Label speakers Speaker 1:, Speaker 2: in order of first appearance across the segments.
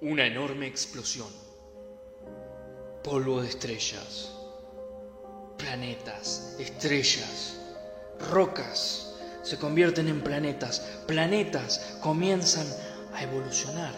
Speaker 1: una enorme explosión. Polvo de estrellas, planetas, estrellas, rocas se convierten en planetas. Planetas comienzan a evolucionar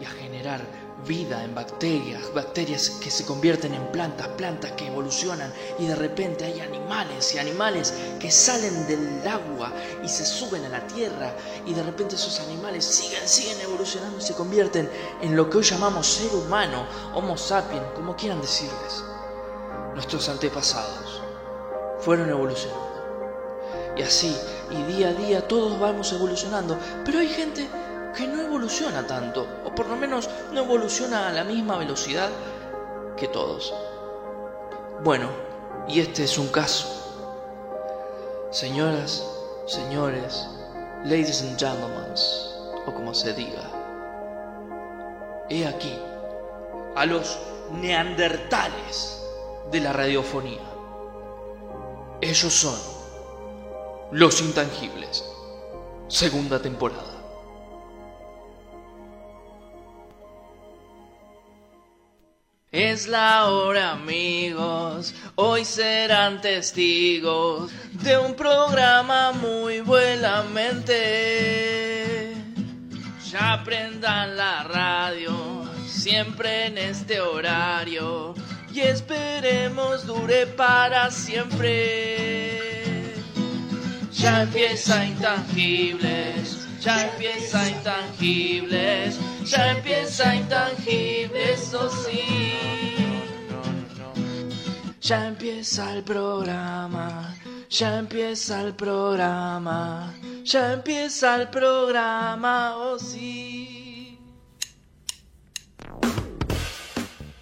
Speaker 1: y a generar vida en bacterias, bacterias que se convierten en plantas, plantas que evolucionan y de repente hay animales y animales que salen del agua y se suben a la tierra y de repente esos animales siguen, siguen evolucionando y se convierten en lo que hoy llamamos ser humano, homo sapiens, como quieran decirles. Nuestros antepasados fueron evolucionando. Y así, y día a día todos vamos evolucionando, pero hay gente que no evoluciona tanto, o por lo menos no evoluciona a la misma velocidad que todos. Bueno, y este es un caso. Señoras, señores, ladies and gentlemen, o como se diga, he aquí a los neandertales de la radiofonía. Ellos son los intangibles. Segunda temporada. Es la hora, amigos. Hoy serán testigos de un programa muy buenamente. Ya aprendan la radio, siempre en este horario. Y esperemos dure para siempre. Ya empieza Intangibles, ya empieza Intangibles, ya empieza Intangibles, eso sí. Ya empieza el programa, ya empieza el programa, ya empieza el programa, oh sí.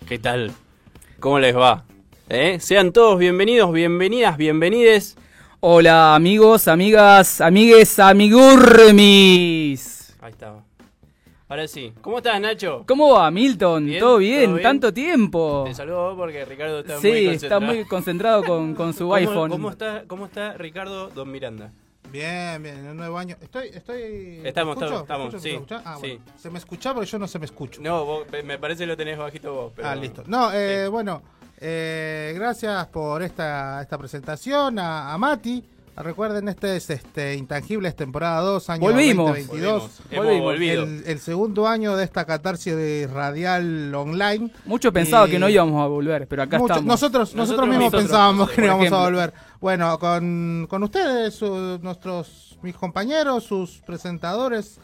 Speaker 2: ¿Qué tal? ¿Cómo les va? ¿Eh? Sean todos bienvenidos, bienvenidas, bienvenides.
Speaker 3: Hola amigos, amigas, amigues, amigurmis.
Speaker 2: Ahí estaba. Ahora sí. ¿Cómo estás, Nacho?
Speaker 3: ¿Cómo va Milton?
Speaker 2: Bien,
Speaker 3: ¿Todo,
Speaker 2: ¿todo
Speaker 3: bien?
Speaker 2: bien?
Speaker 3: Tanto tiempo.
Speaker 2: Te saludo vos porque Ricardo está
Speaker 3: sí,
Speaker 2: muy
Speaker 3: está
Speaker 2: concentrado.
Speaker 3: muy concentrado con, con su
Speaker 2: ¿Cómo-
Speaker 3: iPhone.
Speaker 2: ¿Cómo está, ¿Cómo está Ricardo Don Miranda?
Speaker 4: Bien, bien, en el nuevo año. Estoy, estoy. ¿me
Speaker 2: Estamos,
Speaker 4: escucho?
Speaker 2: estamos, estamos, sí,
Speaker 4: ¿Me escucho? ¿Me escuchás? Ah,
Speaker 2: sí.
Speaker 4: bueno. Se me escucha porque yo no se me escucho.
Speaker 2: No, vos- me parece que lo tenés bajito vos. pero-
Speaker 4: ah, listo. No, eh, bueno, eh, gracias por esta, esta presentación a, a Mati. Recuerden, este es este Intangibles, temporada 2, año
Speaker 3: Volvimos.
Speaker 4: 2022.
Speaker 2: Volvimos. Hemos
Speaker 3: Volvimos.
Speaker 2: volvido.
Speaker 4: El, el segundo año de esta catarsis de radial online.
Speaker 3: Muchos pensaban
Speaker 4: Y-
Speaker 3: que no
Speaker 2: Eh,
Speaker 3: íbamos a volver, pero acá
Speaker 4: Mucho-
Speaker 3: estamos.
Speaker 4: Nosotros, nosotros,
Speaker 2: Nosotros
Speaker 4: mismos
Speaker 2: mismos.
Speaker 4: pensábamos que
Speaker 3: Por
Speaker 4: no íbamos a
Speaker 3: ejemplo.
Speaker 4: volver. Bueno, con, con ustedes, su- nuestros mis compañeros, sus presentadores,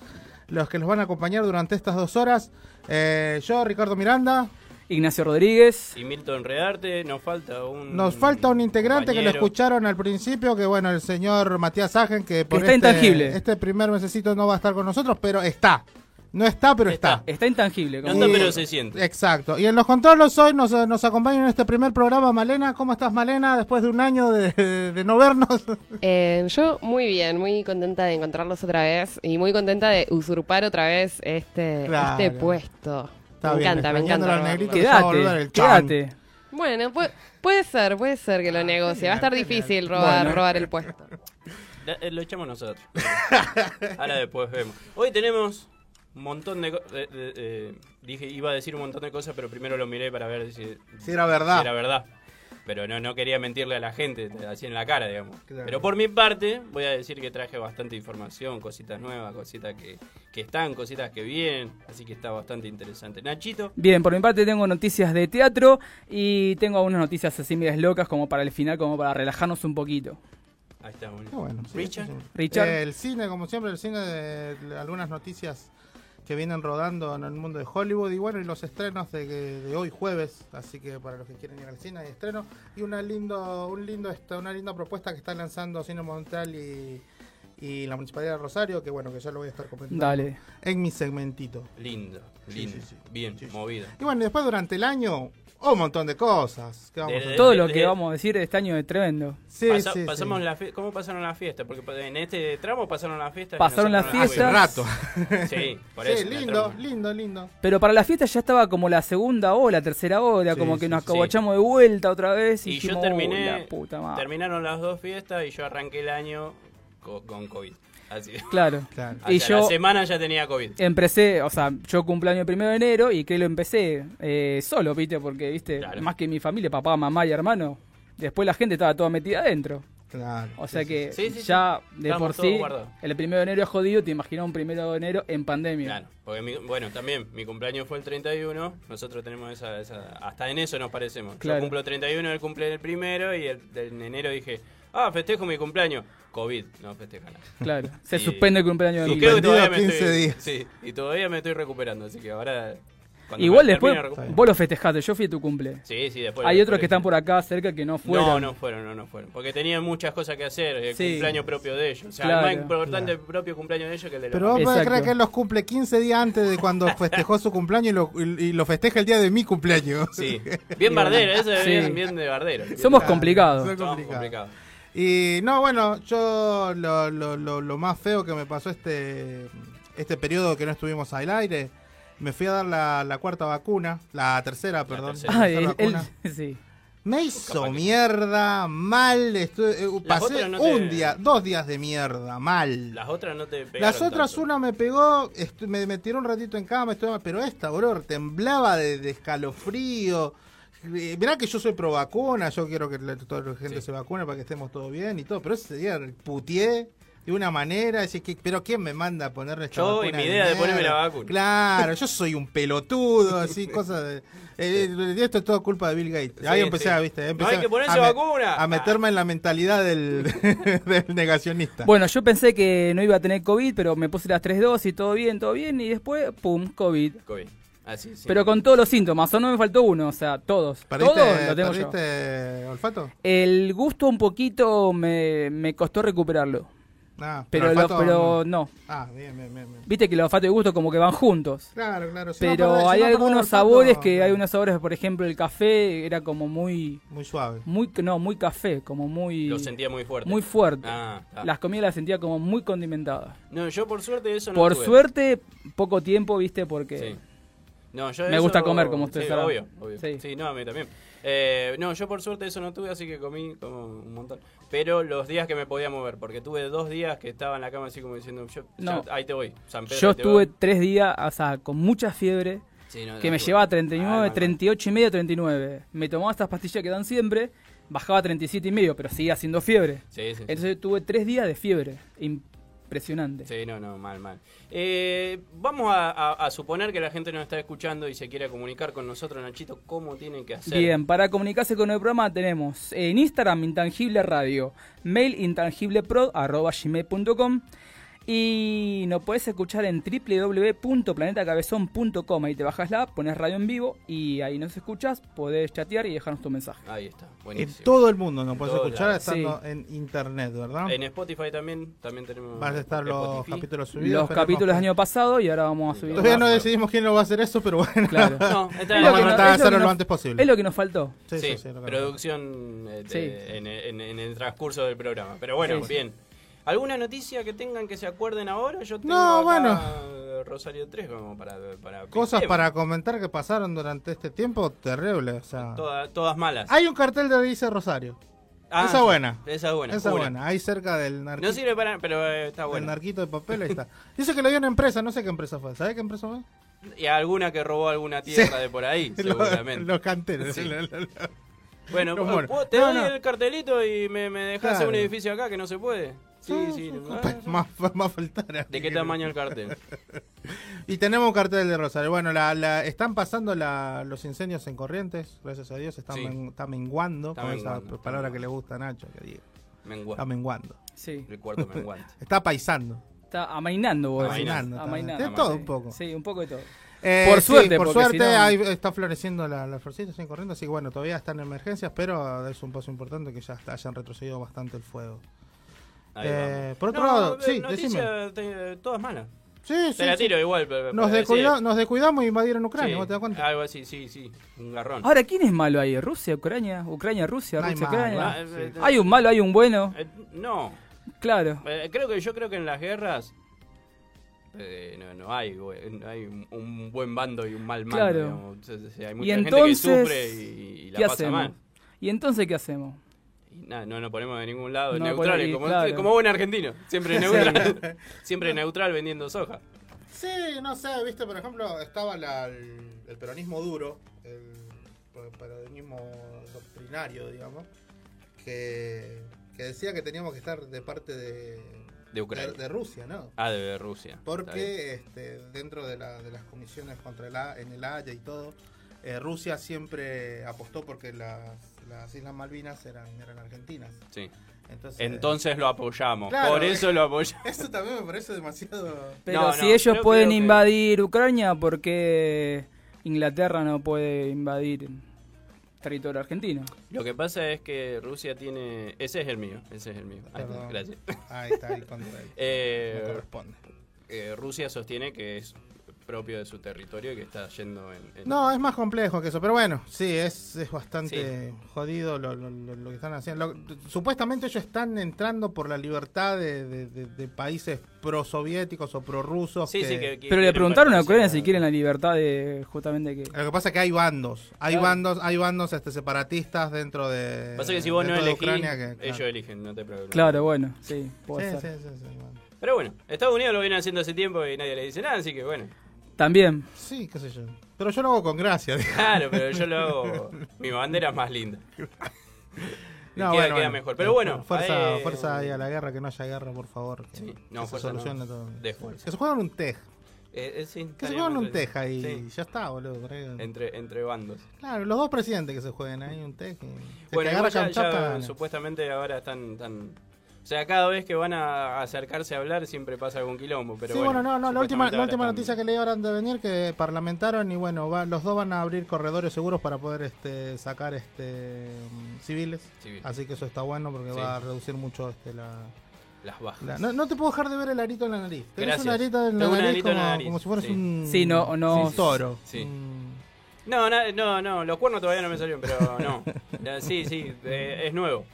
Speaker 4: los que los van a acompañar durante estas dos horas. Eh, yo, Ricardo Miranda.
Speaker 3: Ignacio Rodríguez.
Speaker 2: Y Milton Redarte, nos falta un.
Speaker 4: Nos falta un integrante que lo
Speaker 2: Mm, compañero.
Speaker 4: escucharon al principio, que bueno, el señor Matías Sagen, que por
Speaker 3: está
Speaker 4: este,
Speaker 3: intangible.
Speaker 4: este primer mesecito no va a estar con nosotros, pero está. No está, pero está.
Speaker 2: Está.
Speaker 3: Está intangible.
Speaker 2: No
Speaker 3: como-
Speaker 2: está,
Speaker 4: Y-
Speaker 2: pero se siente.
Speaker 4: Exacto. Y en los controles hoy nos, nos acompaña en este primer programa Malena. ¿Cómo estás, Malena? Después de un año de, de- de no vernos. Ah,
Speaker 5: Eh, yo muy bien, muy contenta de encontrarlos otra vez y muy contenta de usurpar otra vez este,
Speaker 4: Claro.
Speaker 5: este puesto.
Speaker 4: Está
Speaker 5: me
Speaker 4: bien,
Speaker 5: encanta, me
Speaker 4: extrañando
Speaker 5: encanta.
Speaker 4: al
Speaker 5: verlo.
Speaker 4: negrito. Ya va a volver
Speaker 3: Quédate,
Speaker 4: el chan.
Speaker 3: quédate.
Speaker 5: Bueno, puede, puede ser, puede ser que lo negocie. Va a estar difícil robar,
Speaker 4: Ah, Bueno.
Speaker 5: robar el puesto.
Speaker 2: Da- eh, Lo echamos nosotros. Ahora después vemos. Hoy tenemos un montón de. co- de- de- eh, dije, iba a decir un montón de cosas, pero primero lo miré para ver si,
Speaker 4: Si era
Speaker 2: si
Speaker 4: verdad.
Speaker 2: era verdad. Pero no, no quería mentirle a la gente, así en la cara, digamos.
Speaker 4: Claro.
Speaker 2: Pero por mi parte, voy a decir que traje bastante información, cositas nuevas, cositas que, que están, cositas que vienen. Así que está bastante interesante. Nachito,
Speaker 3: Bien, por mi parte tengo noticias de teatro y tengo algunas noticias así medias locas como para el final, como para relajarnos un poquito.
Speaker 2: ahí está.
Speaker 4: Qué bueno, sí,
Speaker 2: Richard.
Speaker 4: sí, sí.
Speaker 3: Richard.
Speaker 4: Eh, el cine, como siempre, el cine de, de algunas noticias que vienen rodando en el mundo de Hollywood y bueno, y los estrenos de, de hoy jueves, así que para los que quieren ir al cine hay estreno y una lindo, un lindo, esta- una linda propuesta que está lanzando Cine Montreal y, y la Municipalidad de Rosario, que bueno, que ya lo voy a estar comentando
Speaker 3: Dale.
Speaker 4: en mi segmentito.
Speaker 2: Lindo, lindo.
Speaker 4: sí, sí.
Speaker 2: Bien,
Speaker 4: Sí, sí.
Speaker 2: movido.
Speaker 4: Y bueno, y después durante el año, un montón de cosas. Que vamos a
Speaker 2: Desde-
Speaker 4: hacer.
Speaker 3: Todo lo
Speaker 2: de-
Speaker 3: que
Speaker 2: de-
Speaker 3: vamos a decir de este año es tremendo.
Speaker 4: Sí,
Speaker 2: Pasa-
Speaker 4: sí, sí.
Speaker 2: pasamos la fie- ¿Cómo pasaron la fiesta? Porque pa- en este tramo pasaron la fiesta.
Speaker 3: Pasaron las
Speaker 4: Hace
Speaker 3: fiestas.
Speaker 4: rato.
Speaker 2: Sí, por
Speaker 4: Sí,
Speaker 2: eso. en el
Speaker 4: lindo,
Speaker 2: tramo.
Speaker 4: lindo, lindo.
Speaker 3: Pero para la fiesta ya estaba como la segunda ola, tercera ola,
Speaker 4: Sí,
Speaker 3: como que
Speaker 4: sí,
Speaker 3: nos
Speaker 2: sí.
Speaker 3: acabachamos de vuelta otra vez. Y,
Speaker 2: Y yo
Speaker 3: dijimos, "Uy,
Speaker 2: terminé.
Speaker 3: la puta madre".
Speaker 2: Terminaron las dos fiestas y yo arranqué el año co- con, COVID. Así que,
Speaker 3: Claro.
Speaker 4: Claro.
Speaker 3: Y
Speaker 2: hacia la
Speaker 3: yo-
Speaker 2: semana ya tenía COVID.
Speaker 3: Empecé, o sea, yo cumpleaños el primero de enero y que lo empecé eh, solo, viste, porque, viste,
Speaker 2: Claro.
Speaker 3: más que mi familia, papá, mamá y hermano, después la gente estaba toda metida adentro.
Speaker 4: Claro.
Speaker 3: O sea que
Speaker 2: sí. Sí, sí, sí.
Speaker 3: ya de
Speaker 2: Estábamos
Speaker 3: por
Speaker 2: todos
Speaker 3: sí,
Speaker 2: guardados.
Speaker 3: el primero de enero es jodido, te imaginas un primero de enero en pandemia.
Speaker 2: Claro, porque mi- bueno, también mi cumpleaños fue el 31, nosotros tenemos esa, esa- hasta en eso nos parecemos.
Speaker 3: Claro.
Speaker 2: Yo cumplo 31, él cumple el primero y el, en enero dije, ah, festejo mi cumpleaños. COVID, no festeja nada.
Speaker 3: Claro. Se
Speaker 2: Y-
Speaker 3: suspende el cumpleaños de
Speaker 2: Y
Speaker 3: mi
Speaker 2: creo que
Speaker 4: Suspendido
Speaker 2: todavía me
Speaker 4: 15
Speaker 2: estoy,
Speaker 4: días.
Speaker 2: Sí, y todavía me estoy recuperando, así que ahora... cuando
Speaker 3: Igual
Speaker 2: me
Speaker 3: después
Speaker 2: termine de recuperar-
Speaker 3: vos lo festejaste, yo fui a tu cumple.
Speaker 2: Sí, sí, después...
Speaker 3: Hay
Speaker 2: después-
Speaker 3: otros que están por acá cerca que no fueron.
Speaker 2: No, no fueron, no, no fueron. Porque tenían muchas cosas que hacer, el
Speaker 3: Sí.
Speaker 2: cumpleaños propio de ellos. O sea,
Speaker 3: Claro.
Speaker 2: más importante el propio cumpleaños de ellos que el de los
Speaker 4: Pero vos podés
Speaker 3: Exacto.
Speaker 4: creer que él los cumple 15 días antes de cuando festejó su cumpleaños y lo, y- y lo festeja el día de mi cumpleaños.
Speaker 2: Sí, bien bardero, eso es
Speaker 3: Sí.
Speaker 2: bien, bien de bardero.
Speaker 3: Somos
Speaker 4: Claro,
Speaker 3: complicados.
Speaker 4: soy
Speaker 2: Somos
Speaker 4: complicado.
Speaker 2: complicados.
Speaker 4: Y no, bueno, yo lo, lo- lo- lo más feo que me pasó este, este periodo que no estuvimos al aire, me fui a dar la, la cuarta vacuna, la tercera, perdón.
Speaker 2: tercera.
Speaker 3: Ay,
Speaker 4: tercera
Speaker 3: él- él-
Speaker 4: vacuna.
Speaker 3: sí.
Speaker 4: Me
Speaker 2: Capaz
Speaker 4: hizo
Speaker 2: que-
Speaker 4: mierda, mal, estu- eh,
Speaker 2: Las
Speaker 4: pasé
Speaker 2: otras no te-
Speaker 4: un día, dos días de mierda, mal.
Speaker 2: Las otras no te pegaron
Speaker 4: Las otras
Speaker 2: tanto.
Speaker 4: una me pegó, estu- me, me tiró un ratito en cama, estuve- pero esta, bro, temblaba de, de escalofrío. Eh, Mirá que yo soy pro vacuna, yo quiero que la- toda la gente
Speaker 2: Sí.
Speaker 4: se vacune para que estemos todos bien y todo, pero ese día putié de una manera, decís que, pero ¿quién me manda a ponerle esta
Speaker 2: Yo y
Speaker 4: vacuna
Speaker 2: mi idea de ponerme
Speaker 4: mierda?
Speaker 2: la vacuna.
Speaker 4: Claro, yo soy un pelotudo, así, cosas de... eh, eh, esto es toda culpa de Bill Gates.
Speaker 2: Sí,
Speaker 4: Ahí empecé,
Speaker 2: sí.
Speaker 4: a, viste,
Speaker 2: No
Speaker 4: empecé
Speaker 2: hay que ponerse
Speaker 4: a, me-
Speaker 2: vacuna.
Speaker 4: a meterme en la mentalidad del, del negacionista.
Speaker 3: Bueno, yo pensé que no iba a tener COVID, pero me puse las tres dosis, todo bien, todo bien, y después, pum, COVID.
Speaker 2: COVID. Así, sí.
Speaker 3: Pero con todos los síntomas, solo no me faltó uno, o sea, todos.
Speaker 4: ¿Perdiste,
Speaker 3: todos lo tengo yo.
Speaker 4: perdiste olfato?
Speaker 3: El gusto un poquito me, me costó recuperarlo.
Speaker 4: Ah,
Speaker 3: Pero, lo-
Speaker 4: olfato-
Speaker 3: pero no.
Speaker 4: Ah, bien, bien, bien. bien.
Speaker 3: Viste que el olfato y el gusto como que van juntos.
Speaker 4: Claro, claro. si no
Speaker 3: pero
Speaker 4: perdés- si
Speaker 3: hay
Speaker 4: no perdés
Speaker 3: algunos
Speaker 4: olfato,
Speaker 3: sabores que hay
Speaker 4: claro.
Speaker 3: unos sabores, por ejemplo, el café era como muy
Speaker 4: Muy suave.
Speaker 3: muy no, muy café, como muy
Speaker 2: Lo sentía muy fuerte.
Speaker 3: muy fuerte.
Speaker 2: Ah, ah.
Speaker 3: Las comidas las sentía como muy condimentadas.
Speaker 2: No, yo por suerte eso no
Speaker 3: por
Speaker 2: tuve.
Speaker 3: suerte poco tiempo, ¿viste? Porque
Speaker 2: Sí. No, yo
Speaker 3: Me
Speaker 2: eso-
Speaker 3: gusta comer, como ustedes
Speaker 2: sí,
Speaker 3: saben.
Speaker 2: Obvio, obvio.
Speaker 3: Sí.
Speaker 2: Sí. no, a mí también. Eh, no, yo por suerte eso no tuve, así que comí como un montón. Pero los días que me podía mover, porque tuve dos días que estaba en la cama así como diciendo, yo,
Speaker 3: No.
Speaker 2: ya, ahí te voy, San Pedro.
Speaker 3: yo
Speaker 2: ahí te voy.
Speaker 3: estuve tres días, o sea, con mucha fiebre.
Speaker 2: Sí, no,
Speaker 3: que
Speaker 2: no,
Speaker 3: me
Speaker 2: tuve.
Speaker 3: llevaba a
Speaker 2: Ah,
Speaker 3: 39,
Speaker 2: no, no.
Speaker 3: 38 y medio, 39. Me tomaba estas pastillas que dan siempre, bajaba a 37 y medio, pero seguía haciendo fiebre.
Speaker 2: Sí, sí. sí.
Speaker 3: Entonces tuve tres días de fiebre. Impresionante.
Speaker 2: Sí, no, no, mal, mal. Eh, vamos a, a- a suponer que la gente nos está escuchando y se quiere comunicar con nosotros, Nachito, ¿cómo tienen que hacer?
Speaker 3: Bien, para comunicarse con el programa tenemos eh, en Instagram Intangible Radio, mail intangiblepro@gmail.com y nos podés escuchar en www.planetacabezón.com. Ahí te bajas la, app, pones radio en vivo y ahí nos escuchas, podés chatear y dejarnos tu mensaje.
Speaker 2: Ahí está,
Speaker 4: En
Speaker 2: buenísimo.
Speaker 4: todo el mundo nos puedes
Speaker 2: todo
Speaker 4: escuchar
Speaker 2: lado.
Speaker 4: estando en internet, ¿verdad?
Speaker 2: En Spotify también, también tenemos.
Speaker 4: Vas a estar los
Speaker 2: Spotify.
Speaker 4: capítulos subidos.
Speaker 3: Los
Speaker 4: esperemos
Speaker 3: capítulos del
Speaker 4: que-
Speaker 3: año pasado y ahora vamos a subir.
Speaker 4: Todavía
Speaker 3: más.
Speaker 4: no decidimos quién lo va a hacer eso, pero bueno.
Speaker 3: Claro.
Speaker 2: No, está
Speaker 4: Es
Speaker 2: en
Speaker 4: lo
Speaker 2: la
Speaker 4: que
Speaker 2: mano.
Speaker 3: es
Speaker 4: tratar de
Speaker 3: lo
Speaker 4: hacerlo
Speaker 3: que
Speaker 4: lo
Speaker 3: nos-
Speaker 4: antes posible.
Speaker 3: Es lo que nos faltó.
Speaker 4: Sí, sí,
Speaker 2: Sí,
Speaker 4: sí, lo que-
Speaker 2: producción eh,
Speaker 3: Sí.
Speaker 2: de- en, en- en el transcurso del programa. Pero bueno,
Speaker 3: Sí.
Speaker 2: bien. ¿Alguna noticia que tengan que se acuerden ahora? Yo tengo
Speaker 4: No,
Speaker 2: acá
Speaker 4: bueno.
Speaker 2: Rosario 3 como para... para
Speaker 4: Cosas
Speaker 2: tema.
Speaker 4: para comentar que pasaron durante este tiempo terrible. O sea,
Speaker 2: Toda- todas malas.
Speaker 4: hay un cartel de Dice Rosario. esa
Speaker 2: sí.
Speaker 4: buena.
Speaker 2: Esa es buena.
Speaker 4: Esa es
Speaker 2: pura.
Speaker 4: buena. Ahí cerca del narquito.
Speaker 2: No sirve para... Pero eh, está
Speaker 4: El
Speaker 2: buena.
Speaker 4: narquito de papel, ahí está. Dice que lo dio una empresa, no sé qué empresa fue. ¿Sabés qué empresa fue?
Speaker 2: Y alguna que robó alguna tierra de por ahí,
Speaker 4: Los-
Speaker 2: seguramente.
Speaker 4: Los canteros.
Speaker 2: Sí.
Speaker 4: Lo- lo- lo-
Speaker 2: Bueno,
Speaker 4: los
Speaker 2: ¿puedo-
Speaker 4: monos.
Speaker 2: puedo- te
Speaker 4: No,
Speaker 2: doy
Speaker 4: no.
Speaker 2: el cartelito y me, me dejas hacer un
Speaker 4: Claro.
Speaker 2: edificio acá que no se puede. Sí, sí. no- ah, sí.
Speaker 4: Pues, Más, más faltara.
Speaker 2: ¿De qué tamaño el cartel?
Speaker 4: Y tenemos un cartel de Rosario. Bueno, la, la- están pasando la- los incendios en Corrientes, gracias a Dios. Están,
Speaker 2: Sí.
Speaker 4: men- está menguando,
Speaker 2: Está
Speaker 4: con esa
Speaker 2: menguando.
Speaker 4: palabra que le gusta a Nacho. Que diga. Está
Speaker 2: Menguante.
Speaker 4: menguando.
Speaker 3: Sí.
Speaker 2: El cuarto menguante.
Speaker 4: Está paisando.
Speaker 3: Está amainando, vos. decís.
Speaker 4: Amainando, está amainando. De todo
Speaker 3: sí.
Speaker 4: un poco.
Speaker 3: Sí, un poco de todo.
Speaker 4: Eh,
Speaker 3: Por
Speaker 4: sí,
Speaker 3: suerte,
Speaker 4: por
Speaker 3: porque si
Speaker 4: suerte
Speaker 3: no-
Speaker 4: ahí está floreciendo la, la florcita en corriente, así que bueno, todavía están en emergencias, pero es un paso importante que ya hasta hayan retrocedido bastante el fuego.
Speaker 2: Ahí
Speaker 4: Eh,
Speaker 2: vamos.
Speaker 4: por otro
Speaker 2: No,
Speaker 4: lado,
Speaker 2: eh,
Speaker 4: sí,
Speaker 2: noticias, te- todas malas.
Speaker 4: Sí, sí,
Speaker 2: Te la
Speaker 4: sí.
Speaker 2: tiro igual. pero- pero
Speaker 4: Nos,
Speaker 2: decir-
Speaker 4: descuida- nos descuidamos y invadieron
Speaker 2: sí,
Speaker 4: Ucrania, ¿vos te das cuenta?
Speaker 2: Algo así, sí, sí. Un garrón.
Speaker 3: Ahora, ¿quién es malo ahí? ¿Rusia, Ucrania? ¿Ucrania, Rusia?
Speaker 4: No hay
Speaker 3: ¿Rusia,
Speaker 4: malo,
Speaker 2: Ah,
Speaker 3: Ucrania?
Speaker 2: eh, eh,
Speaker 3: Hay un malo, hay un bueno.
Speaker 2: eh, no.
Speaker 3: Claro.
Speaker 2: Eh, creo que yo creo que en las guerras eh, no, no hay bu- no hay un- un buen bando y un mal bando.
Speaker 3: Claro.
Speaker 2: digamos. O sea, hay mucha
Speaker 3: Y
Speaker 2: gente
Speaker 3: entonces,
Speaker 2: que sufre y, y la
Speaker 3: ¿Qué
Speaker 2: pasa
Speaker 3: hacemos?
Speaker 2: mal.
Speaker 3: ¿Y entonces qué hacemos?
Speaker 2: Y nada, no nos ponemos de ningún lado,
Speaker 3: No,
Speaker 2: neutrales,
Speaker 3: por ahí,
Speaker 2: como,
Speaker 3: claro.
Speaker 2: como buen argentino, siempre neutral, siempre neutral vendiendo soja.
Speaker 4: Sí, no sé, viste, por ejemplo, estaba la- el, el peronismo duro, el per- peronismo doctrinario, digamos, que, que decía que teníamos que estar de parte de,
Speaker 2: De Ucrania.
Speaker 4: de, de Rusia, ¿no?
Speaker 2: Ah, de Rusia. está bien.
Speaker 4: Porque este, dentro de, la- de las comisiones contra el, A- en el Haya y todo, eh, Rusia siempre apostó porque las, las Islas Malvinas eran, eran argentinas.
Speaker 2: Sí.
Speaker 4: Entonces,
Speaker 2: Entonces lo apoyamos.
Speaker 4: Claro.
Speaker 2: Por eso lo apoyamos.
Speaker 4: Eso también me parece demasiado...
Speaker 3: Pero
Speaker 2: No,
Speaker 3: si
Speaker 2: no,
Speaker 3: ellos
Speaker 2: creo-
Speaker 3: pueden
Speaker 2: creo que-
Speaker 3: invadir Ucrania, ¿por qué Inglaterra no puede invadir territorio argentino?
Speaker 2: Lo que pasa es que Rusia tiene. Ese es el mío. Ese es el mío. Ah,
Speaker 4: Perdón.
Speaker 2: gracias.
Speaker 4: Ahí está, ahí cuando ahí. No
Speaker 2: Eh,
Speaker 4: corresponde.
Speaker 2: eh, Rusia sostiene que es propio de su territorio y que está yendo en. en-
Speaker 4: No, es más complejo que eso, pero bueno, sí, es, es bastante jodido lo, lo- lo- lo que están haciendo. Lo- supuestamente ellos están entrando por la libertad de, de- de- de países prosoviéticos o prorrusos.
Speaker 2: Sí,
Speaker 4: que-
Speaker 2: sí, que- que
Speaker 3: Pero le
Speaker 2: quieren
Speaker 3: preguntaron a
Speaker 2: parecerse
Speaker 3: Ucrania si quieren la libertad de justamente que...
Speaker 4: Lo que pasa es que hay bandos, hay
Speaker 3: Claro.
Speaker 4: bandos, hay bandos este, separatistas dentro de.
Speaker 2: Pasa que si vos no
Speaker 4: dentro de
Speaker 2: elegís,
Speaker 4: Ucrania que- claro.
Speaker 2: ellos eligen, no te preocupes.
Speaker 3: Claro, bueno, sí, puede
Speaker 4: Sí,
Speaker 3: ser.
Speaker 4: sí, sí, sí, bueno.
Speaker 2: Pero bueno, Estados Unidos lo viene haciendo hace tiempo y nadie le dice nada, así que bueno.
Speaker 3: También.
Speaker 4: Sí, qué sé yo. Pero yo lo hago con gracia. digo.
Speaker 2: Claro, pero yo lo hago. Mi bandera es más linda.
Speaker 4: No,
Speaker 2: queda- queda mejor. Pero bueno,
Speaker 4: Fuerza,
Speaker 2: ahí-
Speaker 4: fuerza ahí a la guerra, que no haya guerra, por favor. Que,
Speaker 2: Sí, no,
Speaker 4: que se
Speaker 2: fuerza no.
Speaker 4: solucione todo.
Speaker 2: De fuerza.
Speaker 4: Que se juegan un
Speaker 2: Eh,
Speaker 4: tej.
Speaker 2: eh, sí,
Speaker 4: Que se
Speaker 2: estaría
Speaker 4: juegan
Speaker 2: muy
Speaker 4: un tej ahí.
Speaker 2: interesante.
Speaker 4: Ya está, boludo. por ahí.
Speaker 2: Sí, entre, entre bandos.
Speaker 4: Claro, los dos presidentes que se jueguen ahí, un tej. y- El
Speaker 2: Bueno,
Speaker 4: que agarra
Speaker 2: igual ya,
Speaker 4: Kamchatka,
Speaker 2: ya
Speaker 4: gana.
Speaker 2: supuestamente ahora están, están- O sea, cada vez que van a acercarse a hablar siempre pasa algún quilombo. Pero
Speaker 4: sí, bueno, no, no, la última,
Speaker 2: supuestamente
Speaker 4: la
Speaker 2: ahora
Speaker 4: última
Speaker 2: están-
Speaker 4: noticia que leí ahora antes de venir, que parlamentaron y bueno, va- los dos van a abrir corredores seguros para poder este, sacar este mm, civiles.
Speaker 2: Civiles.
Speaker 4: Así que eso está bueno porque
Speaker 2: Sí.
Speaker 4: va a reducir mucho este, la...
Speaker 2: Las bajas.
Speaker 4: la- No, no te puedo dejar de ver el arito en la nariz. Tenés
Speaker 2: Gracias.
Speaker 4: un arito en la
Speaker 2: Tengo un
Speaker 4: nariz,
Speaker 2: arito
Speaker 4: como,
Speaker 2: en la nariz,
Speaker 4: como si fueras
Speaker 2: sí.
Speaker 4: un,
Speaker 3: Sí, no- no-
Speaker 4: un toro.
Speaker 2: Sí.
Speaker 4: Un-
Speaker 2: No, na- no, no, los cuernos todavía no me salieron, pero no. Eh, Sí, sí, eh, es nuevo.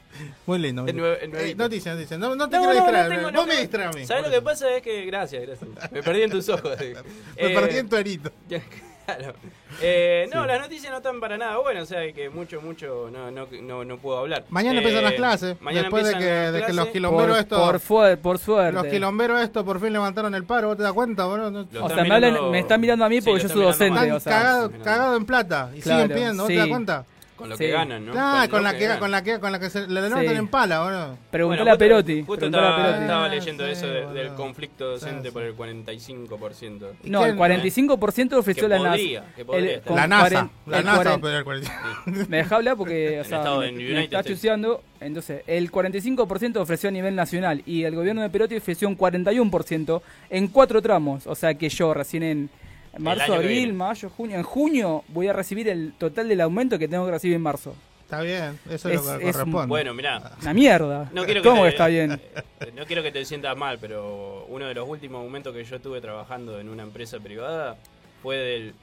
Speaker 4: Muy lindo. muy
Speaker 2: Es
Speaker 4: lindo.
Speaker 2: nuevo- es nuevito.
Speaker 4: Eh, noticia, noticia. No, no te
Speaker 2: No,
Speaker 4: quiero
Speaker 2: no, no
Speaker 4: distraer. eh.
Speaker 2: tengo- no
Speaker 4: Vos me
Speaker 2: tengo-
Speaker 4: distraes a mí.
Speaker 2: ¿Sabes lo que pasa? Es que. Gracias, gracias. Me perdí en tus ojos. eh.
Speaker 4: Me
Speaker 2: Eh,
Speaker 4: perdí en tu arito.
Speaker 2: Ya, claro. Eh, no, las noticias no están para nada buenas, o sea que mucho, mucho no, no, no, no puedo hablar.
Speaker 4: Mañana
Speaker 2: Eh,
Speaker 4: empiezan las clases.
Speaker 2: mañana
Speaker 4: después de que,
Speaker 2: empiezan las
Speaker 4: de que los
Speaker 2: clases.
Speaker 4: quilomberos
Speaker 3: Por,
Speaker 4: estos.
Speaker 3: por, fue- por suerte.
Speaker 4: Los quilomberos estos por fin levantaron el paro, ¿vos te das cuenta, boludo? No-
Speaker 2: Lo
Speaker 3: O sea,
Speaker 2: están
Speaker 3: me, hablan-
Speaker 2: mirando-
Speaker 3: me están mirando a mí
Speaker 2: Sí,
Speaker 3: porque
Speaker 2: lo
Speaker 3: yo
Speaker 2: están
Speaker 3: soy
Speaker 2: mirando
Speaker 3: docente.
Speaker 2: mal.
Speaker 3: O
Speaker 4: Están
Speaker 3: sea,
Speaker 4: cagado,
Speaker 2: sí,
Speaker 4: cagado en plata y
Speaker 3: Claro,
Speaker 4: siguen pidiendo, ¿vos te
Speaker 3: sí.
Speaker 4: das cuenta?
Speaker 2: Con lo
Speaker 3: Sí.
Speaker 2: que ganan, ¿no?
Speaker 4: Claro, con
Speaker 2: lo
Speaker 4: la que,
Speaker 2: ganan.
Speaker 4: con la que con la que se le levantan
Speaker 3: Sí.
Speaker 4: en pala, boludo.
Speaker 3: Preguntale
Speaker 2: Bueno,
Speaker 3: a Perotti.
Speaker 2: Justo
Speaker 3: preguntale a
Speaker 2: estaba,
Speaker 3: Perotti.
Speaker 2: estaba
Speaker 4: Ah,
Speaker 2: leyendo
Speaker 4: sí,
Speaker 2: eso de- del
Speaker 4: boludo.
Speaker 2: conflicto docente
Speaker 4: sí.
Speaker 2: por el 45%.
Speaker 4: ¿Y
Speaker 3: No, el
Speaker 4: quién-
Speaker 3: 45% ofreció
Speaker 2: Que
Speaker 3: la NASA.
Speaker 2: podría, que podría
Speaker 3: El-
Speaker 2: estar.
Speaker 3: con
Speaker 4: La NASA,
Speaker 3: cuaren-
Speaker 4: la
Speaker 3: el
Speaker 4: NASA,
Speaker 3: cuaren-
Speaker 4: pero el 40.
Speaker 3: Me deja hablar porque o sea,
Speaker 2: estado
Speaker 3: me,
Speaker 2: en
Speaker 3: me
Speaker 2: United
Speaker 3: está
Speaker 2: States.
Speaker 3: chuseando. Entonces, el 45% ofreció a nivel nacional y el gobierno de Perotti ofreció un 41% en cuatro tramos. O sea que yo recién en marzo,
Speaker 2: año que
Speaker 3: abril,
Speaker 2: viene.
Speaker 3: mayo, junio, en junio voy a recibir el total del aumento que tengo que recibir en marzo.
Speaker 4: Está bien, eso es,
Speaker 3: Es-
Speaker 4: lo que
Speaker 3: es
Speaker 4: corresponde.
Speaker 2: Bueno, mirá.
Speaker 3: Una mierda.
Speaker 2: No quiero que
Speaker 3: ¿Cómo
Speaker 2: te-
Speaker 3: está bien?
Speaker 2: eh, No quiero que te sientas mal, pero uno de los últimos momentos que yo estuve trabajando en una empresa privada fue del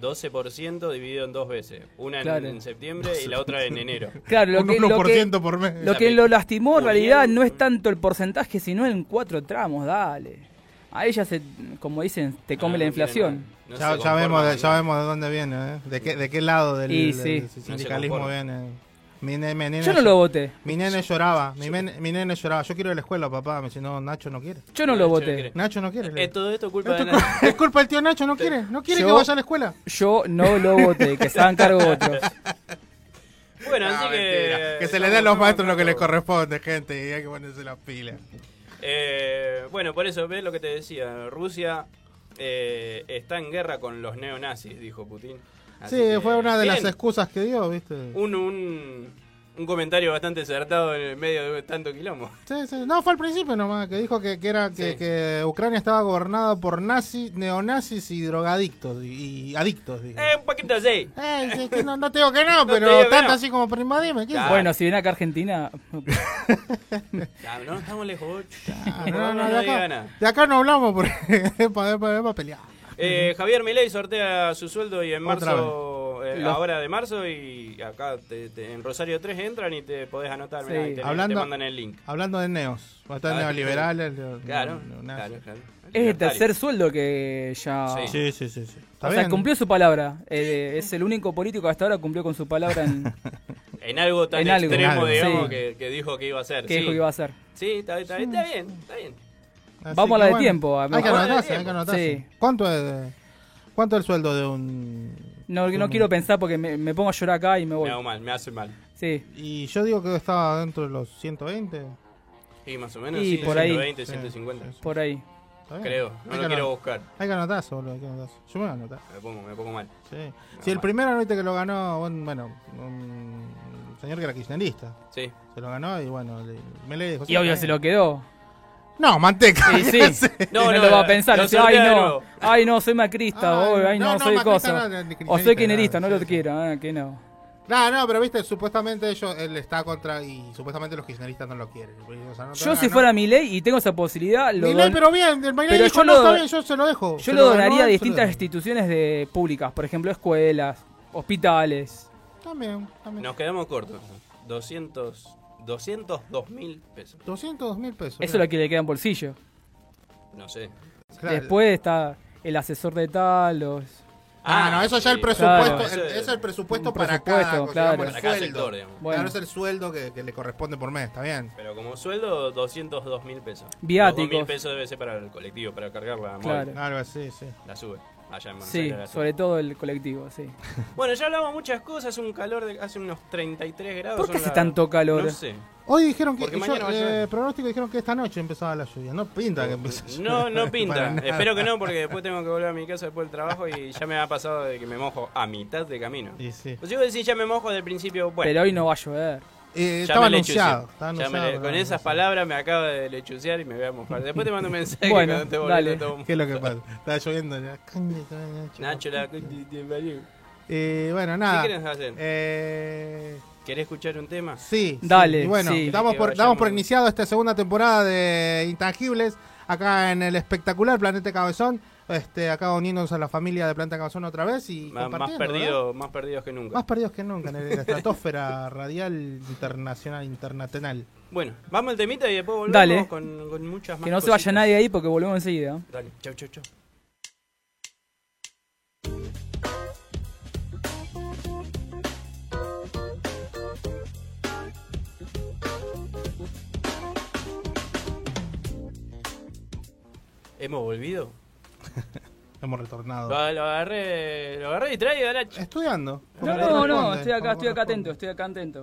Speaker 2: 12% dividido en dos veces. Una en-
Speaker 3: Claro.
Speaker 2: en, septiembre y la otra en enero.
Speaker 3: Claro, lo
Speaker 4: un
Speaker 3: que, lo
Speaker 4: 1%
Speaker 3: que,
Speaker 4: por mes.
Speaker 3: lo que lo lastimó en realidad
Speaker 2: Uniendo-
Speaker 3: no es tanto el porcentaje, sino en cuatro tramos, dale. A ella se, como dicen, te come
Speaker 2: Ah, No, no
Speaker 3: la
Speaker 2: tiene
Speaker 3: inflación.
Speaker 2: nada. No
Speaker 4: ya,
Speaker 2: se
Speaker 4: ya vemos
Speaker 2: conforman,
Speaker 4: de, ya vemos de dónde viene, ¿eh? De qué, de qué lado del,
Speaker 3: Y
Speaker 4: del-
Speaker 3: sí.
Speaker 4: del
Speaker 3: No se
Speaker 4: sindicalismo
Speaker 2: conforma.
Speaker 4: viene. Mi, ne- mi nene,
Speaker 3: Yo no lo voté.
Speaker 4: mi nene lloraba, mi, men- mi nene lloraba. Yo quiero ir a la escuela, papá. Me dice, no, Nacho no quiere.
Speaker 3: Yo no lo
Speaker 2: Nacho no
Speaker 3: voté.
Speaker 2: quiere.
Speaker 4: Nacho no quiere. le-
Speaker 2: Es Eh, todo esto culpa
Speaker 4: Esto
Speaker 2: de
Speaker 4: es
Speaker 2: la...
Speaker 4: cul- es culpa del tío Nacho, no quiere. No quiere que
Speaker 3: Yo-
Speaker 4: vaya a la escuela.
Speaker 3: Yo no lo voté, que se hagan cargo otros.
Speaker 2: Bueno, así
Speaker 4: No,
Speaker 2: que...
Speaker 4: mentira. Que se le
Speaker 2: estamos-
Speaker 4: dé a los
Speaker 2: estamos
Speaker 4: maestros lo que les
Speaker 2: hablando.
Speaker 4: corresponde, gente. Y hay que ponerse las pilas.
Speaker 2: Eh, bueno, por eso, ves lo que te decía. Rusia eh, está en guerra con los neonazis, dijo Putin. Así
Speaker 4: sí,
Speaker 2: que,
Speaker 4: fue una de las
Speaker 2: bien.
Speaker 4: excusas que dio, ¿viste?
Speaker 2: un, un, un comentario bastante acertado en el medio de tanto quilombo.
Speaker 4: Sí, sí. No, fue al principio nomás, que dijo que, que era que,
Speaker 2: Sí.
Speaker 4: que Ucrania estaba gobernada por nazis, neonazis y drogadictos. Y, y adictos, dijo.
Speaker 2: Eh, un poquito así.
Speaker 4: Eh, sí, que no, no te digo que no,
Speaker 2: No te
Speaker 4: pero
Speaker 2: digo que
Speaker 4: tanto
Speaker 2: no.
Speaker 4: así como para invadirme. ¿qué
Speaker 2: Claro.
Speaker 4: sé?
Speaker 3: Bueno, si viene acá a Argentina,
Speaker 2: Ah, no, estamos lejos.
Speaker 4: Ah,
Speaker 2: No,
Speaker 4: no, no,
Speaker 2: no
Speaker 4: de,
Speaker 2: diga
Speaker 4: acá,
Speaker 2: nada.
Speaker 4: de acá no hablamos porque es para, pelear.
Speaker 2: Eh, Javier Milei sortea su sueldo y en
Speaker 4: Otra
Speaker 2: marzo, eh,
Speaker 3: Los-
Speaker 2: ahora de marzo, y acá te- te- en Rosario 3 entran y te podés anotar. mirá,
Speaker 3: Sí.
Speaker 2: y te,
Speaker 4: Hablando-
Speaker 2: te mandan el link.
Speaker 4: Hablando de neos, bastante
Speaker 2: Ah,
Speaker 4: neoliberales. neo-
Speaker 2: Claro,
Speaker 4: neonazis.
Speaker 2: claro, claro.
Speaker 3: es el tercer sueldo que ya...
Speaker 2: Sí.
Speaker 4: Sí, sí, sí. sí. Está
Speaker 3: o sea,
Speaker 4: bien.
Speaker 3: cumplió su palabra. Eh, es el único político que hasta ahora cumplió con su palabra en,
Speaker 2: en algo tan
Speaker 3: En algo.
Speaker 2: extremo,
Speaker 4: En algo,
Speaker 2: digamos,
Speaker 3: sí.
Speaker 2: que, que dijo que iba a hacer.
Speaker 3: ¿Qué
Speaker 2: sí.
Speaker 3: dijo que iba a hacer?
Speaker 2: Sí, está, está- está bien, está bien.
Speaker 4: Así
Speaker 3: Vamos a la
Speaker 4: que
Speaker 3: de tiempo, a
Speaker 4: Hay que
Speaker 2: mejor.
Speaker 4: anotarse, hay que anotarse.
Speaker 3: Sí.
Speaker 4: ¿Cuánto es, ¿Cuánto es el sueldo de un.?
Speaker 3: No, no
Speaker 4: Como-
Speaker 3: quiero pensar porque me, me pongo a llorar acá y me voy.
Speaker 2: Me hago mal, me hace mal.
Speaker 3: Sí.
Speaker 4: Y yo digo que estaba dentro de los 120.
Speaker 2: Y más o menos, sí,
Speaker 3: Y por ahí.
Speaker 2: 120,
Speaker 4: Sí,
Speaker 2: 150.
Speaker 4: sí, sí.
Speaker 3: Por ahí.
Speaker 4: Está bien.
Speaker 2: Creo, no
Speaker 4: Hay
Speaker 2: lo
Speaker 4: que
Speaker 2: quiero
Speaker 4: ano-
Speaker 2: buscar.
Speaker 4: Hay que anotarse, boludo, hay que anotarse. Yo me voy a anotar.
Speaker 2: Me pongo, me pongo mal.
Speaker 4: Sí. si el
Speaker 2: mal.
Speaker 4: primer anoite que lo ganó, un- bueno, un señor que era kirchnerista,
Speaker 2: Sí.
Speaker 4: se lo ganó y bueno, le, me le dijo.
Speaker 3: Y obvio se lo quedó.
Speaker 4: No, manteca.
Speaker 3: Y sí.
Speaker 2: No,
Speaker 3: No, no,
Speaker 2: no,
Speaker 3: lo va a
Speaker 2: no,
Speaker 3: pensar.
Speaker 2: lo
Speaker 3: dice, ay,
Speaker 2: sortea de
Speaker 3: no.
Speaker 2: nuevo".
Speaker 3: Ay, no, soy macrista.
Speaker 4: Ay,
Speaker 3: ay, ay,
Speaker 4: no,
Speaker 3: no,
Speaker 4: no,
Speaker 3: soy
Speaker 4: macrista
Speaker 3: cosa.
Speaker 4: no, de- de-
Speaker 3: o soy
Speaker 4: kirchnerista,
Speaker 3: kirchnerista, no
Speaker 4: no,
Speaker 3: lo
Speaker 4: sí, sí.
Speaker 3: quiero. Ah, que no.
Speaker 4: No, no, pero viste, supuestamente ellos, él está contra y supuestamente los kirchneristas no lo quieren. O sea, no te
Speaker 3: Yo si
Speaker 4: ganó.
Speaker 3: fuera mi ley y tengo esa posibilidad, lo
Speaker 4: Milei,
Speaker 3: don-
Speaker 4: pero bien, el Milei
Speaker 3: Pero
Speaker 4: dijo,
Speaker 3: yo
Speaker 4: no,
Speaker 3: lo-
Speaker 4: está bien, yo se lo dejo.
Speaker 3: yo
Speaker 4: Se
Speaker 3: lo
Speaker 4: ganó,
Speaker 3: donaría a
Speaker 4: se lo
Speaker 3: distintas
Speaker 4: dejo.
Speaker 3: instituciones de públicas, por ejemplo, escuelas, hospitales.
Speaker 4: También, también.
Speaker 2: Nos quedamos cortos. 200, 202 mil pesos.
Speaker 4: 202 mil pesos.
Speaker 3: Eso es lo que le queda en bolsillo.
Speaker 2: No sé.
Speaker 3: Después está el asesor de tal, los...
Speaker 4: Ah, no, eso ya es el presupuesto.
Speaker 3: claro.
Speaker 4: el- eso es el presupuesto
Speaker 3: Un
Speaker 4: para
Speaker 3: presupuesto,
Speaker 4: cada, cosa,
Speaker 3: claro.
Speaker 4: digamos, el
Speaker 2: Para cada
Speaker 4: sueldo.
Speaker 2: sector, digamos.
Speaker 3: Bueno.
Speaker 4: Claro, es el sueldo que, que le corresponde por mes, está bien.
Speaker 2: Pero como sueldo, 202 mil pesos.
Speaker 3: Viáticos.
Speaker 2: mil pesos debe ser para el colectivo, para cargar la móvil.
Speaker 3: Claro.
Speaker 4: Algo así, sí.
Speaker 2: La sube. Allá en Buenos
Speaker 3: Sí,
Speaker 2: Aires la sube.
Speaker 3: sobre todo el colectivo, sí.
Speaker 2: Bueno, ya hablamos muchas cosas. Hace un calor de hace unos 33 grados.
Speaker 3: ¿Por qué
Speaker 2: son
Speaker 3: hace
Speaker 2: la-
Speaker 3: tanto calor?
Speaker 2: No sé.
Speaker 4: Hoy dijeron que.
Speaker 2: Porque
Speaker 4: yo,
Speaker 2: mañana va a llover.
Speaker 4: eh, pronóstico dijeron que esta noche empezaba la lluvia. No pinta que empiece a llover.
Speaker 2: No, no
Speaker 4: Para
Speaker 2: pinta.
Speaker 4: nada.
Speaker 2: Espero que no, porque después tengo que volver a mi casa después del trabajo y ya me ha pasado de que me mojo a mitad de camino.
Speaker 4: Y sí.
Speaker 2: Pues yo decir, ya me mojo del principio. Bueno,
Speaker 3: Pero hoy no va a llover.
Speaker 4: Eh,
Speaker 2: ya
Speaker 4: estaba
Speaker 2: me
Speaker 4: anunciado.
Speaker 2: lechucé.
Speaker 4: Estaba
Speaker 2: Ya me
Speaker 4: anunciado
Speaker 2: le-
Speaker 4: pero
Speaker 2: con
Speaker 4: no,
Speaker 2: esas
Speaker 4: no sé.
Speaker 2: palabras me acaba de lechucear y me voy a mojar. Después te mando un mensaje
Speaker 3: Bueno,
Speaker 2: cuando esté
Speaker 3: dale.
Speaker 2: volviendo tomo.
Speaker 4: ¿Qué es lo que pasa? Estaba lloviendo. la caña, caña, chupa.
Speaker 2: Nacho, la... ¿Qué
Speaker 4: Eh, bueno, nada.
Speaker 2: querés hacer?
Speaker 4: Eh,
Speaker 2: ¿Querés escuchar un tema?
Speaker 4: sí. sí.
Speaker 3: Dale,
Speaker 4: Y bueno,
Speaker 3: sí.
Speaker 4: damos,
Speaker 2: Que
Speaker 4: por,
Speaker 2: vayamos.
Speaker 4: damos por iniciado esta segunda temporada de Intangibles. Acá en el espectacular Planeta Cabezón. Este, acá uniéndonos a la familia de Planeta Cabezón otra vez. y
Speaker 2: Ma- Más,
Speaker 4: compartiendo, ¿verdad?
Speaker 2: perdido, más perdidos que nunca.
Speaker 4: Más perdidos que nunca en el- la estratosfera radial internacional, internacional.
Speaker 2: Bueno, vamos al temita y después volvemos
Speaker 3: Dale.
Speaker 2: Con, con muchas más
Speaker 3: Que no se vaya
Speaker 2: cositas.
Speaker 3: nadie ahí porque volvemos enseguida.
Speaker 2: Dale, chau, chau, chau. ¿Hemos volvido?
Speaker 4: Hemos retornado.
Speaker 2: Lo, lo agarré, lo agarré distraído, Nacho.
Speaker 4: Estudiando. como
Speaker 3: No, no,
Speaker 4: corresponde,
Speaker 3: no, estoy
Speaker 4: como
Speaker 3: acá, estoy acá atento,
Speaker 4: corresponde.
Speaker 3: estoy acá atento.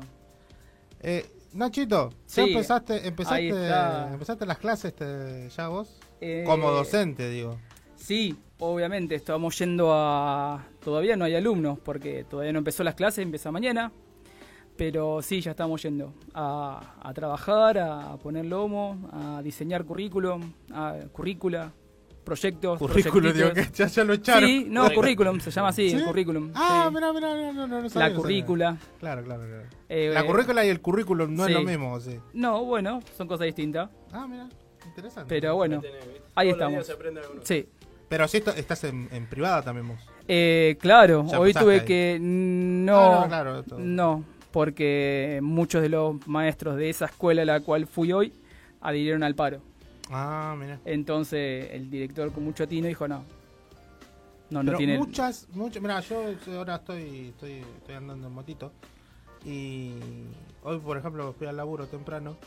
Speaker 4: Eh, Nachito, ya
Speaker 3: Sí.
Speaker 4: empezaste,
Speaker 3: Ahí
Speaker 4: empezaste,
Speaker 3: está.
Speaker 4: empezaste las clases este, ya vos.
Speaker 3: Eh,
Speaker 4: Como docente, digo.
Speaker 3: Sí, obviamente, estamos yendo a... Todavía no hay alumnos porque todavía no empezó las clases, empieza mañana. Pero sí, ya estamos yendo a, a trabajar, a poner lomo, a diseñar currículum, a currícula, proyectos.
Speaker 4: digo
Speaker 3: proyectitos.
Speaker 4: que ya, ya lo echaron.
Speaker 3: Sí, no,
Speaker 2: Correcto.
Speaker 3: currículum, se llama así,
Speaker 4: ¿Sí?
Speaker 3: el currículum.
Speaker 4: Ah,
Speaker 3: sí.
Speaker 4: mirá, mirá, mirá, no, no, no sabía,
Speaker 3: La
Speaker 4: no
Speaker 3: currícula.
Speaker 4: sabía. Claro, claro, claro.
Speaker 3: Eh,
Speaker 4: la
Speaker 3: eh,
Speaker 4: currícula y el currículum no
Speaker 3: sí.
Speaker 4: es lo mismo, sí.
Speaker 3: No, bueno, son cosas distintas.
Speaker 4: Ah, mira, interesante.
Speaker 3: Pero bueno,
Speaker 2: Todos
Speaker 3: ahí
Speaker 2: los
Speaker 3: estamos.
Speaker 2: días se aprende algo nuevo.
Speaker 3: Sí.
Speaker 4: Pero si esto- estás en, en privada también vos.
Speaker 3: Eh, claro,
Speaker 4: Ya
Speaker 3: hoy
Speaker 4: empezaste
Speaker 3: tuve
Speaker 4: ahí.
Speaker 3: que...
Speaker 4: Ah,
Speaker 3: No,
Speaker 4: no, claro, esto-
Speaker 3: no, porque muchos de los maestros de esa escuela a la cual fui hoy adhirieron al paro.
Speaker 4: Ah, mira.
Speaker 3: Entonces el director con mucho atino dijo no. No, no
Speaker 4: Pero
Speaker 3: tiene...
Speaker 4: muchas, muchas. Mira, yo ahora estoy, estoy, estoy andando en motito. Y hoy, por ejemplo, fui al laburo temprano.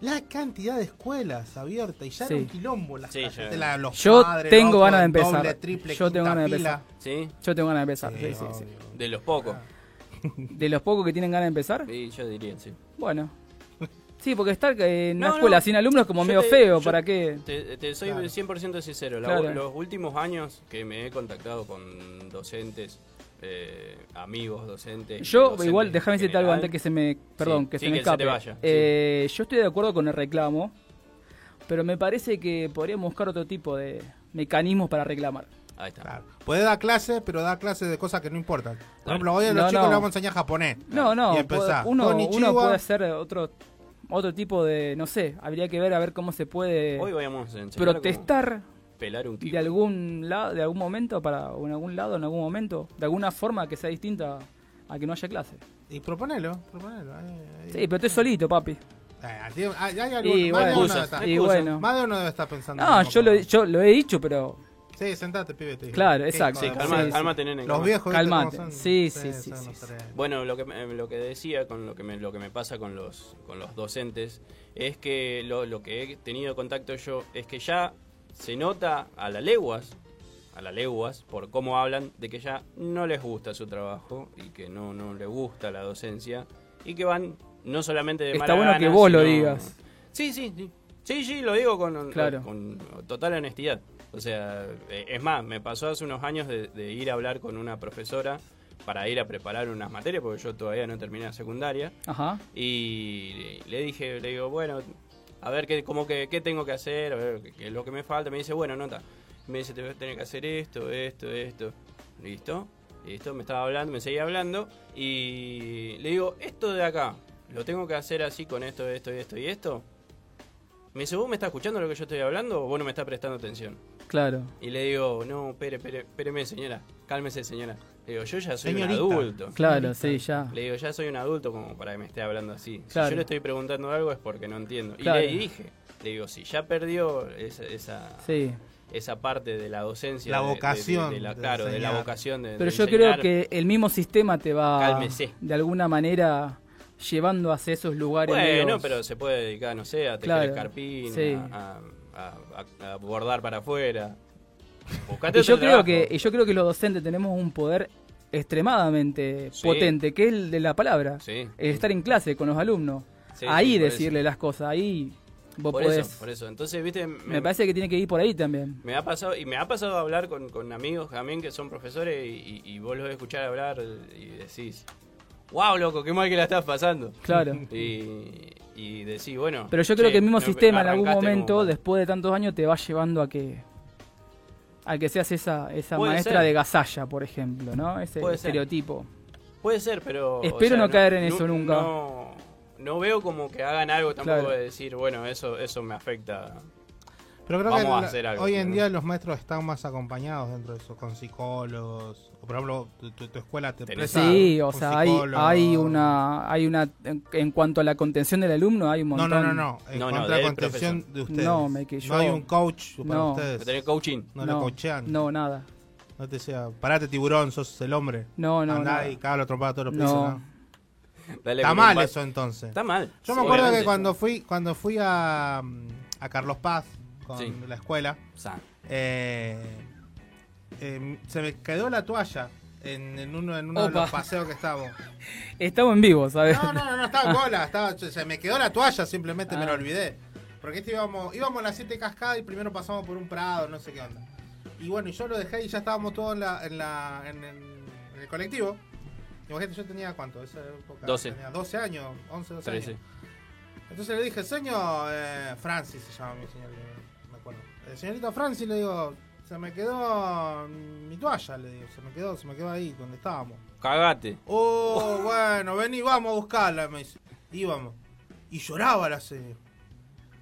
Speaker 4: La cantidad de escuelas abiertas y ya era
Speaker 3: Sí.
Speaker 4: un quilombo las
Speaker 2: Sí,
Speaker 4: calles
Speaker 2: ya.
Speaker 4: de la- los
Speaker 3: Yo
Speaker 4: padres,
Speaker 3: tengo
Speaker 4: loco,
Speaker 3: ganas de
Speaker 4: doble,
Speaker 3: empezar.
Speaker 4: triple,
Speaker 3: Yo tengo
Speaker 4: quinta
Speaker 3: ganas de
Speaker 4: fila.
Speaker 3: empezar.
Speaker 2: ¿Sí?
Speaker 3: Yo tengo ganas de empezar. sí, sí, sí.
Speaker 4: obvio.
Speaker 2: De los pocos.
Speaker 3: De los pocos que tienen ganas de empezar,
Speaker 2: Sí, yo diría, sí.
Speaker 3: bueno. Sí, porque estar eh, en una
Speaker 2: No,
Speaker 3: escuela
Speaker 2: no.
Speaker 3: sin alumnos es como
Speaker 2: Yo
Speaker 3: medio
Speaker 2: te-
Speaker 3: feo,
Speaker 2: yo-
Speaker 3: ¿para qué?
Speaker 2: Te, te soy
Speaker 4: Claro.
Speaker 2: 100% sincero. La-
Speaker 3: Claro.
Speaker 2: los últimos años que me he contactado con docentes, eh, amigos docentes.
Speaker 3: Yo,
Speaker 2: docentes
Speaker 3: igual,
Speaker 2: en
Speaker 3: déjame decirte algo
Speaker 2: general,
Speaker 3: antes que se me. Perdón,
Speaker 2: Sí,
Speaker 3: que
Speaker 2: sí,
Speaker 3: se me
Speaker 2: que se te
Speaker 3: escape.
Speaker 2: vaya,
Speaker 3: Eh, Yo estoy de acuerdo con el reclamo, pero me parece que podríamos buscar otro tipo de mecanismos para reclamar.
Speaker 2: Ahí está.
Speaker 4: Claro. Puede dar clases, pero da clases de cosas que no importan. Por
Speaker 2: Claro.
Speaker 4: ejemplo, hoy a los
Speaker 3: No,
Speaker 4: chicos
Speaker 3: no.
Speaker 4: les vamos a enseñar japonés.
Speaker 2: Ah,
Speaker 3: No, no,
Speaker 4: Y empezá.
Speaker 3: po- uno,
Speaker 4: Konnichiwa.
Speaker 3: uno puede hacer otro, otro tipo de. No sé, habría que ver a ver cómo se puede
Speaker 2: Hoy vamos a enseñar
Speaker 3: protestar
Speaker 2: cómo pelar un
Speaker 3: de
Speaker 2: kiko.
Speaker 3: algún lado, de algún momento, para, o en algún lado, en algún momento, de alguna forma que sea distinta a que no haya clase.
Speaker 4: Y proponelo, proponelo. ahí, ahí.
Speaker 3: Sí, pero estoy solito, papi.
Speaker 4: Ah, tío, hay- hay
Speaker 3: Y
Speaker 4: alguno- más de
Speaker 3: bueno,
Speaker 4: uno debe
Speaker 2: Excusas,
Speaker 4: estar-
Speaker 3: y
Speaker 2: excusa.
Speaker 3: bueno.
Speaker 4: más de uno debe estar pensando. lo
Speaker 3: No,
Speaker 4: mismo
Speaker 3: yo
Speaker 4: que
Speaker 3: lo,
Speaker 4: vos.
Speaker 3: yo lo he dicho, pero
Speaker 4: Sí, sentate, pibe. te dije.
Speaker 3: Claro,
Speaker 4: Qué
Speaker 3: exacto.
Speaker 4: hijo
Speaker 2: Sí,
Speaker 4: de
Speaker 2: calma,
Speaker 3: sí.
Speaker 4: puta.
Speaker 2: calma, tenés en
Speaker 4: Los
Speaker 2: cuenta.
Speaker 4: viejos. ¿viste
Speaker 3: Calmate.
Speaker 4: cómo son?
Speaker 3: Sí, sí, sí,
Speaker 4: son
Speaker 3: sí,
Speaker 4: unos
Speaker 3: sí.
Speaker 4: tres.
Speaker 2: Bueno, lo que, me- eh, lo que decía con lo que me, lo que me pasa con los, con los docentes es que lo, lo que he tenido contacto yo es que ya se nota a las leguas, a las leguas, por cómo hablan, de que ya no les gusta su trabajo y que no, no les gusta la docencia y que van no solamente de
Speaker 3: Está
Speaker 2: mala
Speaker 3: bueno
Speaker 2: gana,
Speaker 3: que vos lo
Speaker 2: sino-
Speaker 3: digas.
Speaker 2: Sí, sí, sí. Sí, sí, lo digo con,
Speaker 3: Claro.
Speaker 2: con total honestidad. O sea, eh, es más, me pasó hace unos años de, de ir a hablar con una profesora para ir a preparar unas materias, porque yo todavía no terminé la secundaria.
Speaker 3: Ajá.
Speaker 2: Y le dije, le digo, bueno, a ver qué, como que, qué tengo que hacer, a ver qué, qué es lo que me falta. Me dice, bueno, nota. Me dice, te voy a tener que hacer esto, esto, esto. Listo, listo. Me estaba hablando, me seguía hablando. Y le digo, esto de acá, ¿lo tengo que hacer así con esto, esto, y esto y esto? Me dice, ¿vos me estás escuchando lo que yo estoy hablando o vos no me estás prestando atención?
Speaker 3: Claro.
Speaker 2: Y le digo, no, espere, espere, espéreme, señora. Cálmese, señora. Le digo, yo ya soy
Speaker 4: Señorita.
Speaker 2: un adulto.
Speaker 3: Claro, sí, ya.
Speaker 2: Le digo, ya soy un adulto como para que me esté hablando así.
Speaker 3: Claro.
Speaker 2: Si yo le estoy preguntando algo es porque no entiendo.
Speaker 3: Claro.
Speaker 2: Y le dije, le digo, si ya perdió esa, esa,
Speaker 3: Sí.
Speaker 2: esa parte de la docencia.
Speaker 4: La
Speaker 2: de- de- de-
Speaker 4: vocación
Speaker 2: de la,
Speaker 4: de
Speaker 2: claro, de la
Speaker 4: enseñar.
Speaker 2: vocación de
Speaker 3: Pero
Speaker 2: de
Speaker 3: yo
Speaker 2: enseñar.
Speaker 3: creo que el mismo sistema te va
Speaker 2: Cálmese.
Speaker 3: de alguna manera llevando hacia esos lugares.
Speaker 2: Bueno,
Speaker 3: medios-
Speaker 2: pero se puede dedicar, no sé, a tejer
Speaker 3: Claro,
Speaker 2: escarpín,
Speaker 3: sí.
Speaker 2: a, a- a- a bordar para afuera. Buscate
Speaker 3: Y yo,
Speaker 2: otro
Speaker 3: creo
Speaker 2: trabajo.
Speaker 3: que, y yo creo que los docentes tenemos un poder extremadamente
Speaker 2: Sí.
Speaker 3: potente, que es el de la palabra.
Speaker 2: Sí.
Speaker 3: El estar en clase con los alumnos.
Speaker 2: Sí,
Speaker 3: ahí
Speaker 2: sí, por eso.
Speaker 3: decirle las cosas, ahí vos
Speaker 2: Por
Speaker 3: podés.
Speaker 2: eso, por eso. Entonces, viste, me,
Speaker 3: Me parece que tiene que ir por ahí también.
Speaker 2: Me ha pasado, y me ha pasado hablar con, con amigos también que son profesores y, y- y vos los escuchar hablar y decís, wow, loco, qué mal que la estás pasando.
Speaker 3: Claro.
Speaker 2: Y, y decís, bueno.
Speaker 3: Pero yo creo
Speaker 2: che,
Speaker 3: que el mismo
Speaker 2: no,
Speaker 3: sistema en algún
Speaker 2: arrancaste
Speaker 3: momento,
Speaker 2: como-
Speaker 3: después de tantos años, te va llevando a que a que seas esa, esa
Speaker 2: Puede
Speaker 3: maestra
Speaker 2: ser.
Speaker 3: de gazalla, por ejemplo, ¿no? Ese
Speaker 2: Puede ser.
Speaker 3: estereotipo.
Speaker 2: Puede ser, pero. o
Speaker 3: Espero no caer en eso nunca.
Speaker 2: No, no veo como que hagan algo tampoco
Speaker 3: Claro.
Speaker 2: de decir, bueno, eso, eso me afecta.
Speaker 4: Pero creo
Speaker 2: Vamos
Speaker 4: que
Speaker 2: a
Speaker 4: la-
Speaker 2: hacer algo,
Speaker 4: hoy en
Speaker 2: ¿no?
Speaker 4: día los maestros están más acompañados dentro de eso, con psicólogos. O por ejemplo, tu, tu- tu escuela te
Speaker 2: Tenés-
Speaker 4: presta
Speaker 3: Sí, o
Speaker 4: un
Speaker 3: sea, hay,
Speaker 4: psicólogo.
Speaker 3: hay una hay una en, en cuanto a la contención del alumno hay un
Speaker 4: No,
Speaker 3: montón.
Speaker 4: no, no, no. En
Speaker 2: No, no,
Speaker 4: contra
Speaker 2: del
Speaker 4: contención
Speaker 2: profesor.
Speaker 4: de ustedes.
Speaker 3: No, me que yo-
Speaker 4: hay un coach para
Speaker 3: No.
Speaker 2: Pero
Speaker 4: ustedes.
Speaker 2: Tener coaching.
Speaker 4: No, lo coachean.
Speaker 3: No, nada.
Speaker 4: No te decía, parate tiburón, sos el hombre.
Speaker 3: No, no,
Speaker 4: Andá
Speaker 3: no.
Speaker 4: y cagalo trompada a todos los
Speaker 3: No.
Speaker 4: pisos, ¿no?
Speaker 2: Dale
Speaker 4: Está
Speaker 2: con un
Speaker 4: mal
Speaker 2: bat-
Speaker 4: eso entonces.
Speaker 2: Está mal.
Speaker 4: Yo me acuerdo
Speaker 2: Obviamente.
Speaker 4: que cuando fui, cuando fui a, mm, a Carlos Paz con
Speaker 2: Sí.
Speaker 4: la escuela,
Speaker 2: Sa-
Speaker 4: eh, eh, se me quedó la toalla en, en uno, en uno de
Speaker 3: Opa.
Speaker 4: los paseos que estábamos.
Speaker 3: Estamos en vivo, ¿sabes?
Speaker 4: No, no, no, no estaba en cola, estaba, se me quedó la toalla, simplemente me
Speaker 3: Ah.
Speaker 4: la olvidé. Porque este íbamos, íbamos a las siete cascadas y primero pasamos por un prado, no sé qué onda. Y bueno, y yo lo dejé y ya estábamos todos en, la, en, la, en, el, en el colectivo. Imagínate, yo tenía cuánto, esa época.
Speaker 2: Doce.
Speaker 4: Tenía 12 años, 11, 12
Speaker 2: Trece.
Speaker 4: años. Entonces le dije, señor eh, Francis, se llama mi señor, eh, me acuerdo. El señorito Francis le digo, se me quedó mi toalla, le digo, se me quedó, se me quedó ahí donde estábamos.
Speaker 2: Cagate.
Speaker 4: Oh, bueno, vení, vamos a buscarla, me dice. Íbamos. Y lloraba la señora.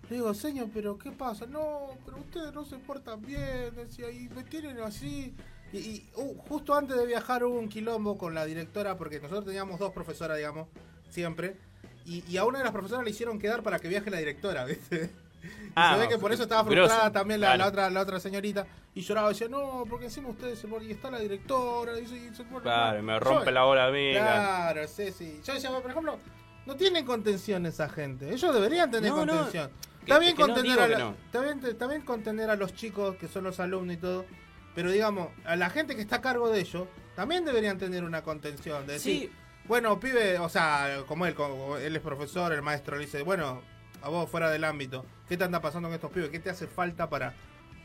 Speaker 4: Le digo, señor, pero ¿qué pasa? No, pero ustedes no se portan bien, decía, y me tienen así. Y, y, uh, justo antes de viajar hubo un quilombo con la directora, porque nosotros teníamos dos profesoras, digamos, siempre. Y, y a una de las profesoras le hicieron quedar para que viaje la directora, ¿viste? Y
Speaker 2: Ah,
Speaker 4: se ve que por eso estaba
Speaker 2: grosso,
Speaker 4: frustrada también la,
Speaker 2: claro.
Speaker 4: la otra, la otra señorita. Y lloraba, decía, no, porque encima ustedes se ponen, y está la directora, y, se- y se ponen
Speaker 2: Claro, y me
Speaker 4: mal".
Speaker 2: rompe
Speaker 4: Yo-
Speaker 2: la hora a mí. la-
Speaker 4: Claro, sí, sí. Yo decía, por ejemplo, no tienen contención esa gente. Ellos deberían tener
Speaker 2: No, no.
Speaker 4: contención.
Speaker 2: Que-
Speaker 4: Está bien
Speaker 2: que no
Speaker 4: contener
Speaker 2: digo
Speaker 4: a
Speaker 2: que
Speaker 4: la-
Speaker 2: no.
Speaker 4: está bien- está bien contener a los chicos que son los alumnos y todo. Pero digamos, a la gente que está a cargo de ellos, también deberían tener una contención. De decir,
Speaker 2: Sí.
Speaker 4: bueno, pibe, o sea, como él, como él es profesor, el maestro le dice, bueno, a vos fuera del ámbito, ¿qué te anda pasando con estos pibes? ¿Qué te hace falta para,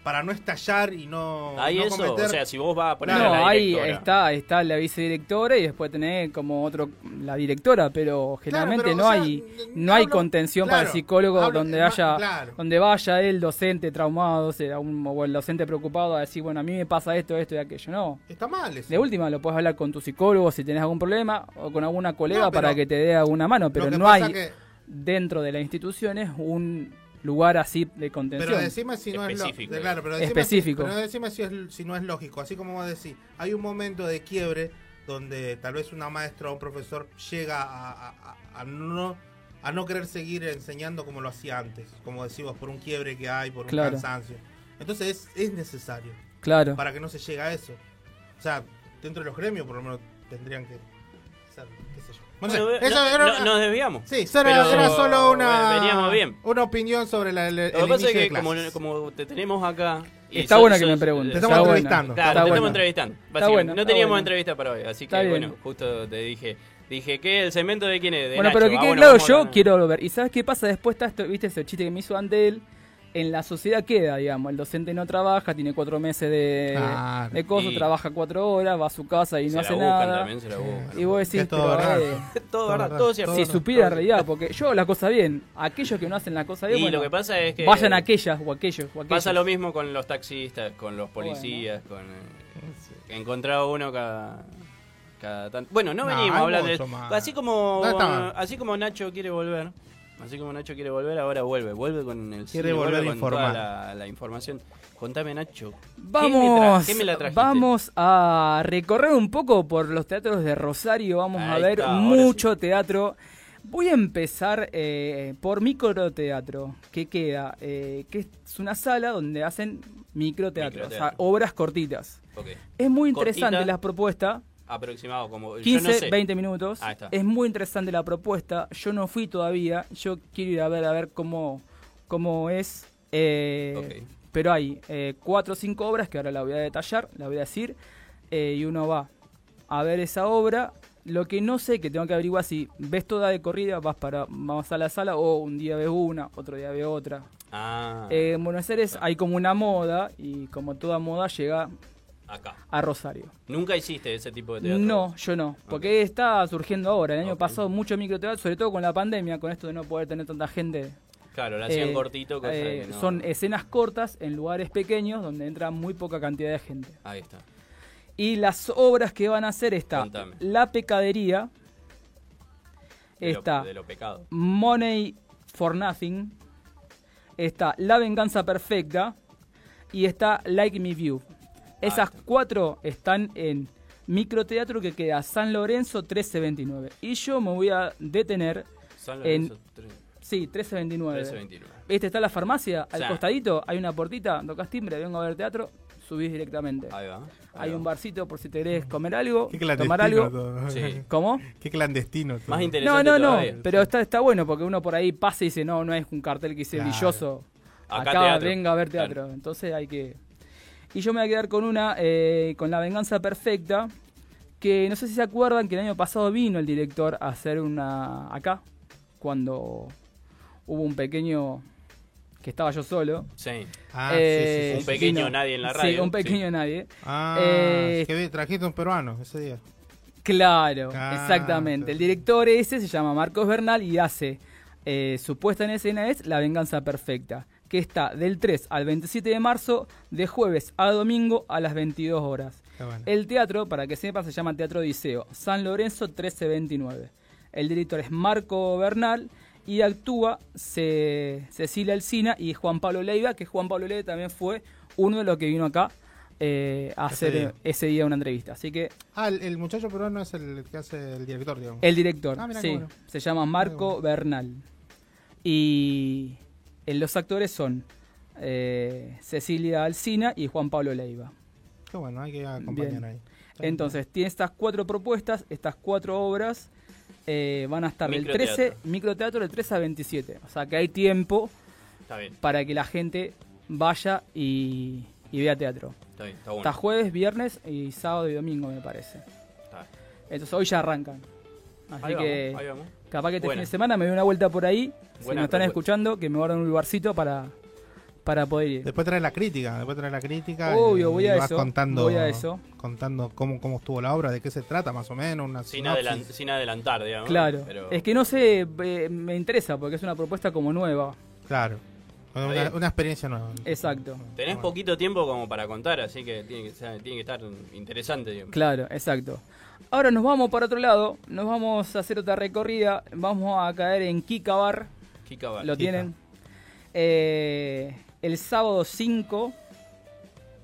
Speaker 4: para no estallar y no,
Speaker 2: Ahí
Speaker 4: no
Speaker 2: eso, o sea, si vos vas a poner
Speaker 4: Claro,
Speaker 2: a
Speaker 3: No,
Speaker 2: la
Speaker 3: ahí
Speaker 2: directora.
Speaker 3: está, está la vicedirectora y después tenés como otro la directora, pero generalmente
Speaker 4: pero, o
Speaker 3: no
Speaker 4: sea,
Speaker 3: hay
Speaker 4: n-
Speaker 3: no
Speaker 4: no
Speaker 3: hay
Speaker 4: hablo-
Speaker 3: contención para el
Speaker 4: claro,
Speaker 3: psicólogo
Speaker 4: hablo-
Speaker 3: donde
Speaker 4: eh, ma-
Speaker 3: haya
Speaker 4: claro.
Speaker 3: donde vaya el docente traumado, o, sea, un- o el docente preocupado a decir, bueno, a mí me pasa esto, esto y aquello, no.
Speaker 4: Está mal eso.
Speaker 3: De última lo puedes hablar con tu psicólogo si tenés algún problema o con alguna colega
Speaker 4: No, pero-
Speaker 3: para que te dé alguna mano, pero
Speaker 4: Lo que
Speaker 3: no
Speaker 4: pasa
Speaker 3: hay
Speaker 4: que-
Speaker 3: dentro de las instituciones un lugar así de contención.
Speaker 4: Pero decime si no es
Speaker 2: Específico,
Speaker 4: lógico. Claro, pero decime,
Speaker 3: Específico.
Speaker 4: Si, pero decime si, es, si no es lógico. Así como vos decís, hay un momento de quiebre donde tal vez una maestra o un profesor llega a, a- a- a no a no querer seguir enseñando como lo hacía antes, como decimos, por un quiebre que hay, por un
Speaker 3: Claro.
Speaker 4: cansancio. Entonces es, es necesario.
Speaker 3: Claro.
Speaker 4: para que no se llegue a eso. O sea, dentro de los gremios por lo menos tendrían que hacer, qué sé yo. No sé,
Speaker 2: Bueno, ve-
Speaker 4: eso
Speaker 2: no-
Speaker 4: era
Speaker 2: no-
Speaker 4: una-
Speaker 2: nos desviamos.
Speaker 4: Sí, eso era,
Speaker 2: Pero
Speaker 4: era solo una,
Speaker 2: veníamos bien.
Speaker 4: una opinión sobre la, el, el
Speaker 2: Lo que pasa
Speaker 4: inicio
Speaker 2: es
Speaker 4: de
Speaker 2: que
Speaker 4: clases.
Speaker 2: como, como te tenemos acá... y
Speaker 3: Está
Speaker 2: sos-
Speaker 3: bueno que
Speaker 2: sos-
Speaker 3: me preguntes.
Speaker 4: Te
Speaker 2: eh,
Speaker 4: estamos
Speaker 3: está bueno.
Speaker 4: entrevistando.
Speaker 2: Claro,
Speaker 3: Está
Speaker 2: te
Speaker 3: bueno.
Speaker 2: estamos entrevistando. básicamente.
Speaker 3: bueno,
Speaker 2: no
Speaker 3: está
Speaker 2: teníamos
Speaker 3: bueno.
Speaker 2: entrevista para hoy, así
Speaker 3: Está
Speaker 2: que
Speaker 3: bien.
Speaker 2: bueno, justo te dije. Dije, ¿qué? ¿El cemento de quién es? De
Speaker 3: Bueno,
Speaker 2: Nacho.
Speaker 3: pero que
Speaker 2: Ah,
Speaker 3: quede
Speaker 2: bueno,
Speaker 3: claro,
Speaker 2: vamos a
Speaker 3: yo
Speaker 2: hablar.
Speaker 3: quiero ver. ¿Y sabes qué pasa después? Está esto, ¿Viste ese chiste que me hizo ante él? En la sociedad queda, digamos. El docente no trabaja, tiene cuatro meses de,
Speaker 4: Claro.
Speaker 3: de cosas,
Speaker 2: Y-
Speaker 3: trabaja cuatro horas, va a su casa y
Speaker 2: Se
Speaker 3: no
Speaker 2: la
Speaker 3: hace
Speaker 2: buscan
Speaker 3: nada.
Speaker 2: también, se la buscan.
Speaker 3: Y vos decís,
Speaker 4: Es todo
Speaker 3: pero,
Speaker 4: raro.
Speaker 3: eh,
Speaker 2: todo
Speaker 4: Todo
Speaker 2: verdad,
Speaker 4: verdad,
Speaker 2: todo cierto.
Speaker 4: todo
Speaker 3: si
Speaker 4: raro.
Speaker 3: supiera en realidad, porque yo las cosas bien, aquellos que no hacen las cosas bien,
Speaker 2: Y
Speaker 3: bueno,
Speaker 2: lo que pasa es que
Speaker 3: vayan a aquellas o aquellos. O aquellos.
Speaker 2: pasa lo mismo con los taxistas, con los policías, con eh, que encontraba uno cada cada tanto. Bueno, no
Speaker 4: No,
Speaker 2: venimos
Speaker 4: hay
Speaker 2: a hablar de
Speaker 4: mucho más.
Speaker 2: así como
Speaker 4: No está mal.
Speaker 2: así como Nacho quiere volver. Así como Nacho quiere volver, ahora vuelve, vuelve con el
Speaker 4: Quiere
Speaker 2: cine,
Speaker 4: volver
Speaker 2: vuelve
Speaker 4: a
Speaker 2: con toda
Speaker 4: informar.
Speaker 2: la, la información. Contame Nacho, ¿qué me tra-
Speaker 3: Vamos,
Speaker 2: ¿qué me, la trajiste?
Speaker 3: vamos a recorrer un poco por los teatros de Rosario. Vamos a
Speaker 2: Ahí
Speaker 3: ver
Speaker 2: está, ahora
Speaker 3: mucho teatro. Voy a empezar eh, por microteatro, que queda, eh, que es una sala donde hacen microteatro, o sea,
Speaker 2: Microteatro.
Speaker 3: obras cortitas.
Speaker 2: Ok.
Speaker 3: Es muy
Speaker 2: Cortita.
Speaker 3: interesante la propuesta,
Speaker 2: Aproximado como
Speaker 3: 15,
Speaker 2: yo no sé.
Speaker 3: 20 minutos.
Speaker 2: Ahí está.
Speaker 3: Es muy interesante la propuesta. Yo no fui todavía. Yo quiero ir a ver a ver cómo, cómo es. Eh,
Speaker 2: Ok.
Speaker 3: Pero hay eh, cuatro o cinco obras que ahora la voy a detallar, la voy a decir. eh, y uno va a ver esa obra. Lo que no sé, que tengo que averiguar si ves toda de corrida, vas para vamos a la sala o un día ves una, otro día ves otra.
Speaker 2: Ah,
Speaker 3: Eh, en Buenos Aires hay como una moda y como toda moda llega
Speaker 2: acá.
Speaker 3: a Rosario.
Speaker 2: Nunca hiciste ese tipo de teatro.
Speaker 3: No, yo no, porque está surgiendo ahora. El año
Speaker 2: Ok.
Speaker 3: pasado mucho microteatro, sobre todo con la pandemia, con esto de no poder tener tanta gente.
Speaker 2: Claro, lo hacían
Speaker 3: Eh,
Speaker 2: cortito, cosa
Speaker 3: eh,
Speaker 2: que no-
Speaker 3: Son escenas cortas en lugares pequeños donde entra muy poca cantidad de gente.
Speaker 2: Ahí está.
Speaker 3: Y las obras que van a hacer está
Speaker 2: Contame.
Speaker 3: La Pecadería,
Speaker 2: De lo-
Speaker 3: está
Speaker 2: de lo pecado.
Speaker 3: Money for Nothing, está La Venganza Perfecta y está Like Me View. Esas
Speaker 2: está.
Speaker 3: cuatro están en microteatro que queda San Lorenzo 1329. Y yo me voy a detener,
Speaker 2: San
Speaker 3: En-
Speaker 2: Lorenzo tre-
Speaker 3: sí, 1329.
Speaker 2: 1329.
Speaker 3: ¿Viste? Está la farmacia, al
Speaker 2: Sí.
Speaker 3: costadito, hay una puertita, tocas timbre, vengo a ver teatro, subís directamente.
Speaker 2: Ahí va. ahí
Speaker 3: Hay
Speaker 2: va.
Speaker 3: un barcito por si te querés comer algo,
Speaker 4: Qué
Speaker 3: tomar
Speaker 4: clandestino
Speaker 3: algo.
Speaker 4: todo.
Speaker 2: Sí.
Speaker 3: ¿Cómo?
Speaker 4: Qué clandestino todo.
Speaker 2: Más
Speaker 3: No,
Speaker 2: interesante.
Speaker 3: no, no,
Speaker 2: todavía.
Speaker 3: pero está, está bueno porque uno por ahí pasa y dice, no, no es un cartel que dice
Speaker 4: Claro.
Speaker 3: brilloso.
Speaker 2: Acá
Speaker 3: Acá,
Speaker 2: teatro.
Speaker 3: venga a ver
Speaker 2: Claro.
Speaker 3: teatro. Entonces hay que... Y yo me voy a quedar con una, eh, con La Venganza Perfecta, que no sé si se acuerdan que el año pasado vino el director a hacer una acá, cuando hubo un pequeño que estaba yo solo.
Speaker 2: Sí.
Speaker 4: Ah,
Speaker 3: Eh,
Speaker 4: sí, sí, sí,
Speaker 2: Un pequeño
Speaker 3: vino-
Speaker 2: nadie en la
Speaker 3: Sí,
Speaker 2: radio,
Speaker 3: un pequeño nadie.
Speaker 4: Ah,
Speaker 3: Eh,
Speaker 4: es que vi- trajiste un peruano ese día.
Speaker 3: Claro,
Speaker 4: Ah,
Speaker 3: exactamente. El director ese se llama Marcos Bernal y hace, eh, su puesta en escena es La Venganza Perfecta, que está del 3 al 27 de marzo, de jueves a domingo a las 22 horas.
Speaker 4: Qué bueno.
Speaker 3: El teatro, para que sepan, se llama Teatro Odiseo, San Lorenzo 1329. El director es Marco Bernal y actúa Ce- Cecilia Alcina y Juan Pablo Leiva, que Juan Pablo Leiva también fue uno de los que vino acá eh, a
Speaker 4: Ese
Speaker 3: hacer
Speaker 4: día.
Speaker 3: ese día una entrevista. Así que
Speaker 4: Ah, el, el muchacho peruano es el que hace el director, digamos.
Speaker 3: el director,
Speaker 4: Ah, mirá qué
Speaker 3: sí.
Speaker 4: bueno.
Speaker 3: Se llama Marco Bernal. Y eh, los actores son eh, Cecilia Alcina y Juan Pablo Leiva.
Speaker 4: Qué bueno, hay que acompañar
Speaker 3: Bien.
Speaker 4: ahí.
Speaker 3: Entonces, tiene estas cuatro propuestas, estas cuatro obras. eh, van a estar del 13,
Speaker 2: Microteatro.
Speaker 3: microteatro del 13 a 27. O sea que hay tiempo
Speaker 2: Está bien,
Speaker 3: para que la gente vaya y, y vea teatro.
Speaker 2: está bien, está bueno.
Speaker 3: Está jueves, viernes y sábado y domingo, me parece.
Speaker 2: Está bien.
Speaker 3: Entonces, hoy ya arrancan. Así
Speaker 2: Ahí
Speaker 3: que.
Speaker 2: vamos, ahí vamos.
Speaker 3: Capaz que este
Speaker 2: Buena.
Speaker 3: fin de semana me doy una vuelta por ahí. si
Speaker 2: Buena
Speaker 3: nos están
Speaker 2: propuesta.
Speaker 3: escuchando, que me guarden un lugarcito para, para poder ir.
Speaker 4: Después trae la crítica, después trae la crítica.
Speaker 3: Obvio,
Speaker 4: y-
Speaker 3: voy
Speaker 4: y
Speaker 3: a
Speaker 4: vas
Speaker 3: eso,
Speaker 4: Contando,
Speaker 3: voy a eso.
Speaker 4: Contando cómo, cómo estuvo la obra, de qué se trata más o menos. Una
Speaker 2: Sin,
Speaker 4: sinopsis.
Speaker 2: adelan- sin adelantar, digamos.
Speaker 3: Claro.
Speaker 2: Pero-
Speaker 3: Es que no sé, eh, me interesa porque es una propuesta como nueva.
Speaker 4: Claro.
Speaker 2: Está
Speaker 4: Una,
Speaker 2: bien.
Speaker 4: una experiencia nueva.
Speaker 3: Exacto.
Speaker 2: Tenés
Speaker 4: Bueno.
Speaker 2: poquito tiempo como para contar, así que tiene que, ser- tiene que estar interesante, digamos.
Speaker 3: Claro, exacto. Ahora nos vamos para otro lado, nos vamos a hacer otra recorrida, vamos a caer en Kikabar,
Speaker 2: Kika Bar.
Speaker 3: lo
Speaker 4: Kika.
Speaker 3: tienen. Eh, el sábado 5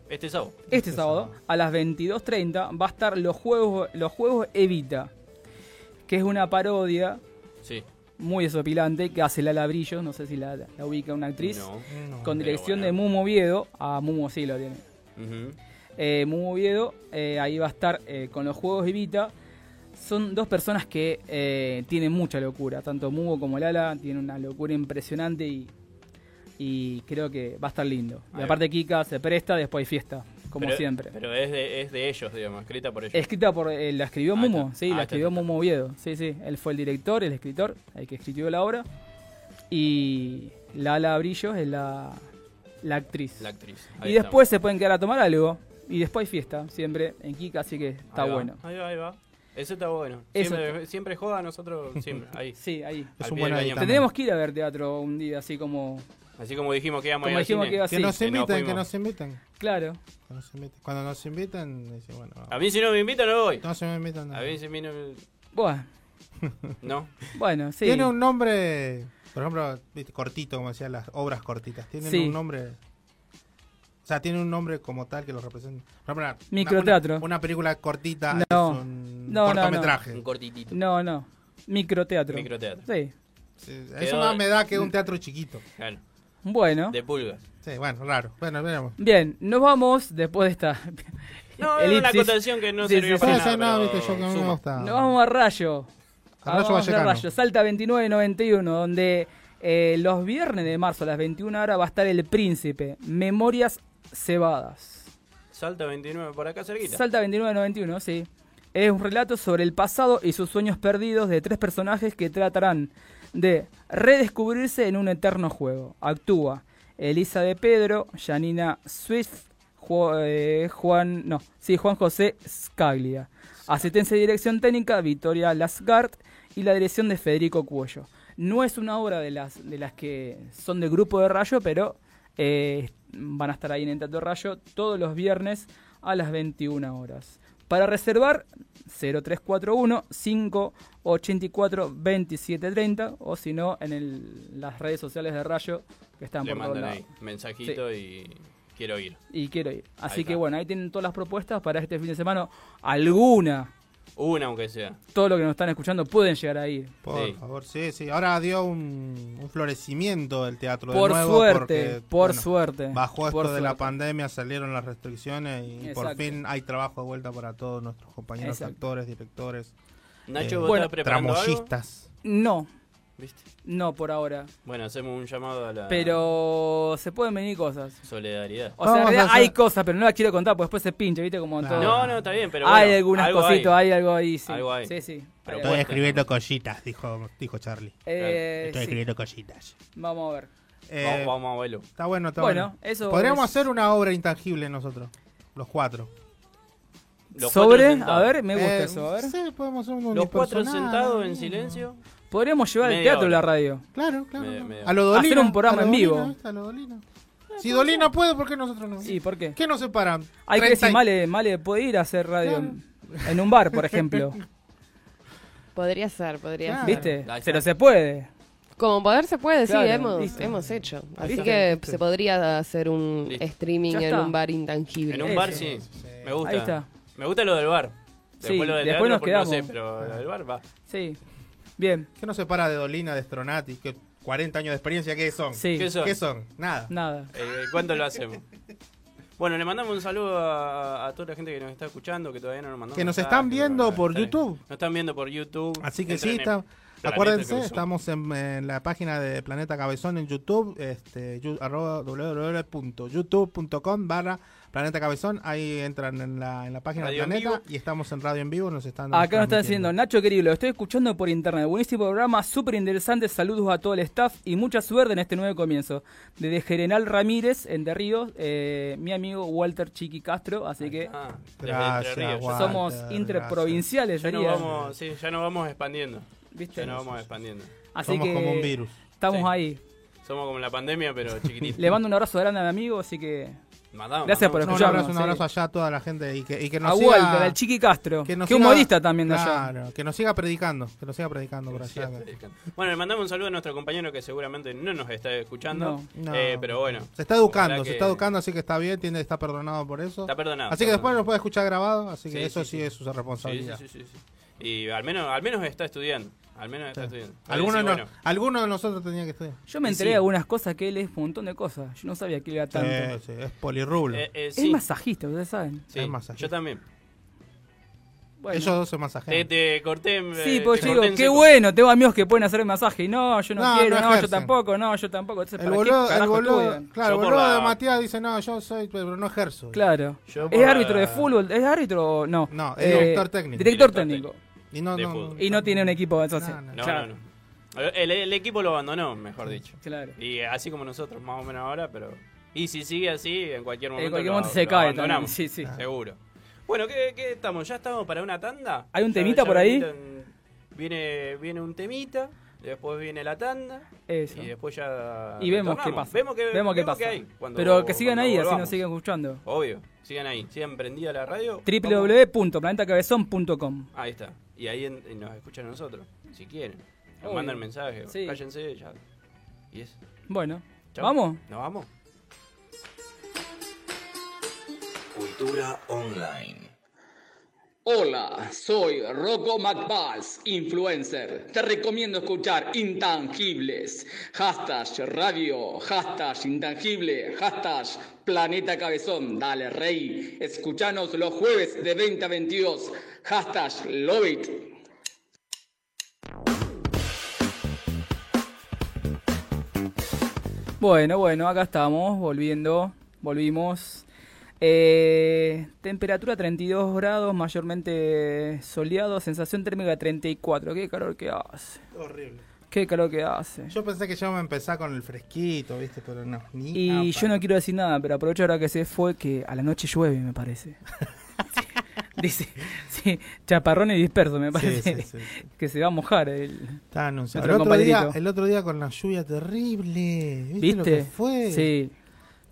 Speaker 2: Este sábado.
Speaker 3: este sábado a las 22.30 va a estar los juegos, los juegos Evita, que es una parodia
Speaker 2: Sí.
Speaker 3: muy desopilante que hace Lala Brillo, no sé si la, la ubica una actriz,
Speaker 2: No.
Speaker 4: No.
Speaker 3: con
Speaker 2: Pero
Speaker 3: dirección
Speaker 2: bueno.
Speaker 3: de Mumo Oviedo, a Mumo sí Ah, lo tiene.
Speaker 2: Ujú.
Speaker 3: eh, Mumu Oviedo, eh, ahí va a estar eh, con los juegos de Vita. Son dos personas que eh, tienen mucha locura, tanto Mugo como Lala tienen una locura impresionante y, y creo que va a estar lindo.
Speaker 2: Ahí
Speaker 3: Y
Speaker 2: va.
Speaker 3: aparte Kika se presta, después hay fiesta, como
Speaker 2: Pero-
Speaker 3: siempre.
Speaker 2: Pero es de, es de ellos, digamos, escrita por ellos.
Speaker 3: Escrita por. eh, la escribió
Speaker 2: Ah,
Speaker 3: Mumo,
Speaker 2: está.
Speaker 3: sí,
Speaker 2: Ah,
Speaker 3: la
Speaker 2: está,
Speaker 3: escribió
Speaker 2: está,
Speaker 3: Mumo Oviedo. Sí, sí. Él fue el director, el escritor, el que escribió la obra. Y Lala Brillos es la, la actriz.
Speaker 2: La actriz. Ahí
Speaker 3: y
Speaker 2: estamos.
Speaker 3: después se pueden quedar a tomar algo. Y después hay fiesta, siempre en Kika, así que
Speaker 2: Ahí
Speaker 3: está
Speaker 2: va,
Speaker 3: bueno.
Speaker 2: Ahí va, ahí va. Eso está bueno.
Speaker 3: Eso
Speaker 2: Siempre, siempre joda a nosotros, siempre. Ahí.
Speaker 3: Sí, ahí.
Speaker 4: Es
Speaker 2: Al pie
Speaker 4: un
Speaker 2: del
Speaker 4: buen
Speaker 2: cañón.
Speaker 4: hábitat.
Speaker 3: Tendríamos que ir a ver teatro un día, así como,
Speaker 2: Así como dijimos que íbamos a ir
Speaker 3: como
Speaker 2: al
Speaker 3: dijimos
Speaker 2: cine.
Speaker 3: que iba
Speaker 4: Que
Speaker 3: así.
Speaker 4: nos
Speaker 2: Que nos
Speaker 4: inviten, que
Speaker 2: fuimos.
Speaker 4: nos inviten.
Speaker 3: Claro.
Speaker 4: Que nos inviten. Cuando nos inviten, dice, bueno,
Speaker 2: A mí si no me invitan no voy.
Speaker 4: no se me invitan.
Speaker 2: A
Speaker 4: nada.
Speaker 2: mí si me no...
Speaker 3: Bueno,
Speaker 2: No.
Speaker 3: bueno sí.
Speaker 4: Tiene un nombre, por ejemplo, viste, cortito, como decía, las obras cortitas. Tienen
Speaker 3: Sí.
Speaker 4: un nombre. O sea, tiene un nombre como tal que lo representa. Por ejemplo, una-
Speaker 3: Microteatro.
Speaker 4: Una, una película cortita
Speaker 3: No.
Speaker 4: es un
Speaker 3: No, no, no.
Speaker 4: cortometraje.
Speaker 2: Un cortitito.
Speaker 3: No, no. Microteatro.
Speaker 2: Microteatro.
Speaker 3: Sí.
Speaker 4: Sí, es
Speaker 2: Quedó-
Speaker 4: una humedad que un teatro chiquito.
Speaker 2: Claro.
Speaker 3: Bueno.
Speaker 2: De pulgas.
Speaker 4: Sí, bueno, raro. Bueno, veremos.
Speaker 3: Bien, nos vamos después de esta.
Speaker 2: No, no,
Speaker 3: elipsis.
Speaker 2: una acotación que no
Speaker 3: Sí,
Speaker 2: sirvió
Speaker 3: sí,
Speaker 2: para
Speaker 4: No,
Speaker 2: nada.
Speaker 4: sé, no,
Speaker 2: pero
Speaker 4: viste, yo que a mí me
Speaker 2: suma.
Speaker 4: gusta.
Speaker 3: Nos vamos Ah. a Rayo.
Speaker 4: A Rayo
Speaker 3: Vamos
Speaker 4: Vallecano.
Speaker 3: Salta 2991, donde eh, los viernes de marzo a las 21 horas va a estar El Príncipe, Memorias Cebadas.
Speaker 2: Salta 29 por acá cerquita.
Speaker 3: Salta 2991, sí. Es un relato sobre el pasado y sus sueños perdidos de tres personajes que tratarán de redescubrirse en un eterno juego. Actúa Elisa de Pedro, Janina Swift, Ju- eh, Juan, no, sí, Juan José Scaglia. Asistencia de dirección técnica, Victoria Lasgard y la dirección de Federico Cuello. No es una obra de las, de las que son del grupo de Rayo, pero eh, van a estar ahí en el Teatro Rayo todos los viernes a las 21 horas. Para reservar, 0341 584 2730 o si no, en el- las redes sociales de Rayo que están
Speaker 2: Le
Speaker 3: por todos
Speaker 2: mandan
Speaker 3: lados.
Speaker 2: ahí mensajito y quiero ir.
Speaker 3: Y quiero ir. Así
Speaker 2: Ahí
Speaker 3: que
Speaker 2: está.
Speaker 3: bueno, ahí tienen todas las propuestas para este fin de semana. Alguna,
Speaker 2: Una aunque sea.
Speaker 3: todo lo que nos están escuchando pueden llegar a ir.
Speaker 4: Por
Speaker 2: Sí.
Speaker 4: favor, sí, sí. Ahora dio un, un florecimiento del teatro
Speaker 3: Por
Speaker 4: de nuevo.
Speaker 3: suerte,
Speaker 4: porque,
Speaker 3: por
Speaker 4: bueno,
Speaker 3: suerte.
Speaker 4: Bajo esto
Speaker 3: por
Speaker 4: de la
Speaker 3: suerte.
Speaker 4: pandemia, salieron las restricciones y por
Speaker 3: Exacto.
Speaker 4: fin hay trabajo de vuelta para todos nuestros compañeros
Speaker 3: Exacto.
Speaker 4: actores, directores,
Speaker 2: Nacho,
Speaker 4: Eh,
Speaker 2: vos
Speaker 3: bueno,
Speaker 2: estás preparando algo?
Speaker 4: tramoyistas.
Speaker 3: No,
Speaker 2: ¿Viste?
Speaker 3: no por ahora.
Speaker 2: Bueno, hacemos un llamado a la
Speaker 3: Pero se pueden venir cosas.
Speaker 2: solidaridad.
Speaker 3: O sea, en
Speaker 4: Vamos a
Speaker 3: realidad
Speaker 4: hacer-
Speaker 3: hay cosas, pero no las quiero contar porque después se pincha, ¿viste? Como en
Speaker 4: Ah.
Speaker 3: todo.
Speaker 2: No, no, está bien, pero
Speaker 3: hay
Speaker 2: bueno,
Speaker 3: algunas
Speaker 2: algo
Speaker 3: cositas,
Speaker 2: hay.
Speaker 3: hay. algo ahí, sí.
Speaker 2: Algo hay.
Speaker 3: Sí,
Speaker 2: Pero
Speaker 3: sí. Hay
Speaker 2: bueno.
Speaker 3: algo.
Speaker 4: Estoy escribiendo cositas, dijo, dijo Charlie.
Speaker 3: Eh,
Speaker 4: Estoy
Speaker 3: sí,
Speaker 4: escribiendo cositas.
Speaker 3: Vamos a ver.
Speaker 4: Eh,
Speaker 2: Vamos, vamos, abuelo.
Speaker 4: Está bueno, está
Speaker 3: Bueno,
Speaker 4: bueno.
Speaker 3: eso
Speaker 4: Podríamos
Speaker 3: es-
Speaker 4: hacer una obra intangible nosotros, los cuatro.
Speaker 2: Los cuatro
Speaker 3: Sobre, a
Speaker 2: sentados.
Speaker 3: ver, me gusta
Speaker 4: Eh,
Speaker 3: eso, a ver.
Speaker 4: Sí, podemos hacer un
Speaker 2: Los cuatro
Speaker 4: unipersonal,
Speaker 2: sentados en
Speaker 4: ¿no?
Speaker 2: silencio.
Speaker 3: Podríamos llevar el
Speaker 2: Media
Speaker 3: teatro a la
Speaker 2: hora.
Speaker 3: radio.
Speaker 4: Claro, claro.
Speaker 2: Medio-
Speaker 4: no.
Speaker 2: medio.
Speaker 4: A lo Dolina.
Speaker 3: Hacer un programa
Speaker 4: a lo
Speaker 3: en vivo.
Speaker 4: Dolina, ¿viste? A lo Dolina.
Speaker 2: Eh,
Speaker 4: Si Dolina puede, ¿por qué nosotros no?
Speaker 3: Sí, ¿por qué?
Speaker 4: ¿Qué nos separan?
Speaker 3: Hay que
Speaker 4: 30
Speaker 3: decir,
Speaker 4: y-
Speaker 3: Male, Male puede ir a hacer radio en un bar, por ejemplo.
Speaker 5: Podría ser, podría
Speaker 4: Claro.
Speaker 5: ser.
Speaker 3: ¿Viste?
Speaker 2: Ahí está.
Speaker 3: Pero se puede.
Speaker 5: Como poder se puede,
Speaker 3: Claro,
Speaker 5: sí, hemos,
Speaker 3: listo.
Speaker 5: hemos hecho. Así
Speaker 4: Listo.
Speaker 5: que
Speaker 4: Listo.
Speaker 5: se podría hacer un
Speaker 2: Listo.
Speaker 5: streaming
Speaker 3: Ya
Speaker 5: en
Speaker 3: está.
Speaker 5: un bar intangible.
Speaker 2: En un bar,
Speaker 3: Eso.
Speaker 2: sí. Me gusta.
Speaker 3: Ahí está.
Speaker 2: Me gusta lo del bar. Después
Speaker 3: Sí,
Speaker 2: lo del
Speaker 3: después
Speaker 2: teatro,
Speaker 3: nos
Speaker 2: porque no sé,
Speaker 3: quedamos.
Speaker 2: pero lo del bar va.
Speaker 3: Sí. Bien.
Speaker 4: ¿Qué nos separa de Dolina, de Stronati? Que 40 años de experiencia, ¿qué son?
Speaker 3: Sí.
Speaker 2: ¿Qué son?
Speaker 4: ¿Qué son? Nada.
Speaker 3: Nada.
Speaker 2: Eh, ¿Cuándo lo hacemos? Bueno, le mandamos un saludo a, a toda la gente que nos está escuchando, que todavía no nos mandó
Speaker 4: Que nos
Speaker 2: mensajes,
Speaker 4: están viendo
Speaker 2: no-
Speaker 4: por
Speaker 2: están-
Speaker 4: YouTube.
Speaker 2: Nos están viendo por YouTube.
Speaker 4: Así que
Speaker 2: Entren
Speaker 4: sí,
Speaker 2: en
Speaker 4: está-
Speaker 2: Planeta
Speaker 4: acuérdense,
Speaker 2: Cabezón.
Speaker 4: estamos en, en la página de Planeta Cabezón en YouTube, este, yu- arroba www.youtube.com barra Planeta Cabezón. Ahí entran en la, en la página
Speaker 2: Radio
Speaker 4: de Planeta
Speaker 2: en
Speaker 4: y estamos en radio en vivo. Nos están
Speaker 3: Acá nos está
Speaker 4: transmitiendo.
Speaker 3: diciendo, Nacho querido, lo estoy escuchando por internet. Buenísimo programa, súper interesante. Saludos a todo el staff y mucha suerte en este nuevo comienzo. Desde General Ramírez, Entre Ríos, eh, mi amigo Walter Chiqui Castro. Así que
Speaker 2: Ah, desde
Speaker 4: Gracias,
Speaker 2: Entre Ríos. Ya
Speaker 4: Walter,
Speaker 3: somos
Speaker 4: gracias.
Speaker 3: interprovinciales,
Speaker 2: Ya nos
Speaker 3: sería.
Speaker 2: vamos, sí, ya nos vamos expandiendo.
Speaker 3: ¿Viste?
Speaker 2: Ya nos vamos expandiendo.
Speaker 3: Así
Speaker 4: Somos
Speaker 3: que
Speaker 4: como un virus.
Speaker 3: estamos
Speaker 2: Sí.
Speaker 3: ahí.
Speaker 2: Somos como la pandemia, pero chiquitito.
Speaker 3: Le mando un abrazo grande a mi amigo, así que
Speaker 2: Mandamos,
Speaker 3: Gracias por
Speaker 4: No,
Speaker 2: mandamos.
Speaker 4: un abrazo, un
Speaker 3: sí.
Speaker 4: abrazo allá a toda la gente y que, y que nos
Speaker 3: a
Speaker 4: siga-
Speaker 3: Walter, al Chiqui Castro, que,
Speaker 4: nos siga-
Speaker 3: humorista también de allá.
Speaker 4: Claro, que nos siga predicando, que nos siga predicando por allá.
Speaker 2: Bueno, le mandamos un saludo a nuestro compañero que seguramente no nos está escuchando.
Speaker 4: No. No.
Speaker 2: eh, pero bueno.
Speaker 4: Se está educando,
Speaker 2: Ojalá
Speaker 4: se
Speaker 2: que-
Speaker 4: está educando, así que está bien, tiene, está perdonado por eso.
Speaker 2: Está perdonado.
Speaker 4: así que después nos puede escuchar grabado, así que
Speaker 2: Sí,
Speaker 4: eso
Speaker 2: sí,
Speaker 4: sí,
Speaker 2: sí.
Speaker 4: es su
Speaker 2: Sí, sí,
Speaker 4: responsabilidad.
Speaker 2: sí, sí, sí. Y al menos, al menos está estudiando. Al menos está estudiando.
Speaker 4: Algunos,
Speaker 2: Sí,
Speaker 4: no-
Speaker 2: bueno.
Speaker 4: algunos de nosotros tenían que estudiar.
Speaker 3: Yo me
Speaker 2: Y
Speaker 3: enteré
Speaker 2: sí.
Speaker 3: de algunas cosas que él es un montón de cosas. Yo no sabía que él era tanto.
Speaker 4: Eh, sí, es polirrublo.
Speaker 2: Eh, eh,
Speaker 3: Es
Speaker 2: sí,
Speaker 3: masajista, ustedes saben.
Speaker 2: sí,
Speaker 4: es masajista.
Speaker 2: Yo también.
Speaker 3: Bueno.
Speaker 4: Ellos dos se
Speaker 2: Te,
Speaker 4: masajean.
Speaker 2: te corté.
Speaker 3: Sí,
Speaker 2: eh,
Speaker 3: pues
Speaker 2: te corté
Speaker 3: yo digo,
Speaker 2: en
Speaker 3: qué
Speaker 2: seco.
Speaker 3: bueno, tengo amigos que pueden hacer masaje. Y no, yo no,
Speaker 4: No,
Speaker 3: quiero,
Speaker 4: no
Speaker 3: no, yo
Speaker 4: ejercen.
Speaker 3: tampoco, no, yo tampoco. Entonces, ¿para qué
Speaker 4: El boludo, el
Speaker 3: carajo
Speaker 4: boludo,
Speaker 3: estudian?
Speaker 4: claro,
Speaker 2: Yo
Speaker 4: el
Speaker 2: por
Speaker 4: boludo
Speaker 2: la-
Speaker 4: de Matías dice, no, yo soy, pero no ejerzo.
Speaker 3: Claro.
Speaker 2: Yo por
Speaker 3: ¿Es árbitro
Speaker 2: la-
Speaker 3: de fútbol? ¿Es árbitro? No. Eh,
Speaker 4: No, es director técnico.
Speaker 3: Director
Speaker 2: Director
Speaker 3: técnico.
Speaker 4: Y no,
Speaker 2: De
Speaker 4: no-
Speaker 2: fútbol.
Speaker 3: Y no tiene un equipo, entonces.
Speaker 4: No, no.
Speaker 2: No,
Speaker 3: Claro.
Speaker 2: no, no. El, el equipo lo abandonó, mejor dicho.
Speaker 3: Claro.
Speaker 2: Y así como nosotros, más o menos ahora, pero. Y si sigue así, en cualquier momento.
Speaker 3: En cualquier
Speaker 2: lo-
Speaker 3: momento se
Speaker 2: lo
Speaker 3: cae también.
Speaker 2: abandonamos,
Speaker 3: Sí, sí.
Speaker 2: Seguro. Bueno, ¿qué, qué estamos? ¿Ya estamos para una tanda?
Speaker 3: ¿Hay un
Speaker 2: Ya-
Speaker 3: temita
Speaker 2: ya
Speaker 3: por ahí?
Speaker 2: vienen- Viene, viene un temita, después viene la tanda.
Speaker 3: Eso.
Speaker 2: Y después ya.
Speaker 3: Y vemos qué
Speaker 2: retornamos.
Speaker 3: pasa.
Speaker 2: Vemos qué,
Speaker 3: qué
Speaker 2: vemos
Speaker 3: pasa.
Speaker 2: qué hay cuando-
Speaker 3: Pero que sigan
Speaker 2: cuando
Speaker 3: ahí, así
Speaker 2: volvamos.
Speaker 3: nos siguen escuchando.
Speaker 2: Obvio, sigan ahí, sigan prendida la radio. Vamos.
Speaker 3: www.planetacabezón.com
Speaker 2: Ahí está. Y ahí en- y nos escuchan a nosotros, si quieren. Nos
Speaker 3: Obvio.
Speaker 2: mandan mensajes,
Speaker 3: Sí.
Speaker 2: cállense ya. Y es.
Speaker 3: Bueno,
Speaker 2: Chau.
Speaker 3: ¿vamos?
Speaker 2: ¿Nos vamos?
Speaker 6: Cultura online.
Speaker 7: Hola, soy Rocco McBalls, influencer. Te recomiendo escuchar Intangibles. Hashtag radio, hashtag intangible, hashtag planeta cabezón. Dale, rey. Escuchanos los jueves de 20 a 22. Hashtag love it.
Speaker 3: Bueno, bueno, acá estamos, volviendo, volvimos. Eh, temperatura 32 grados, mayormente soleado, sensación térmica de 34. Qué calor que hace,
Speaker 4: Horrible.
Speaker 3: qué calor que hace.
Speaker 4: Yo pensé que yo me empezaba con el fresquito, ¿viste? Pero no, ni
Speaker 3: Y
Speaker 4: apa.
Speaker 3: yo no quiero decir nada, pero aprovecho ahora que se fue que a la noche llueve, me parece. Dice, sí, chaparrón y disperso, me
Speaker 4: Sí,
Speaker 3: parece.
Speaker 4: sí, sí, sí.
Speaker 3: Que se va a mojar el...
Speaker 4: Estaba anunciado.
Speaker 3: Nuestro
Speaker 4: El otro, día,
Speaker 3: compañerito.
Speaker 4: el otro día con la lluvia terrible. ¿Viste,
Speaker 3: ¿Viste?
Speaker 4: lo que fue?
Speaker 3: Sí.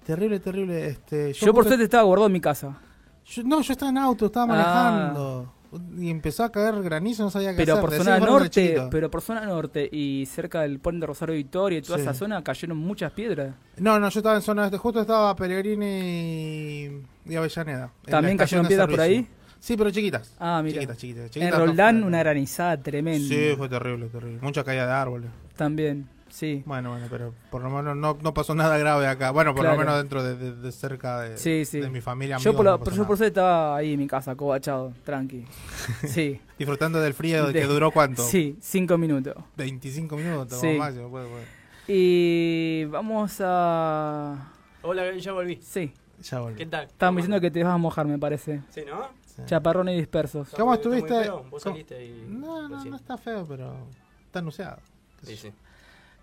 Speaker 4: Terrible, terrible. Este,
Speaker 3: Yo, por
Speaker 4: justo-
Speaker 3: suerte estaba guardado en mi casa.
Speaker 4: yo- no, yo estaba en auto, estaba
Speaker 3: Ah.
Speaker 4: manejando. Y empezó a caer granizo, no sabía qué
Speaker 3: Pero
Speaker 4: hacer.
Speaker 3: por
Speaker 4: Decí,
Speaker 3: zona
Speaker 4: bueno,
Speaker 3: norte,
Speaker 4: chiquito.
Speaker 3: pero por zona norte y cerca del puente de Rosario Victoria y toda
Speaker 4: Sí.
Speaker 3: esa zona cayeron muchas piedras.
Speaker 4: No, no, yo estaba en zona este, justo estaba Pellegrini y, y Avellaneda. en la
Speaker 3: ¿También cayeron
Speaker 4: estación de
Speaker 3: piedras por
Speaker 4: servicio.
Speaker 3: ahí?
Speaker 4: Sí, pero chiquitas.
Speaker 3: Ah, mira.
Speaker 4: Chiquitas, chiquitas.
Speaker 3: En
Speaker 4: chiquitas no
Speaker 3: Roldán
Speaker 4: fueron.
Speaker 3: una granizada tremenda.
Speaker 4: Sí, fue terrible, terrible. Mucha caída de árboles.
Speaker 3: También, sí.
Speaker 4: Bueno, bueno, pero por lo menos no, no pasó nada grave acá. Bueno, por
Speaker 3: Claro.
Speaker 4: lo menos dentro de, de- de cerca de,
Speaker 3: Sí, sí.
Speaker 4: de mi
Speaker 3: Yo
Speaker 4: familia. amigos,
Speaker 3: por, la-
Speaker 4: no pasó
Speaker 3: por- yo por
Speaker 4: nada.
Speaker 3: suerte estaba ahí en mi casa, cobachado, tranqui. Sí.
Speaker 4: Disfrutando del frío
Speaker 3: De-
Speaker 4: que duró cuánto?
Speaker 3: Sí, cinco minutos.
Speaker 4: 25 minutos pues,
Speaker 3: Sí.
Speaker 4: o más. yo- bueno, bueno.
Speaker 3: Y vamos a...
Speaker 2: Hola, ya volví.
Speaker 3: Sí,
Speaker 4: Ya
Speaker 2: ¿Qué
Speaker 4: volví.
Speaker 2: tal?
Speaker 3: estaban diciendo que te vas a mojar, me parece.
Speaker 2: Sí, ¿no?
Speaker 3: Chaparrones dispersos.
Speaker 4: ¿Cómo
Speaker 2: Está muy- está muy
Speaker 4: estuviste?
Speaker 2: feo, Vos
Speaker 4: ¿Cómo?
Speaker 2: saliste y...
Speaker 4: No, no,
Speaker 2: recién.
Speaker 4: no está feo, pero está anunciado.
Speaker 2: Sí, sí.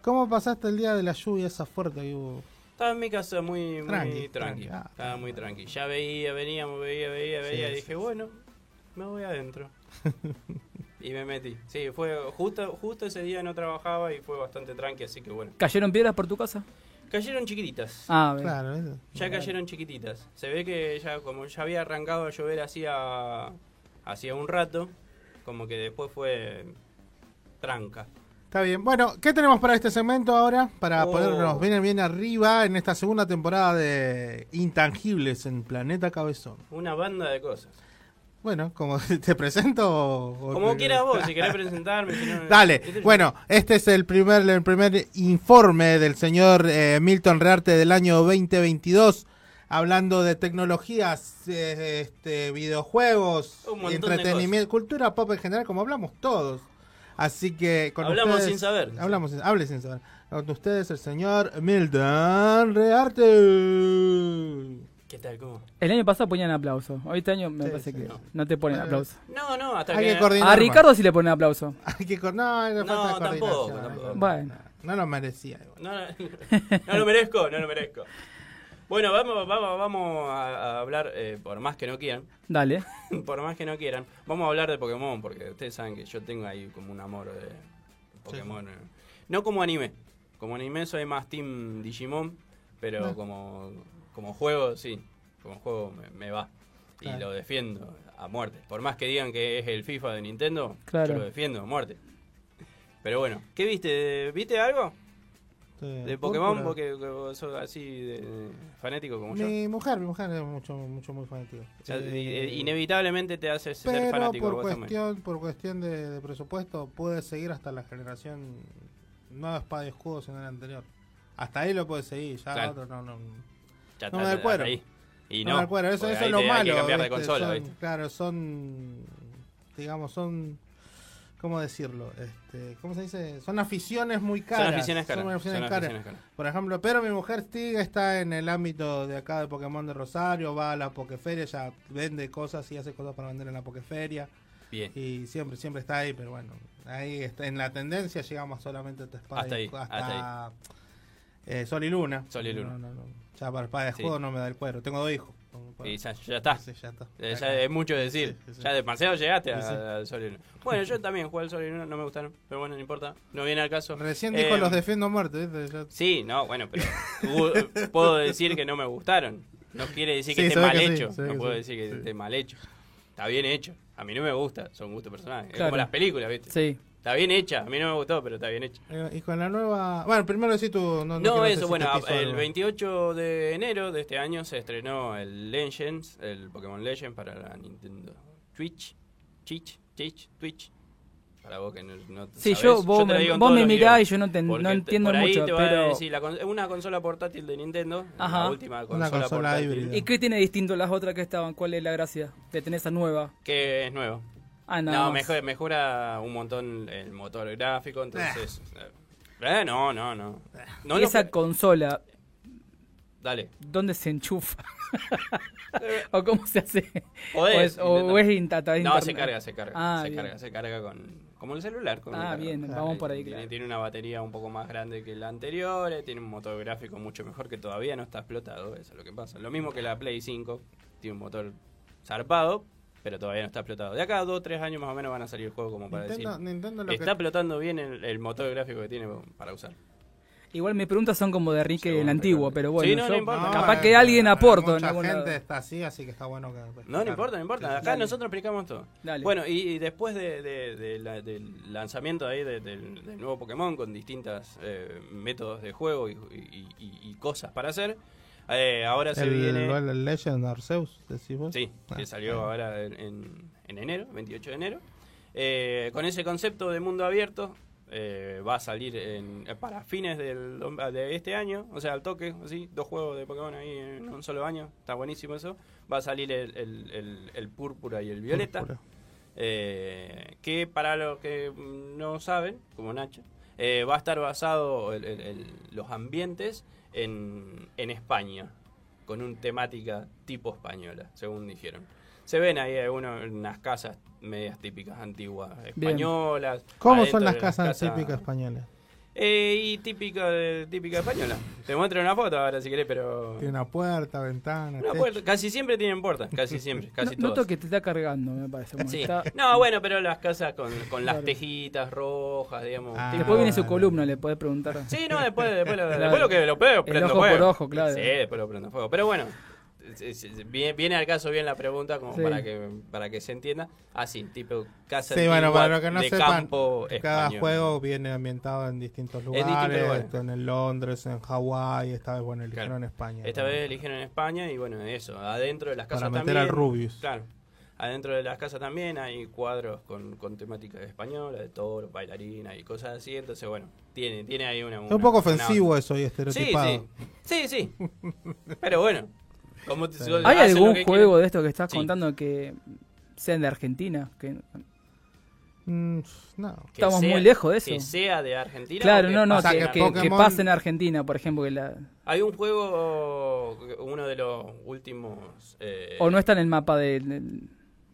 Speaker 4: ¿Cómo pasaste el día de la lluvia esa fuerte que hubo?
Speaker 2: Estaba en mi casa muy, muy
Speaker 4: Tranqui,
Speaker 2: tranqui.
Speaker 4: tranqui, ah.
Speaker 2: Estaba muy tranqui. Ya veía, veníamos, veía, veía,
Speaker 4: Sí,
Speaker 2: veía.
Speaker 4: sí,
Speaker 2: dije,
Speaker 4: sí.
Speaker 2: bueno, me voy adentro. y me metí. Sí, fue justo, justo ese día no trabajaba y fue bastante tranqui, así que bueno.
Speaker 3: ¿Cayeron piedras por tu casa?
Speaker 2: Cayeron chiquititas.
Speaker 3: Ah, bien.
Speaker 4: Claro, ¿viste?
Speaker 2: Ya cayeron chiquititas. Se ve que ya como ya había arrancado a llover hacía hacía un rato, como que después fue tranca.
Speaker 4: Está bien. Bueno, ¿qué tenemos para este segmento ahora? Para
Speaker 2: Oh.
Speaker 4: ponernos bien, bien arriba en esta segunda temporada de Intangibles en Planeta Cabezón.
Speaker 2: Una banda de cosas.
Speaker 4: Bueno, como te presento o- o-
Speaker 2: Como quieras vos, si querés presentarme. si no- qué sé
Speaker 4: Dale,
Speaker 2: yo.
Speaker 4: bueno, este es el primer, el primer informe del señor eh, Milton Rearte del año 2022, hablando de tecnologías, eh, este, videojuegos,
Speaker 2: Un montón de
Speaker 4: entretenimiento, cultura pop en general, como hablamos todos. Así que con
Speaker 2: Hablamos
Speaker 4: ustedes-
Speaker 2: sin saber.
Speaker 4: Hablamos sin, hable sin saber. Con ustedes el señor Milton Rearte.
Speaker 2: ¿Qué tal? ¿Cómo?
Speaker 3: El año pasado ponían aplauso. Hoy este año me
Speaker 4: Sí,
Speaker 3: parece
Speaker 4: sí, Eh,
Speaker 3: que
Speaker 4: sí.
Speaker 3: no. te ponen aplauso.
Speaker 2: No, no, hasta
Speaker 4: Hay que
Speaker 2: que
Speaker 4: coordinar.
Speaker 3: A
Speaker 4: más.
Speaker 3: Ricardo sí le ponen aplauso.
Speaker 4: Hay que co- no, era
Speaker 2: No,
Speaker 4: falta de
Speaker 2: tampoco,
Speaker 4: coordinación,
Speaker 2: tampoco.
Speaker 4: no,
Speaker 3: Bueno.
Speaker 4: No lo merecía. igual.
Speaker 2: No, no, no lo merezco, no lo merezco. Bueno, vamos, vamos, vamos a a hablar, eh, por más que no quieran,
Speaker 3: Dale.
Speaker 2: por más que no quieran, vamos a hablar de Pokémon, porque ustedes saben que yo tengo ahí como un amor de Pokémon. eh. No como anime, como anime soy más Team Digimon, pero
Speaker 4: Ah.
Speaker 2: como, como juego, sí, como juego me, me va. Y
Speaker 4: Claro.
Speaker 2: lo defiendo a muerte. Por más que digan que es el FIFA de Nintendo,
Speaker 3: Claro.
Speaker 2: yo lo defiendo a muerte. Pero bueno, ¿qué viste? ¿Viste algo?
Speaker 4: Sí,
Speaker 2: De Pokémon,
Speaker 4: Eh, púrpura.
Speaker 2: porque porque vos sos así de, de fanático como yo.
Speaker 4: Mi mujer, mi mujer es mucho, mucho, muy fanática.
Speaker 2: O sea,
Speaker 4: Sí.
Speaker 2: i- i- eh, inevitablemente te haces ser
Speaker 4: Pero
Speaker 2: fanático
Speaker 4: por
Speaker 2: vos también.
Speaker 4: cuestión, por cuestión de, de presupuesto, puede seguir hasta la generación nueva espada y escudo, sino la anterior. Hasta ahí lo puede seguir, ya
Speaker 2: Claro.
Speaker 4: otro no, no.
Speaker 2: Ya está,
Speaker 4: no me
Speaker 2: ya
Speaker 4: acuerdo.
Speaker 2: está Y
Speaker 4: no
Speaker 2: no,
Speaker 4: me acuerdo, eso,
Speaker 2: porque
Speaker 4: eso
Speaker 2: ahí
Speaker 4: es lo
Speaker 2: te- hay
Speaker 4: malo.
Speaker 2: que cambiar de
Speaker 4: ¿viste?
Speaker 2: consola,
Speaker 4: Son-
Speaker 2: ¿viste?
Speaker 4: Claro, son. Digamos, son. ¿Cómo decirlo? Este, ¿Cómo se dice? Son aficiones muy caras.
Speaker 2: Son aficiones caras.
Speaker 4: Son aficiones
Speaker 2: son
Speaker 4: caras.
Speaker 2: aficiones caras.
Speaker 4: Por ejemplo, pero mi mujer sí está en el ámbito de acá de Pokémon de Rosario, va a la Pokeferia, ya vende cosas y hace cosas para vender en la Pokeferia.
Speaker 2: Bien.
Speaker 4: Y siempre, siempre está ahí, pero bueno, ahí está, en la tendencia llegamos solamente hasta Espada
Speaker 2: Hasta
Speaker 4: y-
Speaker 2: ahí, hasta
Speaker 4: eh, Sol y Luna.
Speaker 2: Sol y Luna.
Speaker 4: No, no, no. Ya para Espada de
Speaker 2: Sí.
Speaker 4: Escudo no me da el cuero, tengo dos hijos.
Speaker 2: Y ya, ya está.
Speaker 4: Sí, ya está.
Speaker 2: Eh, Ya es mucho decir.
Speaker 4: Sí, sí, sí.
Speaker 2: Ya demasiado llegaste a-
Speaker 4: Sí, sí.
Speaker 2: al Sol y Luna. Bueno, yo también jugué al Sol y Luna, no me gustaron. Pero bueno, no importa. No viene al caso.
Speaker 4: Recién
Speaker 2: Eh,
Speaker 4: dijo los defiendo a muerte, ¿viste? Ya-
Speaker 2: Sí, no, bueno, pero gu- puedo decir que no me gustaron. No quiere decir que
Speaker 4: Sí,
Speaker 2: esté
Speaker 4: se ve
Speaker 2: mal
Speaker 4: que sí,
Speaker 2: hecho.
Speaker 4: se ve
Speaker 2: no
Speaker 4: que
Speaker 2: puedo
Speaker 4: sí,
Speaker 2: decir que
Speaker 4: sí.
Speaker 2: esté mal hecho. Está bien hecho. A mí no me gusta, son gustos personales. Es
Speaker 3: Claro.
Speaker 2: como las películas, ¿viste?
Speaker 3: Sí.
Speaker 2: Está bien hecha, a mí no me gustó, pero está bien hecha.
Speaker 4: Eh, Y con la nueva... Bueno, primero decís tú... No, no
Speaker 2: No,
Speaker 4: quiero
Speaker 2: eso,
Speaker 4: decir
Speaker 2: bueno,
Speaker 4: que te hizo
Speaker 2: el
Speaker 4: algo.
Speaker 2: 28 de enero de este año se estrenó el Legends, el Pokémon Legends para la Nintendo Twitch. Twitch, Twitch, Twitch. Para vos que no, no te
Speaker 3: Sí,
Speaker 2: sabés,
Speaker 3: yo, vos
Speaker 2: te
Speaker 3: me-
Speaker 2: lo digo en
Speaker 3: vos
Speaker 2: todos
Speaker 3: me
Speaker 2: los
Speaker 3: mirás y
Speaker 2: videos.
Speaker 3: yo no te- no
Speaker 2: Porque te-
Speaker 3: entiendo
Speaker 2: por ahí
Speaker 3: mucho,
Speaker 2: te va a
Speaker 3: pero-
Speaker 2: decir, la con- una consola portátil de Nintendo,
Speaker 3: Ajá.
Speaker 2: la última consola,
Speaker 4: Una consola
Speaker 2: portátil,
Speaker 4: híbrida.
Speaker 3: ¿Y qué tiene distinto las otras que estaban? ¿Cuál es la gracia de tener esa nueva?
Speaker 2: que es nuevo.
Speaker 3: Ah, nada
Speaker 2: No,
Speaker 3: más.
Speaker 2: mejor- mejora un montón el motor gráfico, entonces... eh, no, no, no. no lo-
Speaker 3: Esa consola,
Speaker 2: Dale.
Speaker 3: ¿dónde se enchufa?
Speaker 2: Eh.
Speaker 3: ¿O cómo se hace?
Speaker 2: Podés,
Speaker 3: ¿O es, o
Speaker 2: intentá.
Speaker 3: es inta- a través de
Speaker 2: No, se
Speaker 3: internet?
Speaker 2: carga, se carga.
Speaker 3: Ah,
Speaker 2: se
Speaker 3: bien.
Speaker 2: carga, se carga con. Como el celular. Con
Speaker 3: Ah,
Speaker 2: un cargador.
Speaker 3: bien, vamos por ahí,
Speaker 2: Tiene-
Speaker 3: claro.
Speaker 2: Tiene una batería un poco más grande que la anterior, eh, tiene un motor gráfico mucho mejor que todavía no está explotado, eso es lo que pasa. Lo mismo que la Play 5, tiene un motor zarpado, pero todavía no está explotado. De acá a 2 3 años más o menos van a salir juegos como para
Speaker 4: Nintendo,
Speaker 2: decir.
Speaker 4: Nintendo lo
Speaker 2: Está
Speaker 4: que
Speaker 2: explotando bien el, el motor gráfico que tiene para usar.
Speaker 3: Igual mis preguntas son como de Ricky
Speaker 2: Según
Speaker 3: el antiguo,
Speaker 2: Ricardo.
Speaker 3: pero bueno,
Speaker 2: Sí, no, no
Speaker 3: yo-
Speaker 2: importa.
Speaker 3: capaz
Speaker 4: eh,
Speaker 3: que alguien aporta. en
Speaker 4: Mucha
Speaker 3: algún lado.
Speaker 4: gente está así, así que está bueno que.
Speaker 3: pues,
Speaker 2: No, no importa, no importa. Acá
Speaker 3: Dale.
Speaker 2: nosotros explicamos todo.
Speaker 3: Dale.
Speaker 2: Bueno, y, y después de, de- de la- del lanzamiento ahí de- del, del nuevo Pokémon con distintos métodos de juego y, y- y- y cosas para hacer, eh, ahora se
Speaker 4: el,
Speaker 2: viene...
Speaker 4: igual el Legend Arceus, decís vos.
Speaker 2: Sí,
Speaker 4: Ah,
Speaker 2: que salió
Speaker 4: bueno.
Speaker 2: ahora en- en, en enero, 28 de enero. Eh, con ese concepto de mundo abierto, eh, va a salir en- eh, para fines del, de este año, o sea, al toque, así, dos juegos de Pokémon ahí en un solo año, está buenísimo eso. Va a salir el, el- el- el púrpura y el violeta,
Speaker 4: Púrpura.
Speaker 2: eh, que para los que no saben, como Nacho, eh, va a estar basado el- el- el- los ambientes en, en España, con una temática tipo española, según dijeron. Se ven ahí algunos, unas casas medias típicas antiguas españolas.
Speaker 4: ¿Cómo
Speaker 2: adentro
Speaker 4: son las
Speaker 2: de
Speaker 4: casas típicas españolas?
Speaker 2: Eh, y típica, de- típica española. Te muestro una foto ahora si querés, pero...
Speaker 4: Tiene una puerta, ventana.
Speaker 2: Una
Speaker 4: techo.
Speaker 2: puerta- Casi siempre tienen puertas, casi siempre, casi
Speaker 3: No- Noto
Speaker 2: todas.
Speaker 3: que te está cargando, me parece. bueno,
Speaker 2: Sí.
Speaker 3: está-
Speaker 2: No, bueno, pero las casas con, con las tejitas rojas, digamos.
Speaker 4: Ah.
Speaker 2: tipo-
Speaker 3: Después viene su columna, le podés preguntar.
Speaker 2: Sí, no, después, después, lo,
Speaker 3: Claro.
Speaker 2: después lo que lo pego,
Speaker 3: El
Speaker 2: prendo
Speaker 3: ojo
Speaker 2: fuego.
Speaker 3: por ojo, claro.
Speaker 2: Sí, después lo prendo fuego. Pero bueno, es- es- viene, viene al caso bien la pregunta como
Speaker 3: Sí.
Speaker 2: para, que, para que se entienda. Así, tipo casa
Speaker 4: Sí, bueno,
Speaker 2: antigua
Speaker 4: para los que no
Speaker 2: de
Speaker 4: sepan,
Speaker 2: campo
Speaker 4: cada
Speaker 2: español.
Speaker 4: juego viene ambientado en distintos lugares.
Speaker 2: distintos lugares.
Speaker 4: esto en el Londres, en Hawái, esta vez, bueno, eligieron
Speaker 2: Claro.
Speaker 4: en España.
Speaker 2: Esta
Speaker 4: ¿no?
Speaker 2: vez eligieron en España y bueno, eso, adentro de las
Speaker 4: Para
Speaker 2: casas
Speaker 4: meter
Speaker 2: también.
Speaker 4: al Rubius.
Speaker 2: Claro. Adentro de las casas también hay cuadros con, con temática española, de toros, bailarina y cosas así. Entonces, bueno, tiene, tiene ahí una...
Speaker 4: Es un poco ofensivo eso y estereotipado.
Speaker 2: Sí, sí. Sí, sí. Pero bueno. como te-
Speaker 4: ¿Hay
Speaker 3: ¿Hay
Speaker 2: hacen lo
Speaker 3: algún
Speaker 2: que
Speaker 3: juego
Speaker 2: quieren.
Speaker 3: de esto que estás
Speaker 2: Sí.
Speaker 3: contando que sean de Argentina? Que...
Speaker 4: Mm, no.
Speaker 2: Que
Speaker 3: Estamos
Speaker 2: sea-
Speaker 3: muy lejos de
Speaker 2: Que
Speaker 3: eso.
Speaker 2: sea de Argentina. o
Speaker 3: Claro,
Speaker 2: que
Speaker 3: no, no,
Speaker 2: pase
Speaker 3: que,
Speaker 2: en
Speaker 4: que
Speaker 3: que-
Speaker 2: Argentina.
Speaker 3: que
Speaker 4: Pokémon-
Speaker 3: pase en Argentina, por ejemplo, que la...
Speaker 2: Hay un juego, uno de los últimos... eh,
Speaker 3: o no está en el mapa de, de-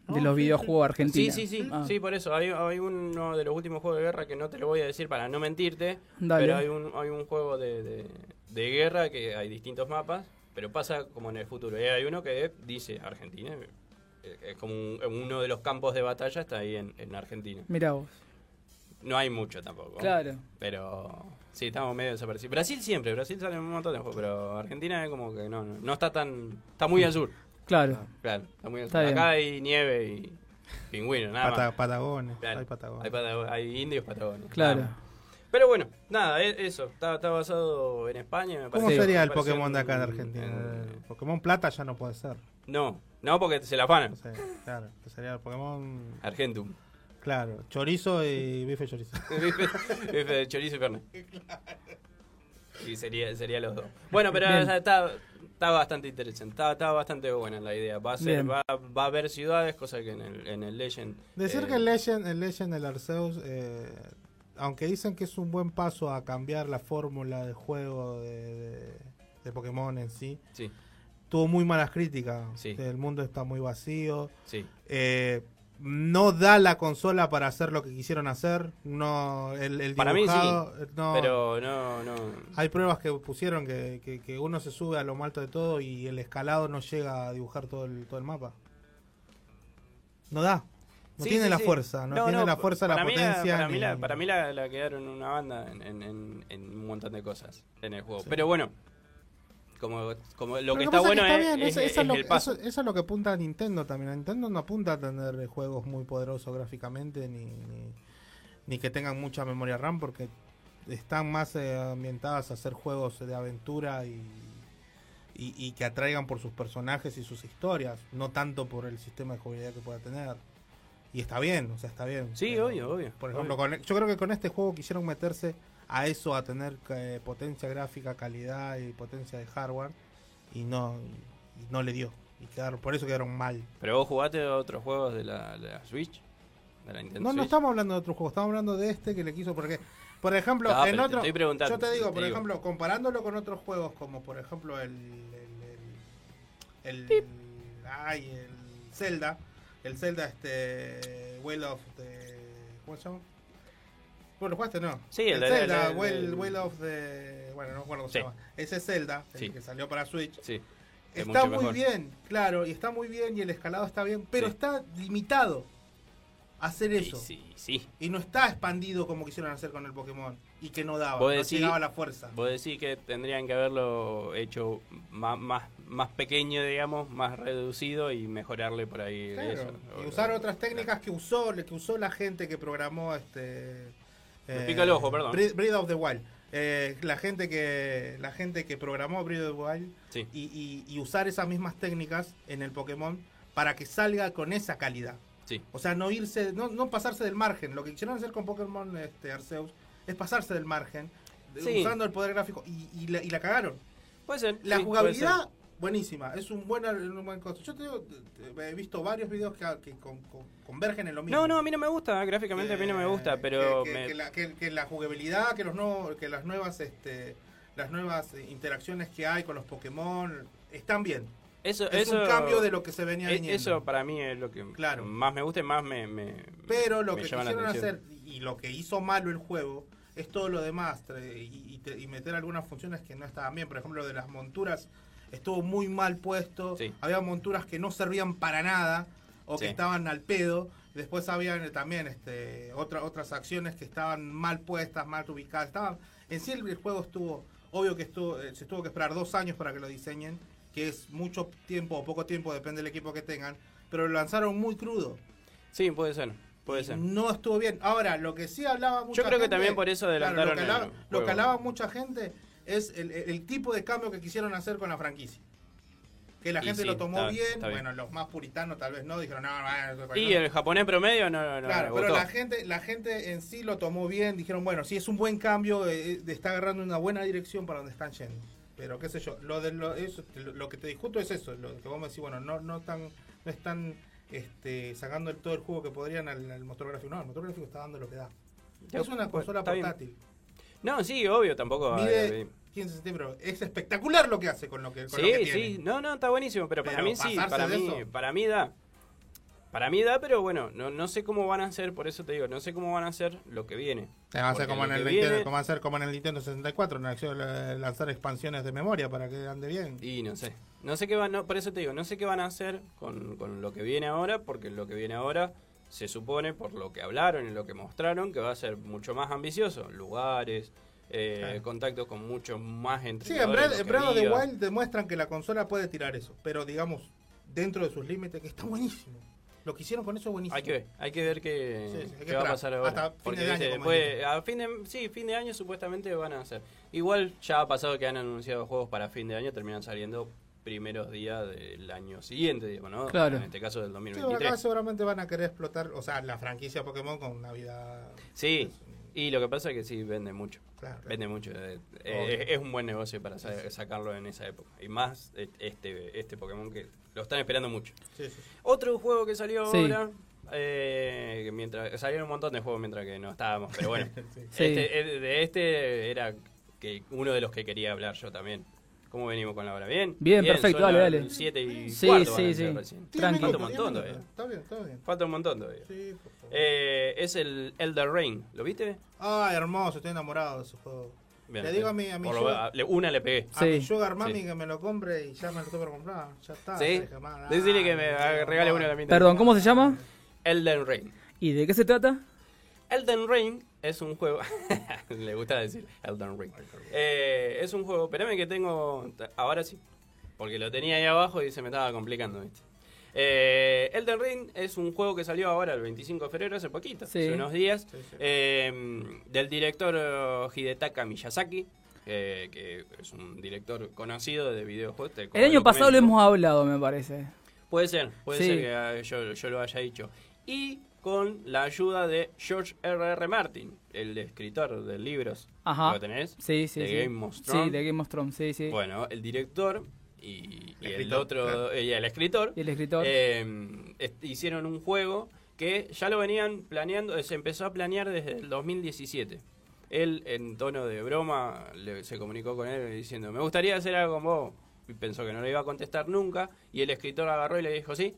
Speaker 3: de los videojuegos
Speaker 2: Sí,
Speaker 3: argentinos.
Speaker 2: sí, sí,
Speaker 3: Ah.
Speaker 2: sí, por eso. Hay, hay uno de los últimos juegos de guerra que no te lo voy a decir para no mentirte,
Speaker 3: Dale.
Speaker 2: pero hay un, hay un juego de, de- de guerra que hay distintos mapas, pero pasa como en el futuro. Y hay uno que dice Argentina, eh, es como un- uno de los campos de batalla está ahí en, en Argentina.
Speaker 3: Mirá vos.
Speaker 2: No hay mucho tampoco.
Speaker 3: Claro.
Speaker 2: Pero sí, estamos medio desaparecidos. Brasil siempre, Brasil sale un montón de juegos, pero Argentina es como que no, no, no está tan... Está muy al sur,
Speaker 3: Claro.
Speaker 2: claro. Está muy al
Speaker 3: Está
Speaker 2: sur.
Speaker 3: bien.
Speaker 2: Acá hay nieve y pingüinos, nada más.
Speaker 4: Pata- Patagones.
Speaker 2: Claro.
Speaker 4: Hay Patagones.
Speaker 2: Hay, patago- hay indios patagones.
Speaker 3: Claro.
Speaker 2: Nada más. Pero bueno, nada, e- eso. Está, está basado en España. Me
Speaker 4: ¿Cómo
Speaker 2: parece-
Speaker 4: sería el
Speaker 2: me pareció
Speaker 4: Pokémon de acá en
Speaker 2: un-
Speaker 4: Argentina?
Speaker 2: en-
Speaker 4: El Pokémon Plata ya no puede ser.
Speaker 2: No, no, porque se la afanan.
Speaker 4: No sé, claro. que Sería el Pokémon.
Speaker 2: Argentum.
Speaker 4: Claro, chorizo y bife chorizo.
Speaker 2: Bife bife de chorizo y carne. Sí, sería, sería los dos. Bueno, pero
Speaker 3: Bien.
Speaker 2: o sea, está, está bastante interesante. Está, está bastante buena la idea. Va a, ser,
Speaker 3: Bien.
Speaker 2: va, va a haber ciudades, cosa que en el, en el Legend.
Speaker 4: Decir
Speaker 2: eh,
Speaker 4: que el Legend, el Legend del Arceus, eh, aunque dicen que es un buen paso a cambiar la fórmula de juego de, de- de Pokémon en sí,
Speaker 2: Sí,
Speaker 4: tuvo muy malas críticas.
Speaker 2: Sí.
Speaker 4: El mundo está muy vacío.
Speaker 2: sí.
Speaker 4: eh, no da la consola para hacer lo que quisieron hacer. No, el, el
Speaker 2: Para mí sí,
Speaker 4: dibujado, eh, no.
Speaker 2: Pero no, no.
Speaker 4: Hay pruebas que pusieron que, que- que uno se sube a lo más alto de todo y el escalado no llega a dibujar todo el, todo el mapa. No da. No
Speaker 2: Sí,
Speaker 4: tiene
Speaker 2: sí,
Speaker 4: la
Speaker 2: sí.
Speaker 4: fuerza, no, tiene la fuerza, la
Speaker 2: para mí
Speaker 4: potencia.
Speaker 2: para, mí
Speaker 4: ni-
Speaker 2: la, para mí la, la quedaron una banda en, en- en- en un montón de cosas en el juego. Pero bueno, como, como lo
Speaker 4: Pero
Speaker 2: que
Speaker 4: lo
Speaker 2: está
Speaker 4: pasa
Speaker 2: bueno
Speaker 4: que
Speaker 2: es,
Speaker 4: está bien,
Speaker 2: es-
Speaker 4: eso- eso
Speaker 2: es
Speaker 4: es lo-
Speaker 2: el paso.
Speaker 4: Eso, eso es lo que apunta a Nintendo también. A Nintendo no apunta a tener juegos muy poderosos gráficamente ni, ni, ni que tengan mucha memoria RAM porque están más eh, ambientadas a hacer juegos de aventura y, y, y que atraigan por sus personajes y sus historias, no tanto por el sistema de jugabilidad que pueda tener. Y está bien, o sea, está bien.
Speaker 2: Sí,
Speaker 4: Pero,
Speaker 2: obvio, obvio.
Speaker 4: Por ejemplo, con- yo creo que con este juego quisieron meterse a eso, a tener eh, potencia gráfica, calidad y potencia de hardware y no y no le dio y quedaron por eso quedaron mal
Speaker 2: Pero vos jugaste a otros juegos de la, de la Switch, de la Nintendo
Speaker 4: no no
Speaker 2: Switch.
Speaker 4: estamos hablando de otro juego estamos hablando de este que le quiso porque por ejemplo
Speaker 2: No,
Speaker 4: en
Speaker 2: Ah, pero te
Speaker 4: otro
Speaker 2: estoy preguntando,
Speaker 4: yo te digo
Speaker 2: te
Speaker 4: por
Speaker 2: digo.
Speaker 4: ejemplo comparándolo con otros juegos como por ejemplo el el, el, el- ay el Zelda el Zelda este Well of the, ¿cómo se llama? Bueno, ¿lo jugaste no?
Speaker 2: Sí, el-
Speaker 4: el,
Speaker 2: el-
Speaker 4: Zelda,
Speaker 2: el- el-
Speaker 4: Well,
Speaker 2: el-
Speaker 4: Well of the... Bueno, no me acuerdo cómo se
Speaker 2: Sí.
Speaker 4: llama. Ese Zelda, el
Speaker 2: Sí.
Speaker 4: que salió para Switch,
Speaker 2: Sí. es
Speaker 4: Está
Speaker 2: mucho
Speaker 4: muy
Speaker 2: mejor.
Speaker 4: bien, claro, y está muy bien y el escalado está bien, pero
Speaker 2: Sí.
Speaker 4: está limitado a hacer
Speaker 2: Sí,
Speaker 4: eso.
Speaker 2: sí, sí.
Speaker 4: Y no está expandido como quisieron hacer con el Pokémon y que no daba, no
Speaker 2: Vos decís-
Speaker 4: llegaba a la fuerza.
Speaker 2: Vos decís que tendrían que haberlo hecho más, más, más pequeño, digamos, más reducido y mejorarle por ahí
Speaker 4: Claro,
Speaker 2: eso.
Speaker 4: Y
Speaker 2: O-
Speaker 4: usar
Speaker 2: o-
Speaker 4: otras técnicas que usó, que usó la gente que programó este
Speaker 2: Me pica el ojo, perdón.
Speaker 4: Breath Breath of the Wild. Eh, la gente que la gente que programó Breath of the Wild
Speaker 2: Sí.
Speaker 4: y- y- y usar esas mismas técnicas en el Pokémon para que salga con esa calidad.
Speaker 2: Sí.
Speaker 4: O sea, no irse, no, no pasarse del margen. Lo que quisieron hacer con Pokémon este, Arceus es pasarse del margen, de-
Speaker 2: Sí.
Speaker 4: usando el poder gráfico, y, y la, y la cagaron.
Speaker 2: Puede ser.
Speaker 4: La
Speaker 2: sí, puede
Speaker 4: jugabilidad, buenísima, es un buen, un buen costo. Yo te digo, te- te- he visto varios videos que, que con- con- convergen en lo
Speaker 2: ser.
Speaker 4: mismo.
Speaker 2: No, no, a mí no me gusta, ¿eh? gráficamente a mí no me gusta,
Speaker 4: Eh,
Speaker 2: pero
Speaker 4: que, que-
Speaker 2: me-
Speaker 4: que la, que- que la jugabilidad, que los nuevos, que las nuevas, este, las nuevas eh, interacciones que hay con los Pokémon están bien.
Speaker 2: eso,
Speaker 4: Es
Speaker 2: eso,
Speaker 4: un cambio de lo que se venía
Speaker 2: e-
Speaker 4: viniendo.
Speaker 2: Eso para mí es lo que
Speaker 4: Claro.
Speaker 2: más me gusta y más me. me-
Speaker 4: Pero lo
Speaker 2: me
Speaker 4: que
Speaker 2: llama la
Speaker 4: quisieron
Speaker 2: atención.
Speaker 4: hacer y lo que hizo malo el juego es todo lo demás tra- y, y te- y meter algunas funciones que no estaban bien. Por ejemplo, lo de las monturas estuvo muy mal puesto.
Speaker 2: Sí.
Speaker 4: Había monturas que no servían para nada o que
Speaker 2: Sí.
Speaker 4: estaban al pedo. Después habían eh, también este, otra- otras acciones que estaban mal puestas, mal ubicadas. Estaban, en sí el, el juego estuvo, obvio que estuvo, eh, se tuvo que esperar dos años para que lo diseñen, que es mucho tiempo o poco tiempo, depende del equipo que tengan, pero lo lanzaron muy crudo.
Speaker 2: Sí, puede ser. Puede ser.
Speaker 4: No estuvo bien. Ahora, lo que sí hablaba mucha
Speaker 2: creo que
Speaker 4: gente-
Speaker 2: también por eso adelantaron
Speaker 4: lo que
Speaker 2: el
Speaker 4: hablaba-
Speaker 2: juego.
Speaker 4: lo que hablaba mucha gente es el, el- el tipo de cambio que quisieron hacer con la franquicia. Que la
Speaker 2: Y
Speaker 4: gente
Speaker 2: sí,
Speaker 4: lo tomó
Speaker 2: está-
Speaker 4: bien.
Speaker 2: está bien.
Speaker 4: bueno, los más puritanos tal vez no. Dijeron, no, no, no,
Speaker 2: Y
Speaker 4: no".
Speaker 2: el japonés promedio no, no, no
Speaker 4: Claro,
Speaker 2: me
Speaker 4: pero
Speaker 2: gustó.
Speaker 4: la gente, la gente en sí lo tomó bien. Dijeron, bueno, sí es un buen cambio. eh, eh, está agarrando una buena dirección para donde están yendo. Pero qué sé yo, lo, de, lo, eso- lo- lo que te discuto es eso. Lo que vos me decís, bueno, no, no, están, no están este, sacando el- todo el jugo que podrían al, al motor gráfico. No, el motor gráfico está dando lo que da.
Speaker 2: Ya,
Speaker 4: es una
Speaker 2: bueno,
Speaker 4: consola
Speaker 2: está bien.
Speaker 4: portátil.
Speaker 2: No, sí, obvio, tampoco. ay,
Speaker 4: Mide
Speaker 2: ay,
Speaker 4: 15 centímetros. Es espectacular lo que hace con lo que, con lo que
Speaker 2: Sí,
Speaker 4: tiene.
Speaker 2: sí, no, no, está buenísimo, pero, para
Speaker 4: Pero
Speaker 2: mí sí,
Speaker 4: pasarse
Speaker 2: para
Speaker 4: de
Speaker 2: mí,
Speaker 4: eso.
Speaker 2: para mí da. Para mí da, pero bueno, no, no sé cómo van a hacer, por eso te digo, no sé cómo van a hacer lo que viene.
Speaker 4: Eh, Va a
Speaker 2: Porque
Speaker 4: ser como en
Speaker 2: lo
Speaker 4: el
Speaker 2: que
Speaker 4: Nintendo,
Speaker 2: viene-
Speaker 4: como va a ser como en el Nintendo 64, no, acción- eh, lanzar expansiones de memoria para que ande bien.
Speaker 2: Y no sé. No sé qué van, no, por eso te digo, no sé qué van a hacer con, con lo que viene ahora, porque lo que viene ahora se supone, por lo que hablaron y lo que mostraron, que va a ser mucho más ambicioso. Lugares, eh,
Speaker 4: Claro.
Speaker 2: contactos con muchos más
Speaker 4: Sí, en
Speaker 2: entrenadores.
Speaker 4: Breath,
Speaker 2: lo
Speaker 4: en
Speaker 2: que
Speaker 4: Breath of the
Speaker 2: diga.
Speaker 4: Wild demuestran que la consola puede tirar eso, pero digamos, dentro de sus límites, que está buenísimo. Lo que hicieron con eso es buenísimo.
Speaker 2: Hay que ver, hay que ver qué,
Speaker 4: Sí, sí, hay que
Speaker 2: qué va a
Speaker 4: esperar.
Speaker 2: pasar ahora.
Speaker 4: Hasta fin
Speaker 2: Porque
Speaker 4: de año,
Speaker 2: dice,
Speaker 4: como
Speaker 2: después,
Speaker 4: dicen.
Speaker 2: a fin de, sí, fin de año supuestamente van a hacer. Igual ya ha pasado que han anunciado juegos para fin de año, terminan saliendo primeros días del año siguiente, digo, ¿no?
Speaker 3: Claro.
Speaker 2: En este caso del
Speaker 4: Sí, bueno, acá
Speaker 2: 2023.
Speaker 4: seguramente van a querer explotar, o sea, la franquicia Pokémon con Navidad.
Speaker 2: Sí, y lo que pasa es que sí, vende mucho.
Speaker 4: Claro.
Speaker 2: Vende mucho. eh,
Speaker 4: Obvio.
Speaker 2: eh, es un buen negocio para sa- sacarlo en esa época. Y más eh, este, este Pokémon que lo están esperando mucho.
Speaker 4: Sí, sí.
Speaker 2: Otro juego que salió
Speaker 3: Sí.
Speaker 2: ahora. eh, que mientras salieron un montón de juegos mientras que no estábamos, pero bueno. Este, eh, de este era que uno de los que quería hablar yo también. ¿Cómo venimos con la hora? ¿Bien?
Speaker 3: Bien, perfecto,
Speaker 2: son
Speaker 3: dale,
Speaker 2: las
Speaker 3: dale.
Speaker 2: 7 y
Speaker 3: Sí,
Speaker 2: cuarto
Speaker 3: sí,
Speaker 2: van a
Speaker 3: sí.
Speaker 2: ser recién.
Speaker 4: Diez
Speaker 3: Tranqui.
Speaker 4: minutos,
Speaker 2: Falta un montón
Speaker 4: diez
Speaker 2: eh.
Speaker 4: minutos.
Speaker 2: todavía.
Speaker 4: Está bien, está bien.
Speaker 2: Falta un montón todavía.
Speaker 4: Sí, por favor.
Speaker 2: Eh, es el Elder Ring, ¿lo viste?
Speaker 4: Ah, hermoso, estoy enamorado de ese juego.
Speaker 2: Bien,
Speaker 4: le digo
Speaker 2: bien.
Speaker 4: a mi, a mi Ah,
Speaker 2: Por lo-
Speaker 4: sugar-
Speaker 2: a- le- Una le pegué.
Speaker 4: a mi
Speaker 3: Sí.
Speaker 4: sugar mami
Speaker 2: Sí.
Speaker 4: que me lo compre y ya me lo estoy por comprar. Ya está.
Speaker 2: ¿Sí?
Speaker 4: dije, man,
Speaker 2: Decirle que
Speaker 4: ah,
Speaker 2: me
Speaker 4: no,
Speaker 2: regale
Speaker 4: no.
Speaker 2: una a la mitad.
Speaker 3: Perdón, ¿cómo se llama?
Speaker 2: Elden Ring.
Speaker 3: ¿Y de qué se trata?
Speaker 2: Elden Ring es un juego. Le gusta decir Elden Ring. Eh, es un juego. Espérame que tengo. Ahora sí. Porque lo tenía ahí abajo y se me estaba complicando, ¿viste? Eh, Elden Ring es un juego que salió ahora el 25 de febrero, hace poquito,
Speaker 3: Sí.
Speaker 2: hace unos días,
Speaker 4: Sí, sí.
Speaker 2: eh, del director eh, Hidetaka Miyazaki, eh, que es un director conocido de videojuegos. te-
Speaker 3: El año pasado lo
Speaker 2: comento.
Speaker 3: hemos hablado, me parece.
Speaker 2: Puede ser, puede
Speaker 3: Sí.
Speaker 2: ser que ah, yo, yo lo haya dicho. Y con la ayuda de George R.R. Martin, el escritor de libros.
Speaker 3: Ajá.
Speaker 2: ¿Lo tenés?
Speaker 3: Sí, sí.
Speaker 2: De
Speaker 3: sí.
Speaker 2: Game of Thrones.
Speaker 3: Sí, de Game of Thrones, sí, sí.
Speaker 2: Bueno, el director y, y el
Speaker 4: Escritor,
Speaker 2: otro,
Speaker 4: claro.
Speaker 2: eh, y el escritor,
Speaker 3: Y el escritor.
Speaker 2: eh, est- hicieron un juego que ya lo venían planeando, eh, se empezó a planear desde el 2017. Él, en tono de broma, le- se comunicó con él diciendo, me gustaría hacer algo con vos. Y pensó que no le iba a contestar nunca. Y el escritor agarró y le dijo, sí,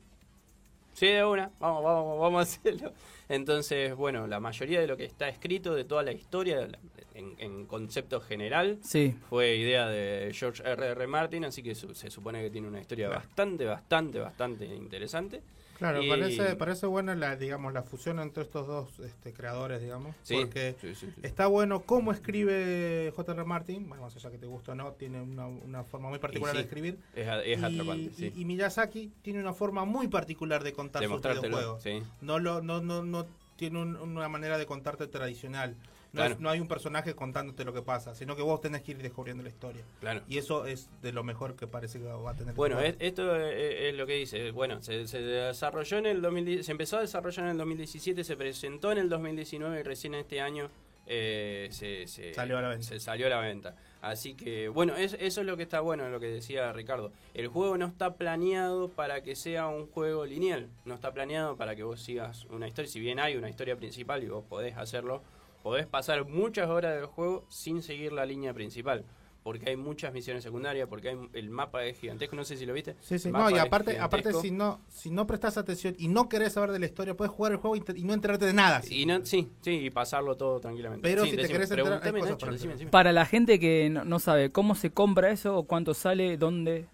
Speaker 2: Sí, de una, vamos, vamos, vamos a hacerlo. Entonces, bueno, la mayoría de lo que está escrito de toda la historia, de la- en, en concepto general,
Speaker 3: Sí.
Speaker 2: fue idea de George R.R. Martin, así que su- se supone que tiene una historia bastante, bastante, bastante interesante.
Speaker 4: Claro,
Speaker 2: Y-
Speaker 4: parece, parece buena la, digamos, la fusión entre estos dos este, creadores, digamos.
Speaker 2: Sí,
Speaker 4: porque
Speaker 2: sí, sí, sí.
Speaker 4: está bueno cómo escribe J.R. Martin. Bueno, más allá que te gusta o no, tiene una, una forma muy particular
Speaker 2: sí.
Speaker 4: de escribir.
Speaker 2: Es, a- es
Speaker 4: y,
Speaker 2: atrapante, sí.
Speaker 4: y- y Miyazaki tiene una forma muy particular de contar
Speaker 2: De
Speaker 4: sus
Speaker 2: mostrártelo,
Speaker 4: videojuegos.
Speaker 2: sí.
Speaker 4: No, lo, no, no, no tiene un- una manera de contarte tradicional. No,
Speaker 2: Claro.
Speaker 4: es- no hay un personaje contándote lo que pasa, sino que vos tenés que ir descubriendo la historia.
Speaker 2: Claro.
Speaker 4: Y eso es de lo mejor que parece que va a tener. el
Speaker 2: Bueno,
Speaker 4: juego.
Speaker 2: es- esto es, es lo que dice. Bueno, se, se desarrolló en el 2010 se empezó a desarrollar en el 2017, se presentó en el 2019 y recién este año eh, se, se-
Speaker 4: Salió a la venta.
Speaker 2: se salió a la venta. Así que, bueno, es- eso es lo que está bueno, lo que decía Ricardo. El juego no está planeado para que sea un juego lineal, no está planeado para que vos sigas una historia. Si bien hay una historia principal y vos podés hacerlo, podés pasar muchas horas del juego sin seguir la línea principal. Porque hay muchas misiones secundarias, porque hay, el mapa es gigantesco, no sé si lo viste.
Speaker 4: Sí, sí.
Speaker 2: El
Speaker 4: No,
Speaker 2: mapa
Speaker 4: y
Speaker 2: es
Speaker 4: aparte, aparte
Speaker 2: gigantesco.
Speaker 4: si no si no prestas atención y no querés saber de la historia, puedes jugar el juego y, te- y no enterarte de nada.
Speaker 2: Y no- sí, sí, y pasarlo todo tranquilamente.
Speaker 4: Pero
Speaker 2: Sí,
Speaker 4: si te
Speaker 2: decime,
Speaker 4: querés entrar, hay
Speaker 2: preguntame,
Speaker 4: cosas
Speaker 2: Nacho,
Speaker 4: para
Speaker 2: decime,
Speaker 4: hacer.
Speaker 2: decime.
Speaker 3: Para la gente que no, no sabe, ¿cómo se compra eso? ¿O cuánto sale? ¿Dónde?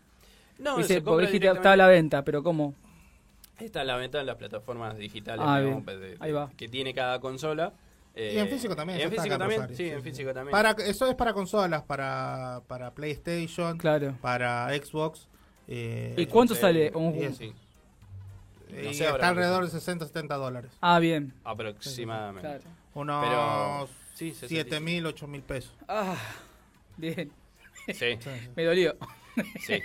Speaker 2: No,
Speaker 3: Dice,
Speaker 2: se
Speaker 3: porque
Speaker 2: compra
Speaker 3: dijiste, está a la
Speaker 2: directamente.
Speaker 3: venta, pero ¿cómo?
Speaker 2: Está a la venta en las plataformas digitales
Speaker 3: Ah,
Speaker 2: digamos,
Speaker 3: bien.
Speaker 2: de- de-
Speaker 3: Ahí va.
Speaker 2: que tiene cada consola.
Speaker 4: Y en físico
Speaker 2: Y
Speaker 4: también. ya
Speaker 2: eh, en
Speaker 4: está
Speaker 2: físico
Speaker 4: acá,
Speaker 2: también,
Speaker 4: Rosario.
Speaker 2: sí,
Speaker 4: Sí,
Speaker 2: en
Speaker 4: sí.
Speaker 2: físico también.
Speaker 4: Para, eso es para consolas, para, para PlayStation,
Speaker 3: Claro.
Speaker 4: para Xbox. eh,
Speaker 3: ¿Y cuánto
Speaker 2: Sí,
Speaker 3: sale un
Speaker 2: sí,
Speaker 4: juego?
Speaker 2: sí,
Speaker 4: eh,
Speaker 2: no
Speaker 4: y
Speaker 2: sé ahora
Speaker 4: está alrededor
Speaker 2: cuánto.
Speaker 4: de 60, 70 dólares.
Speaker 3: Ah, bien.
Speaker 2: Aproximadamente.
Speaker 3: Claro.
Speaker 2: Pero,
Speaker 4: Unos
Speaker 2: sí, 65.
Speaker 4: 7 mil, 8 mil pesos.
Speaker 3: Ah, bien.
Speaker 2: Sí,
Speaker 3: Me dolió.
Speaker 2: sí.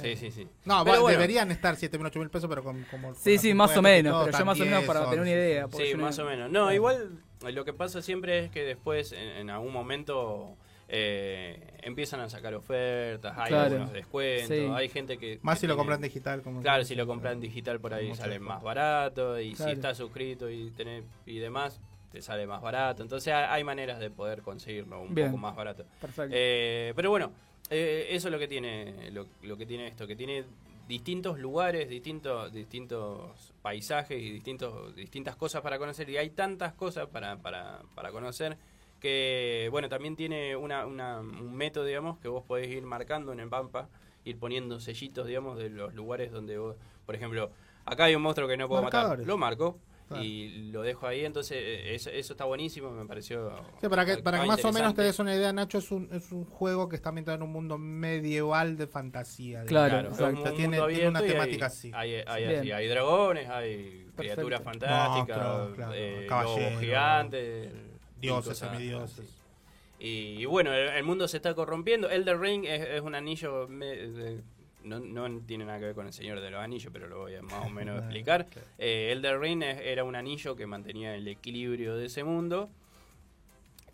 Speaker 2: Sí, sí, sí.
Speaker 4: No,
Speaker 2: Pero
Speaker 4: va-
Speaker 2: bueno,
Speaker 4: deberían estar 7 mil, 8 mil pesos, pero con, como.
Speaker 3: Sí,
Speaker 4: con
Speaker 3: sí,
Speaker 4: las
Speaker 3: más o
Speaker 4: impuestos y
Speaker 3: menos,
Speaker 4: todo,
Speaker 3: pero yo
Speaker 4: están
Speaker 3: más o menos
Speaker 4: 10,
Speaker 3: para tener una
Speaker 4: 11, sí,
Speaker 3: idea. porque
Speaker 2: Sí,
Speaker 3: yo no-
Speaker 2: más o menos. No, igual eh, lo que pasa siempre es que después, en, en algún momento, eh, empiezan a sacar ofertas, hay
Speaker 3: Claro.
Speaker 2: algunos descuentos,
Speaker 3: Sí.
Speaker 2: hay gente que...
Speaker 4: Más
Speaker 2: que
Speaker 4: si lo
Speaker 2: tiene-
Speaker 4: compran digital. Como
Speaker 2: Claro, si lo compran digital por ahí
Speaker 4: Mucho
Speaker 2: sale
Speaker 4: mejor.
Speaker 2: más barato y
Speaker 3: Claro.
Speaker 2: si estás suscrito y tenés, y demás te sale más barato. Entonces ha- hay maneras de poder conseguirlo un
Speaker 3: Bien.
Speaker 2: poco más barato.
Speaker 3: Perfecto.
Speaker 2: Eh, pero bueno, eh, eso es lo que tiene lo, lo que tiene esto, que tiene distintos lugares, distintos distintos paisajes y distintos distintas cosas para conocer y hay tantas cosas para para, para conocer que bueno, también tiene una, una- un método, digamos, que vos podés ir marcando en el pampa, ir poniendo sellitos, digamos, de los lugares donde vos, por ejemplo, acá hay un monstruo que no puedo
Speaker 4: Marcadores.
Speaker 2: matar, lo marco
Speaker 4: Claro.
Speaker 2: Y lo dejo ahí, entonces eh, eso, eso está buenísimo, me pareció.
Speaker 4: Sí, para que,
Speaker 2: algo
Speaker 4: para que más o menos
Speaker 2: interesante.
Speaker 4: te des una idea, Nacho, es un, es un juego que está ambientado en un mundo medieval de fantasía. digamos.
Speaker 3: Claro,
Speaker 2: es
Speaker 3: exacto.
Speaker 2: un mundo
Speaker 4: Tiene, tiene una
Speaker 2: abierto y
Speaker 4: temática
Speaker 2: hay,
Speaker 4: así.
Speaker 2: Hay, hay
Speaker 3: Bien.
Speaker 2: así, hay dragones, hay criaturas fantásticas,
Speaker 4: Monstruos, claro,
Speaker 2: eh,
Speaker 4: caballeros,
Speaker 2: lobos gigantes,
Speaker 4: dioses, ah,
Speaker 2: cosas
Speaker 4: semidioses.
Speaker 2: así. Y, y bueno, el, el mundo se está corrompiendo. Elder Ring es, es un anillo. me- de- no, no tiene nada que ver con el Señor de los Anillos, pero lo voy a más o menos explicar. Eh, Elder Ring es- era un anillo que mantenía el equilibrio de ese mundo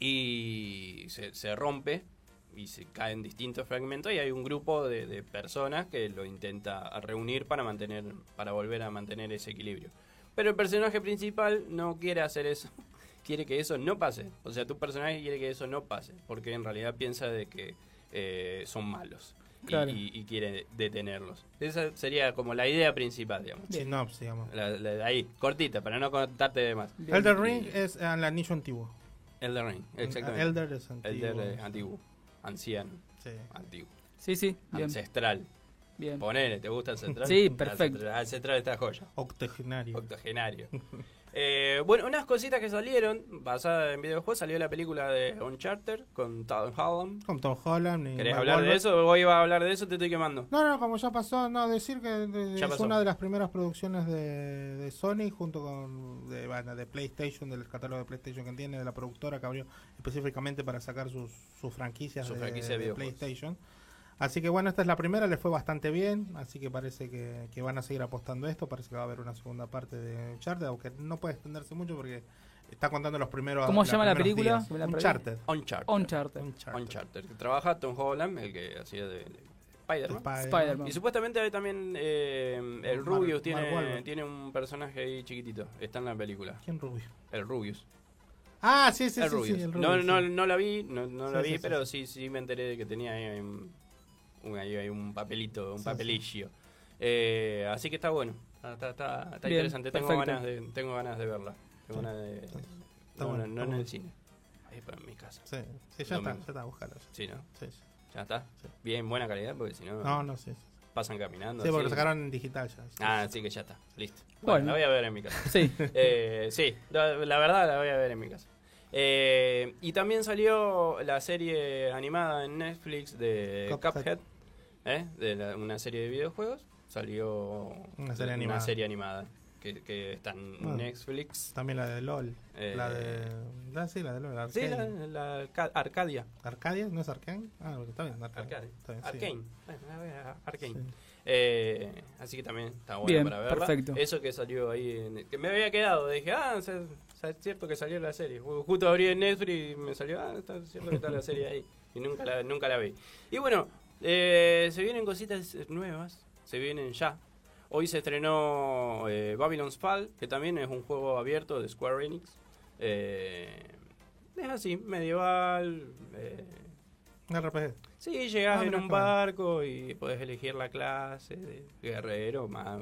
Speaker 2: y se, se rompe y se caen distintos fragmentos y hay un grupo de, de personas que lo intenta reunir para mantener para volver a mantener ese equilibrio. Pero el personaje principal no quiere hacer eso. Quiere que eso no pase. O sea, tu personaje quiere que eso no pase. Porque en realidad piensa de que eh, son malos. y-
Speaker 3: Claro.
Speaker 2: Y, y quiere detenerlos. Esa sería como la idea principal, digamos.
Speaker 4: Sinopsis, digamos.
Speaker 2: La- la- ahí, cortita, para no contarte de más.
Speaker 3: Bien.
Speaker 4: Elder Ring es eh, el anillo antiguo.
Speaker 2: Elder Ring, exactamente.
Speaker 4: Elder es antiguo.
Speaker 2: Elder, eh, antiguo. Anciano.
Speaker 4: Sí.
Speaker 2: Antiguo.
Speaker 3: Sí, sí,
Speaker 2: Ah,
Speaker 3: bien.
Speaker 2: Ancestral.
Speaker 3: bien.
Speaker 2: Ponele, ¿te gusta ancestral?
Speaker 3: Sí, perfecto.
Speaker 2: Ancestral, ancestral está joya.
Speaker 4: Octogenario.
Speaker 2: Octogenario. Eh, bueno, unas cositas que salieron basadas en videojuegos. Salió la película de Uncharted con Todd Holland.
Speaker 4: Con Tom Holland. y
Speaker 2: ¿Querés
Speaker 4: Mark
Speaker 2: hablar de
Speaker 4: Wahlberg.
Speaker 2: eso? Vos ibas a hablar de eso, te estoy quemando.
Speaker 4: No, no, como ya pasó, no, decir que de-
Speaker 2: Ya
Speaker 4: es
Speaker 2: pasó.
Speaker 4: una de las primeras producciones de, de Sony junto con de, bueno, de PlayStation, del catálogo de PlayStation que tiene, de la productora que abrió específicamente para sacar sus, sus franquicias
Speaker 2: Su
Speaker 4: de,
Speaker 2: franquicia de
Speaker 4: de
Speaker 2: videojuegos.
Speaker 4: PlayStation. Así que bueno, esta es la primera, le fue bastante bien, así que parece que, que van a seguir apostando a esto, parece que va a haber una segunda parte de Uncharted, aunque no puede extenderse mucho porque está contando los primeros
Speaker 3: ¿Cómo
Speaker 4: los
Speaker 3: se llama la
Speaker 4: primeros
Speaker 3: película?
Speaker 4: días.
Speaker 3: Me la perdí.
Speaker 4: Uncharted.
Speaker 2: Uncharted.
Speaker 3: Uncharted.
Speaker 4: Uncharted.
Speaker 2: Uncharted. Que trabaja Tom Holland, el que hacía de, de Spider-Man.
Speaker 4: Spider-Man.
Speaker 3: Spider-Man.
Speaker 2: Y supuestamente hay también eh, el
Speaker 4: Mar-
Speaker 2: Rubius
Speaker 4: Mark
Speaker 2: tiene,
Speaker 4: Wahlberg.
Speaker 2: tiene un personaje ahí chiquitito. Está en la película.
Speaker 4: ¿Quién rubio?
Speaker 2: El Rubius.
Speaker 4: Ah, sí, sí,
Speaker 2: el
Speaker 4: sí, sí,
Speaker 2: Rubius.
Speaker 4: el
Speaker 2: no,
Speaker 4: Rubius,
Speaker 2: no,
Speaker 4: sí.
Speaker 2: no la vi, no, no la
Speaker 4: Sí,
Speaker 2: vi,
Speaker 4: sí, sí,
Speaker 2: pero sí. sí me enteré de que tenía ahí un, un- ahí hay un papelito, un
Speaker 4: Sí,
Speaker 2: papelillo. Eh, así que está bueno. Está, está- está- está
Speaker 3: Bien,
Speaker 2: interesante. Tengo
Speaker 3: perfecto.
Speaker 2: ganas, de, tengo ganas de verla. Tengo ganas de. no, no- no
Speaker 4: bueno, está
Speaker 2: en
Speaker 4: bueno.
Speaker 2: el cine. Ahí para mi casa.
Speaker 4: Sí, sí, ya está,
Speaker 2: Domingo.
Speaker 4: ya está, búscalo. ya.
Speaker 2: Sí, ¿no?
Speaker 4: Sí, sí.
Speaker 2: Ya está.
Speaker 4: Sí.
Speaker 2: Bien, buena calidad, porque si no,
Speaker 4: No, no, sí. Sí,
Speaker 2: pasan caminando.
Speaker 4: Sí, porque
Speaker 2: así.
Speaker 4: lo sacaron en digital ya. sí.
Speaker 2: Ah, sí que ya está. Listo.
Speaker 3: Bueno.
Speaker 2: bueno la voy a ver en mi casa.
Speaker 3: Sí,
Speaker 2: Eh, sí, la, la verdad la voy a ver en mi casa. Eh, y también salió la serie animada en Netflix de
Speaker 4: Cuphead.
Speaker 2: Cuphead, ¿eh? de la- una serie de videojuegos. Salió
Speaker 4: Una serie animada.
Speaker 2: serie animada que, que está en
Speaker 4: Bueno.
Speaker 2: Netflix.
Speaker 4: También la de LOL.
Speaker 2: Eh,
Speaker 4: La de. Ah, sí, la de LOL.
Speaker 2: Sí, la,
Speaker 4: Arcane.
Speaker 2: la Arca- Arcadia.
Speaker 4: ¿Arcadia? ¿No es Arcane? Ah, bueno, está bien.
Speaker 2: Arcade.
Speaker 4: Arcane. Está bien, sí.
Speaker 2: Arcane. Bueno, la voy a- Arcane.
Speaker 4: Sí.
Speaker 2: Eh, así que también está bueno
Speaker 3: Bien,
Speaker 2: para verla.
Speaker 3: perfecto.
Speaker 2: Eso que salió ahí, en- que me había quedado. Dije, ah, se- se- es cierto que salió la serie. Ju- Justo abrí en Netflix y me salió, ah, está es cierto que está la serie ahí. Y nunca la, nunca la vi. Y bueno, eh, se vienen cositas nuevas. Se vienen ya. Hoy se estrenó eh, Babylon's Fall, que también es un juego abierto de Square Enix. Eh, es así, medieval. eh,
Speaker 4: Un RPG.
Speaker 2: Sí, llegás
Speaker 4: Ah,
Speaker 2: en
Speaker 4: mirá
Speaker 2: un
Speaker 4: qué bueno.
Speaker 2: barco y podés elegir la clase de guerrero, más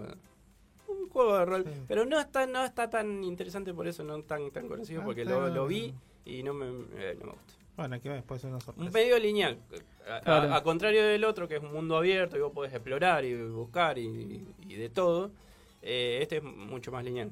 Speaker 2: un juego de rol,
Speaker 4: Sí.
Speaker 2: pero no está no está tan interesante por eso, no tan tan conocido
Speaker 4: Ah,
Speaker 2: porque
Speaker 4: está
Speaker 2: lo, lo vi
Speaker 4: bien.
Speaker 2: y no me eh, no me gusta.
Speaker 4: Bueno, aquí va después una
Speaker 2: Un
Speaker 4: sorpresa.
Speaker 2: medio lineal, a, a-
Speaker 3: Claro.
Speaker 2: a contrario del otro que es un mundo abierto y vos podés explorar y buscar y, y de todo, eh, este es mucho más lineal.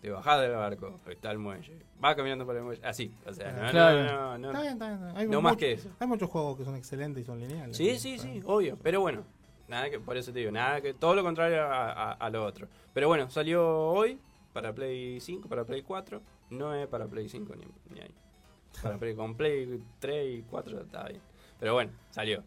Speaker 2: Te bajás del barco, está el muelle, vas caminando por el muelle, así, o sea, no, no,
Speaker 3: Claro.
Speaker 2: no, no,
Speaker 4: Está bien, está bien. Hay
Speaker 2: No
Speaker 4: mu-
Speaker 2: más que eso.
Speaker 4: Hay muchos juegos que son excelentes y son lineales.
Speaker 2: Sí, sí, sí, obvio. Pero bueno, nada que por eso te digo, nada que todo lo contrario a, a- a lo otro. Pero bueno, salió hoy para Play 5, para Play 4. No es para Play 5 ni, ni ahí. Para Play, con Play 3 y 4 está bien. Pero bueno, salió.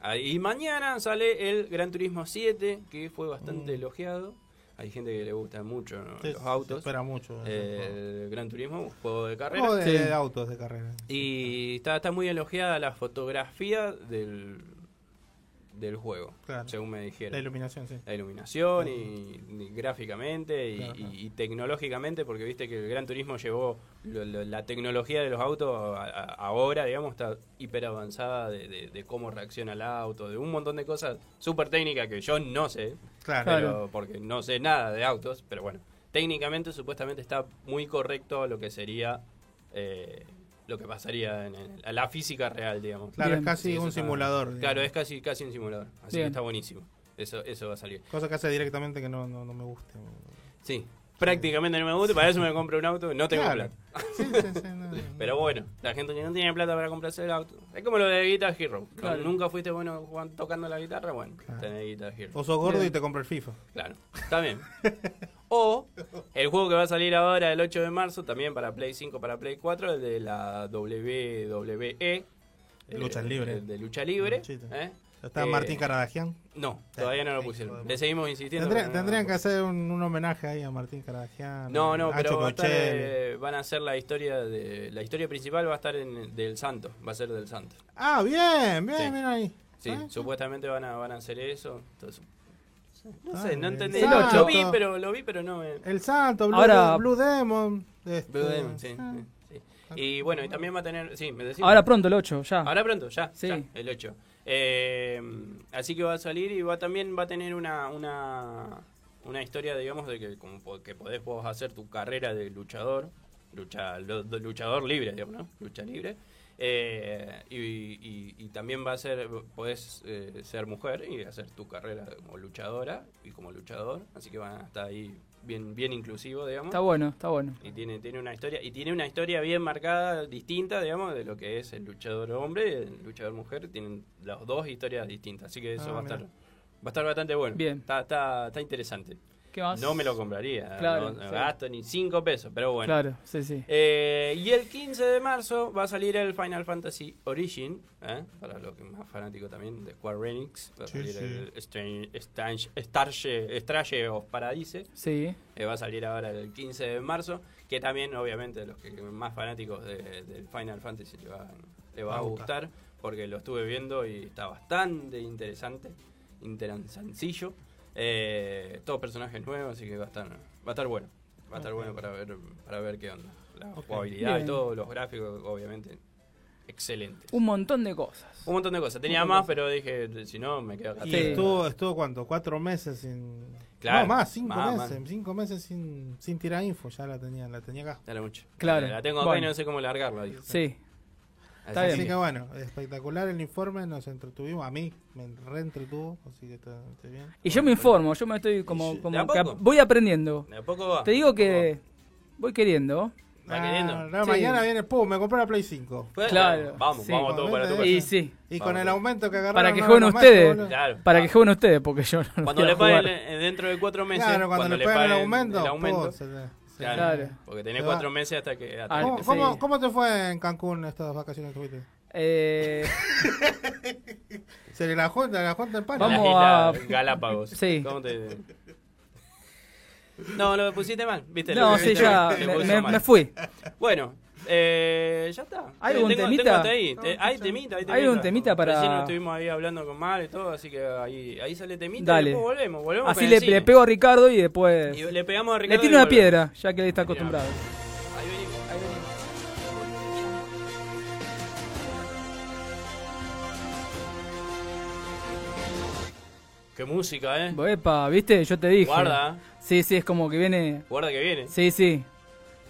Speaker 2: Ah, Y mañana sale el Gran Turismo 7, que fue bastante
Speaker 4: Mm.
Speaker 2: elogiado. Hay gente que le gusta mucho ¿no?
Speaker 4: Sí, sí,
Speaker 2: los
Speaker 4: se
Speaker 2: autos. Eh,
Speaker 4: espera mucho. ese
Speaker 2: el Gran Turismo, un juego de
Speaker 4: juego.
Speaker 2: carrera.
Speaker 4: Juego de,
Speaker 3: Sí.
Speaker 4: de autos de carrera.
Speaker 2: Y está, está muy elogiada la fotografía del, del juego,
Speaker 4: Claro.
Speaker 2: según me dijeron.
Speaker 4: La iluminación, sí.
Speaker 2: La iluminación y, y gráficamente y,
Speaker 4: Claro,
Speaker 2: y-
Speaker 4: claro.
Speaker 2: y tecnológicamente, porque viste que el Gran Turismo llevó lo- lo- la tecnología de los autos a- a- ahora, digamos, está hiper avanzada de, de- de cómo reacciona el auto, de un montón de cosas súper técnicas que yo no sé,
Speaker 4: Claro.
Speaker 2: pero porque no sé nada de autos, pero bueno, técnicamente supuestamente está muy correcto a lo que sería eh, lo que pasaría en el- a la física real, digamos.
Speaker 4: Claro,
Speaker 3: Bien.
Speaker 4: es casi
Speaker 2: Sí, eso
Speaker 4: un
Speaker 2: está-
Speaker 4: simulador.
Speaker 2: Claro,
Speaker 4: digamos.
Speaker 2: es casi casi un simulador, así que
Speaker 3: Bien.
Speaker 2: está buenísimo. Eso eso va a salir.
Speaker 4: Cosa que hace directamente que no, no, no me guste.
Speaker 2: Sí. prácticamente no me gusta, para eso me compro un auto, no tengo
Speaker 4: Claro.
Speaker 2: plata.
Speaker 4: Sí, sí, sí, no, no.
Speaker 2: Pero bueno, la gente que no tiene plata para comprarse el auto. Es como lo de Guitar Hero. Como
Speaker 3: Claro.
Speaker 2: Nunca fuiste bueno jugando- tocando la guitarra, bueno, tenés Guitar Hero.
Speaker 4: O sos gordo y te compra el FIFA.
Speaker 2: Claro, también. O el juego que va a salir ahora el 8 de marzo, también para Play 5, para Play 4, el de la WWE. eh,
Speaker 4: Lucha libre.
Speaker 2: el de lucha libre.
Speaker 4: Luchita.
Speaker 2: ¿eh?
Speaker 4: Está
Speaker 2: Eh,
Speaker 4: Martín Caradagian.
Speaker 2: No, todavía no lo
Speaker 4: Sí,
Speaker 2: pusieron.
Speaker 4: podemos.
Speaker 2: Le seguimos insistiendo.
Speaker 4: Tendría-
Speaker 2: pero no-
Speaker 4: tendrían que hacer un, un homenaje ahí a Martín Caradagian.
Speaker 2: No, no,
Speaker 4: a
Speaker 2: pero
Speaker 4: Nacho
Speaker 2: va a estar,
Speaker 4: Cochel.
Speaker 2: eh, van a hacer la historia de la historia principal va a estar en del Santo, va a ser del Santo.
Speaker 4: Ah, bien, bien,
Speaker 2: Sí.
Speaker 4: bien ahí.
Speaker 2: Sí,
Speaker 4: Ah,
Speaker 2: supuestamente van a van a hacer eso. Entonces, no
Speaker 4: Ah,
Speaker 2: sé, no
Speaker 4: bien.
Speaker 2: entendí.
Speaker 3: El
Speaker 2: Lo-
Speaker 3: ocho.
Speaker 2: Lo vi, pero lo vi, pero no. eh,
Speaker 4: El Santo, Blue,
Speaker 3: Ahora-
Speaker 4: Blue Demon. este,
Speaker 2: Blue Demon, sí,
Speaker 4: ah.
Speaker 2: sí, sí. Y bueno, y también va a tener, sí, me decís.
Speaker 3: Ahora pronto, el 8, ya.
Speaker 2: Ahora pronto, ya,
Speaker 3: Sí.
Speaker 2: ya, el 8. Eh, así que va a salir y va también va a tener una, una, una historia, digamos, de que, como po- que podés vos hacer tu carrera de luchador, lucha, lo- de luchador libre, digamos, ¿no? Lucha libre. Eh, y, y- y también va a ser, podés eh, ser mujer y hacer tu carrera como luchadora y como luchador. Así que van a estar ahí bien, bien inclusivo, digamos.
Speaker 3: Está bueno, está bueno.
Speaker 2: Y tiene, tiene una historia, y tiene una historia bien marcada, distinta, digamos, de lo que es el luchador hombre y el luchador mujer. Tienen las dos historias distintas. Así que eso
Speaker 4: Ah,
Speaker 2: va a
Speaker 4: mira.
Speaker 2: estar. Va a estar bastante bueno.
Speaker 3: Bien.
Speaker 2: Está, está, está interesante.
Speaker 3: ¿Qué más?
Speaker 2: No me lo compraría.
Speaker 3: Claro,
Speaker 2: no, no
Speaker 3: sí.
Speaker 2: gasto ni cinco pesos, pero bueno.
Speaker 3: Claro, sí, sí.
Speaker 2: Eh, y el 15 de marzo va a salir el Final Fantasy Origin, ¿eh? para los que más fanáticos también de Square Enix. Va a
Speaker 4: Sí,
Speaker 2: salir
Speaker 4: sí.
Speaker 2: el Strange, Strange, Starge- Strange of Paradise.
Speaker 3: Sí.
Speaker 2: Eh, va a salir ahora el 15 de marzo, que también obviamente los que más fanáticos de- del Final Fantasy le, van- le va a
Speaker 4: Va a
Speaker 2: gustar, porque lo estuve viendo y está bastante interesante, interesancillo. Eh, todos personajes nuevos, así que va a estar, va a estar bueno. Va a estar bueno para ver, para ver qué onda. La jugabilidad
Speaker 3: Bien.
Speaker 2: y todos los gráficos, obviamente, excelente.
Speaker 3: Un montón de cosas.
Speaker 2: Un montón de cosas. Tenía más, pero dije, si no, me quedo acá.
Speaker 4: Y
Speaker 3: Sí.
Speaker 4: estuvo, estuvo cuánto, cuatro meses sin.
Speaker 2: Claro,
Speaker 4: no, más, cinco
Speaker 2: más,
Speaker 4: meses.
Speaker 2: más.
Speaker 4: Cinco meses sin, sin tirar info, ya la tenía, la tenía acá.
Speaker 2: Dale mucho.
Speaker 3: Claro.
Speaker 2: La tengo acá
Speaker 3: Bueno.
Speaker 2: y no sé cómo largarla. dije.
Speaker 3: Sí. Está
Speaker 2: Así
Speaker 4: Así
Speaker 3: bien.
Speaker 4: que bueno, espectacular el informe, nos entretuvimos, a mí me reentretuvo, así que está, está bien.
Speaker 3: Y yo me informo, yo me estoy como, como
Speaker 2: ¿De a
Speaker 3: que
Speaker 2: poco?
Speaker 3: voy aprendiendo.
Speaker 2: ¿De a poco va?
Speaker 3: Te digo que voy queriendo.
Speaker 2: Va queriendo.
Speaker 4: Ah, no,
Speaker 3: Sí.
Speaker 4: Mañana viene, pum, me compré la Play 5.
Speaker 2: Bueno,
Speaker 3: Claro.
Speaker 2: Vamos,
Speaker 3: Sí.
Speaker 2: vamos todos para tu
Speaker 4: Igualmente,
Speaker 2: casa.
Speaker 3: Y sí,
Speaker 4: Y
Speaker 2: Vamos.
Speaker 4: con el aumento que agarraron.
Speaker 3: Para que
Speaker 4: no,
Speaker 3: jueven
Speaker 4: nomás,
Speaker 3: ustedes.
Speaker 4: boludo.
Speaker 2: Claro. Ah.
Speaker 3: para que jueguen ustedes, porque yo no lo
Speaker 2: Cuando
Speaker 3: voy a
Speaker 2: le paguen
Speaker 3: jugar.
Speaker 2: eh, dentro de cuatro meses.
Speaker 4: Claro, cuando, le pagan el aumento.
Speaker 2: el aumento,
Speaker 4: pum, se te- se-
Speaker 2: claro,
Speaker 3: Claro.
Speaker 2: Porque tenés
Speaker 4: Se va.
Speaker 2: cuatro meses hasta que. hasta
Speaker 3: Ah,
Speaker 2: que
Speaker 4: ¿Cómo,
Speaker 2: te-
Speaker 3: sí.
Speaker 4: cómo, cómo te fue en Cancún estas vacaciones que tuviste?
Speaker 3: Eh,
Speaker 4: Se le la junta, la junta en
Speaker 2: en
Speaker 4: palo.
Speaker 2: las
Speaker 3: vamos
Speaker 2: Islas
Speaker 3: a-
Speaker 2: Galápagos.
Speaker 3: Sí.
Speaker 2: ¿Cómo te- No, lo pusiste mal, ¿viste? Lo
Speaker 3: no, sí,
Speaker 2: pusiste
Speaker 3: ya
Speaker 2: mal, te
Speaker 3: me,
Speaker 2: puso
Speaker 3: me-
Speaker 2: mal.
Speaker 3: me fui.
Speaker 2: Bueno, eh, ya está.
Speaker 3: ¿Hay
Speaker 2: Eh,
Speaker 3: algún
Speaker 2: tengo-
Speaker 3: temita?
Speaker 2: tengo hasta ahí, te- hay temita, hay temita.
Speaker 3: algún temita para-
Speaker 2: Recién estuvimos ahí hablando con Mal y todo, así que ahí, ahí sale temita
Speaker 3: Dale.
Speaker 2: y después volvemos. volvemos
Speaker 3: Así
Speaker 2: con
Speaker 3: le,
Speaker 2: el cine.
Speaker 3: le pego a Ricardo y después
Speaker 2: Y le pegamos a Ricardo
Speaker 3: le tiro
Speaker 2: y
Speaker 3: una
Speaker 2: volvemos.
Speaker 3: piedra, ya que él está acostumbrado.
Speaker 2: Ahí venimos, ahí venimos. Qué música, eh.
Speaker 3: Epa, ¿viste? Yo te dije.
Speaker 2: Guarda,
Speaker 3: Sí, sí, es como que viene.
Speaker 2: guarda que viene.
Speaker 3: Sí, sí.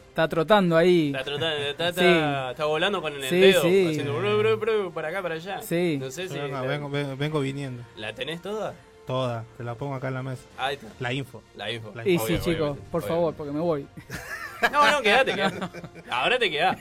Speaker 3: Está trotando ahí.
Speaker 2: Está, trota- está- está-
Speaker 3: Sí.
Speaker 2: está volando con el
Speaker 3: Sí,
Speaker 2: dedo,
Speaker 3: sí.
Speaker 2: haciendo bru, bru, bru, para acá, para allá.
Speaker 3: Sí.
Speaker 2: No sé si
Speaker 4: Vengo,
Speaker 2: la,
Speaker 4: Ah, vengo, vengo- vengo viniendo.
Speaker 2: ¿la tenés toda.
Speaker 4: Toda, te la pongo acá en la mesa.
Speaker 2: Ahí está.
Speaker 4: La info.
Speaker 2: La info.
Speaker 4: La
Speaker 3: Y
Speaker 2: Obvio,
Speaker 3: sí, chicos,
Speaker 2: obviamente,
Speaker 3: por favor, porque me voy.
Speaker 2: obviamente. No, no, quedate, quedate. Ahora te quedás.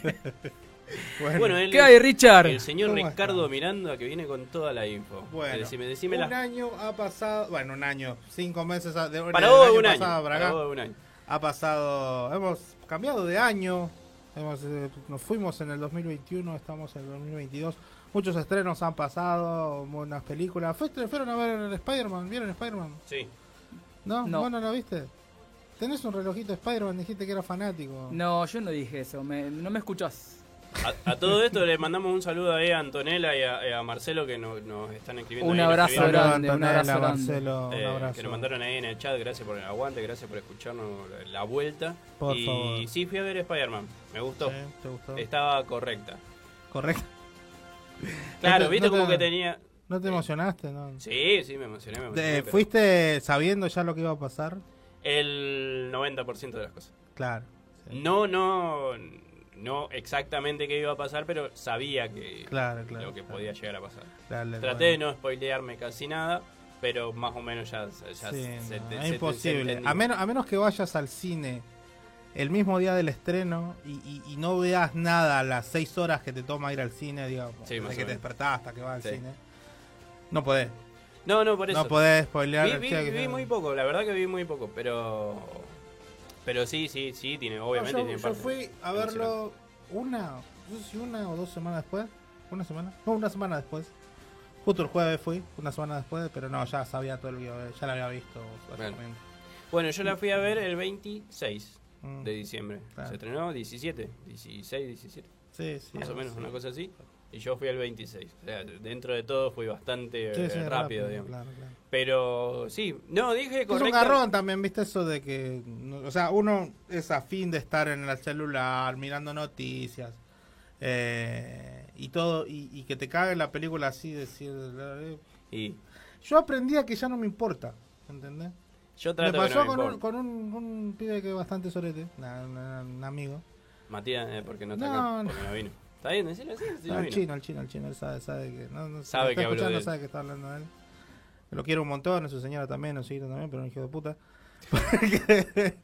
Speaker 4: Bueno,
Speaker 2: Bueno, eh, él
Speaker 3: ¿Qué hay, Richard?
Speaker 2: El señor
Speaker 4: ¿Cómo está?
Speaker 2: Ricardo Miranda que viene con toda la info.
Speaker 4: Bueno.
Speaker 2: decime, decime
Speaker 4: un
Speaker 2: las
Speaker 4: año ha pasado, bueno, un año, cinco meses a- de,
Speaker 2: Para
Speaker 4: del
Speaker 2: vos
Speaker 4: año
Speaker 2: un año.
Speaker 4: pasado para acá.
Speaker 2: Para vos un año.
Speaker 4: Ha pasado, hemos cambiado de año, hemos, eh, nos fuimos en el 2021, estamos en el 2022. Muchos estrenos han pasado, buenas películas. ¿Fuiste, fueron a ver el Spider-Man? ¿Vieron Spider-Man?
Speaker 2: Sí.
Speaker 4: ¿No?
Speaker 3: No.
Speaker 4: ¿Vos no lo viste? Tenés un relojito de Spider-Man, dijiste que era fanático.
Speaker 3: No, yo no dije eso, me- no me escuchás.
Speaker 2: A, a todo esto le mandamos un saludo ahí a Antonella y a, y a Marcelo que nos, nos están escribiendo.
Speaker 3: Un
Speaker 2: ahí, nos
Speaker 3: abrazo
Speaker 2: escribieron,
Speaker 3: grande. un
Speaker 4: Antonella,
Speaker 3: abrazo grande.
Speaker 4: Marcelo, un
Speaker 2: eh,
Speaker 4: abrazo.
Speaker 2: Que nos mandaron ahí en el chat. Gracias por el aguante, gracias por escucharnos la vuelta.
Speaker 4: Por
Speaker 2: y
Speaker 4: favor.
Speaker 2: sí, fui a ver Spider-Man. Me gustó.
Speaker 4: Sí, ¿Te gustó?
Speaker 2: Estaba correcta.
Speaker 4: Correcto.
Speaker 2: Claro,
Speaker 4: No te-
Speaker 2: viste
Speaker 4: no te-
Speaker 2: como que tenía.
Speaker 4: ¿No te emocionaste? No.
Speaker 2: Sí, sí, me emocioné. Me emocioné
Speaker 4: Eh,
Speaker 2: pero
Speaker 4: ¿Fuiste sabiendo ya lo que iba a pasar?
Speaker 2: El 90% de las cosas.
Speaker 4: Claro. sí.
Speaker 2: No, no. No exactamente qué iba a pasar, pero sabía que
Speaker 4: Claro, claro.
Speaker 2: lo que podía llegar a pasar.
Speaker 4: Dale,
Speaker 2: Traté de no spoilearme casi nada. pero más o menos ya, ya
Speaker 4: Sí,
Speaker 2: se-
Speaker 4: no,
Speaker 2: se-
Speaker 4: es
Speaker 2: se- se- se
Speaker 4: imposible.
Speaker 2: entendía.
Speaker 4: a, menos, a menos que vayas al cine el mismo día del estreno y, y- y no veas nada a las seis horas que te toma ir al cine, digamos,
Speaker 2: Sí, más o
Speaker 4: desde que te
Speaker 2: menos.
Speaker 4: despertás hasta que vas al
Speaker 2: Sí.
Speaker 4: cine. No podés.
Speaker 2: No, no, por eso.
Speaker 4: No podés spoilear.
Speaker 2: vi, vi-
Speaker 4: che, que-
Speaker 2: vi muy poco, la verdad que vi muy poco, pero. Pero sí, sí, sí, tiene, obviamente
Speaker 4: No, yo,
Speaker 2: tiene
Speaker 4: yo
Speaker 2: parte
Speaker 4: fui a verlo una, no sé si una o dos semanas después. ¿Una semana? No, una semana después. Justo el jueves fui, una semana después, pero no, ya sabía todo el guión, ya la había visto. básicamente.
Speaker 2: Bueno, yo la fui a ver el 26
Speaker 4: Mm.
Speaker 2: de diciembre.
Speaker 4: Claro.
Speaker 2: Se estrenó 17, 16, 17,
Speaker 4: Sí, sí.
Speaker 2: más o menos, una cosa así. Y yo fui al 26. O sea, dentro de todo fui bastante
Speaker 4: Sí,
Speaker 2: eh,
Speaker 4: sí,
Speaker 2: rápido, digamos.
Speaker 4: claro, claro.
Speaker 2: Pero sí, no, dije
Speaker 4: Es
Speaker 2: correcto.
Speaker 4: un garrón también, viste eso de que, no- o sea, uno es afín de estar en el celular, mirando noticias eh, y todo, y, y que te cague la película así, decir, eh,
Speaker 2: Y
Speaker 4: yo aprendí a que ya no me importa, ¿entendés?
Speaker 2: yo
Speaker 4: Me
Speaker 2: trato de
Speaker 4: pasó
Speaker 2: no
Speaker 4: con,
Speaker 2: me
Speaker 4: un,
Speaker 2: importa.
Speaker 4: con un, un pibe que es bastante sorete, na- na- un amigo.
Speaker 2: Matías, eh, porque no está
Speaker 4: No,
Speaker 2: acá,
Speaker 4: no.
Speaker 2: porque no vino. ¿Está bien? decirlo así, si
Speaker 4: No,
Speaker 2: no
Speaker 4: el
Speaker 2: vino.
Speaker 4: chino, el chino, el chino, él sabe, sabe que. No, no, si
Speaker 2: Sabe
Speaker 4: lo está
Speaker 2: que hablo
Speaker 4: escuchando,
Speaker 2: de él.
Speaker 4: sabe que está hablando de él. Lo quiero un montón, a su señora también, a su hijito también, pero un hijo de puta. Porque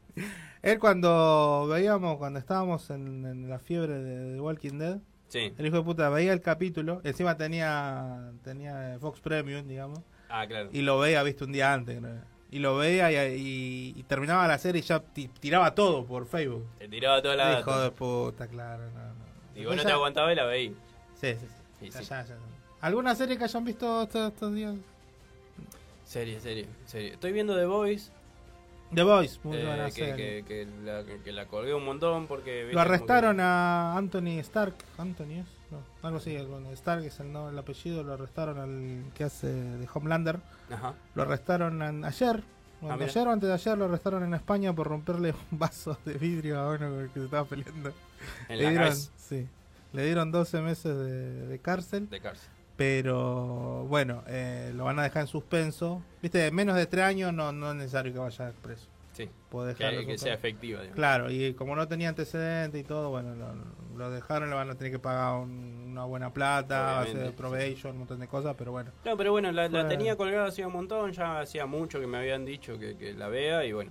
Speaker 4: él cuando veíamos, cuando estábamos en, en la fiebre de, de Walking Dead,
Speaker 2: Sí,
Speaker 4: el hijo de puta veía el capítulo, encima tenía, tenía eh, Fox Premium, digamos,
Speaker 2: ah, claro.
Speaker 4: y lo veía, viste, un día antes, creo. Y lo veía y, y- y terminaba la serie y ya ti- tiraba todo por Facebook.
Speaker 2: Te tiraba toda la
Speaker 4: Hijo de
Speaker 2: data.
Speaker 4: puta, claro. No, no.
Speaker 2: Y vos no te
Speaker 4: Ella-
Speaker 2: aguantabas y la veí.
Speaker 4: Sí, sí, sí.
Speaker 2: Sí,
Speaker 4: Ya,
Speaker 2: sí.
Speaker 4: ya, ya. ¿Alguna serie que hayan visto estos, estos días?
Speaker 2: Serie, serie, serie. Estoy viendo The Voice,
Speaker 4: The Voice, muy
Speaker 2: eh,
Speaker 4: buena
Speaker 2: que,
Speaker 4: serie.
Speaker 2: que, que la, que la colgué un montón porque... viste,
Speaker 4: Lo
Speaker 2: como que-
Speaker 4: arrestaron a Anthony Stark. ¿Anthony es? No, algo así. Bueno, Stark es el, nombre, el apellido. Lo arrestaron al que hace de Homelander.
Speaker 2: Ajá.
Speaker 4: Lo arrestaron an- ayer. o
Speaker 2: Ah, mira.
Speaker 4: ayer o antes de ayer lo arrestaron en España por romperle un vaso de vidrio a uno que se estaba peleando.
Speaker 2: En
Speaker 4: Le
Speaker 2: la
Speaker 4: dieron,
Speaker 2: cárcel.
Speaker 4: sí, le dieron 12 meses de, de cárcel.
Speaker 2: De cárcel.
Speaker 4: Pero bueno, eh, lo van a dejar en suspenso. Viste, menos de tres años no, no es necesario que vaya preso.
Speaker 2: Sí.
Speaker 4: Podés dejarlo
Speaker 2: Que, que
Speaker 4: suspenso.
Speaker 2: sea efectiva. digamos.
Speaker 4: Claro, y como no tenía antecedentes y todo, bueno, lo, lo dejaron, le van a tener que pagar un- una buena plata, va a ser
Speaker 2: Obviamente,
Speaker 4: probation, un montón de cosas, pero bueno.
Speaker 2: No, pero bueno, la, la
Speaker 4: Fue-
Speaker 2: tenía colgada hacía un montón, ya hacía mucho que me habían dicho que, que la vea y bueno.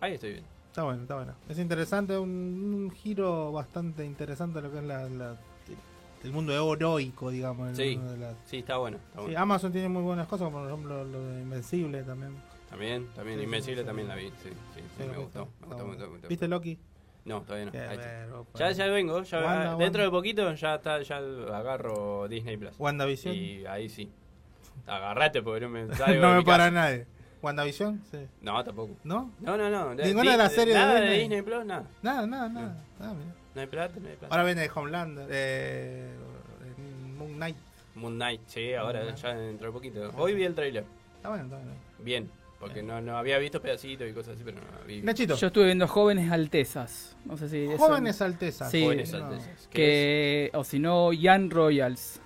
Speaker 2: Ahí estoy bien.
Speaker 4: Está bueno, está bueno. Es interesante, un, un giro bastante interesante lo que es la, la- el mundo heroico, digamos. el
Speaker 2: Sí.
Speaker 4: mundo de la-
Speaker 2: Sí, está bueno. Está
Speaker 4: Sí,
Speaker 2: bueno.
Speaker 4: Amazon tiene muy buenas cosas, como por ejemplo lo de Invencible también.
Speaker 2: También, también.
Speaker 4: ah. Sí, sí,
Speaker 2: Invencible
Speaker 4: sí.
Speaker 2: también la vi. Sí, sí, sí,
Speaker 4: Sí,
Speaker 2: me
Speaker 4: lo que
Speaker 2: gustó.
Speaker 4: está-
Speaker 2: Me gustó, me
Speaker 4: está bueno.
Speaker 2: gustó, me gustó.
Speaker 4: ¿Viste Loki?
Speaker 2: No, todavía
Speaker 4: Qué
Speaker 2: no. Ahí está.
Speaker 4: verbo, pues.
Speaker 2: Ya,
Speaker 4: para-
Speaker 2: ya vengo, ya
Speaker 4: Wanda,
Speaker 2: ah,
Speaker 4: Wanda.
Speaker 2: dentro de poquito ya está, ya agarro Disney Plus.
Speaker 4: WandaVision.
Speaker 2: Y ahí sí. Agarrate porque no me salgo
Speaker 4: no
Speaker 2: de
Speaker 4: me
Speaker 2: mi
Speaker 4: para
Speaker 2: casa.
Speaker 4: nadie. WandaVision, sí.
Speaker 2: No, tampoco.
Speaker 4: ¿No?
Speaker 2: No, no, no.
Speaker 4: Ninguna de las series de
Speaker 2: nada de
Speaker 4: Disney.
Speaker 2: Disney. Plus, nada.
Speaker 4: Nada, nada, nada. nada, mira.
Speaker 2: No hay plata, no hay plata.
Speaker 4: Ahora viene de Homelander, eh, Moon Knight.
Speaker 2: Moon Knight, sí, ahora
Speaker 4: Moon Knight.
Speaker 2: ya dentro de poquito. Hoy vi el trailer.
Speaker 4: Está bueno, está bueno.
Speaker 2: Bien. Porque no, no había visto pedacitos y cosas así, pero no vi.
Speaker 4: Nachito,
Speaker 3: Yo estuve viendo Jóvenes Altezas. No sé si. eso-
Speaker 4: Jóvenes Altezas.
Speaker 3: Sí.
Speaker 2: Jóvenes
Speaker 4: No.
Speaker 2: Altezas, ¿qué es?
Speaker 3: que o si no Young Royals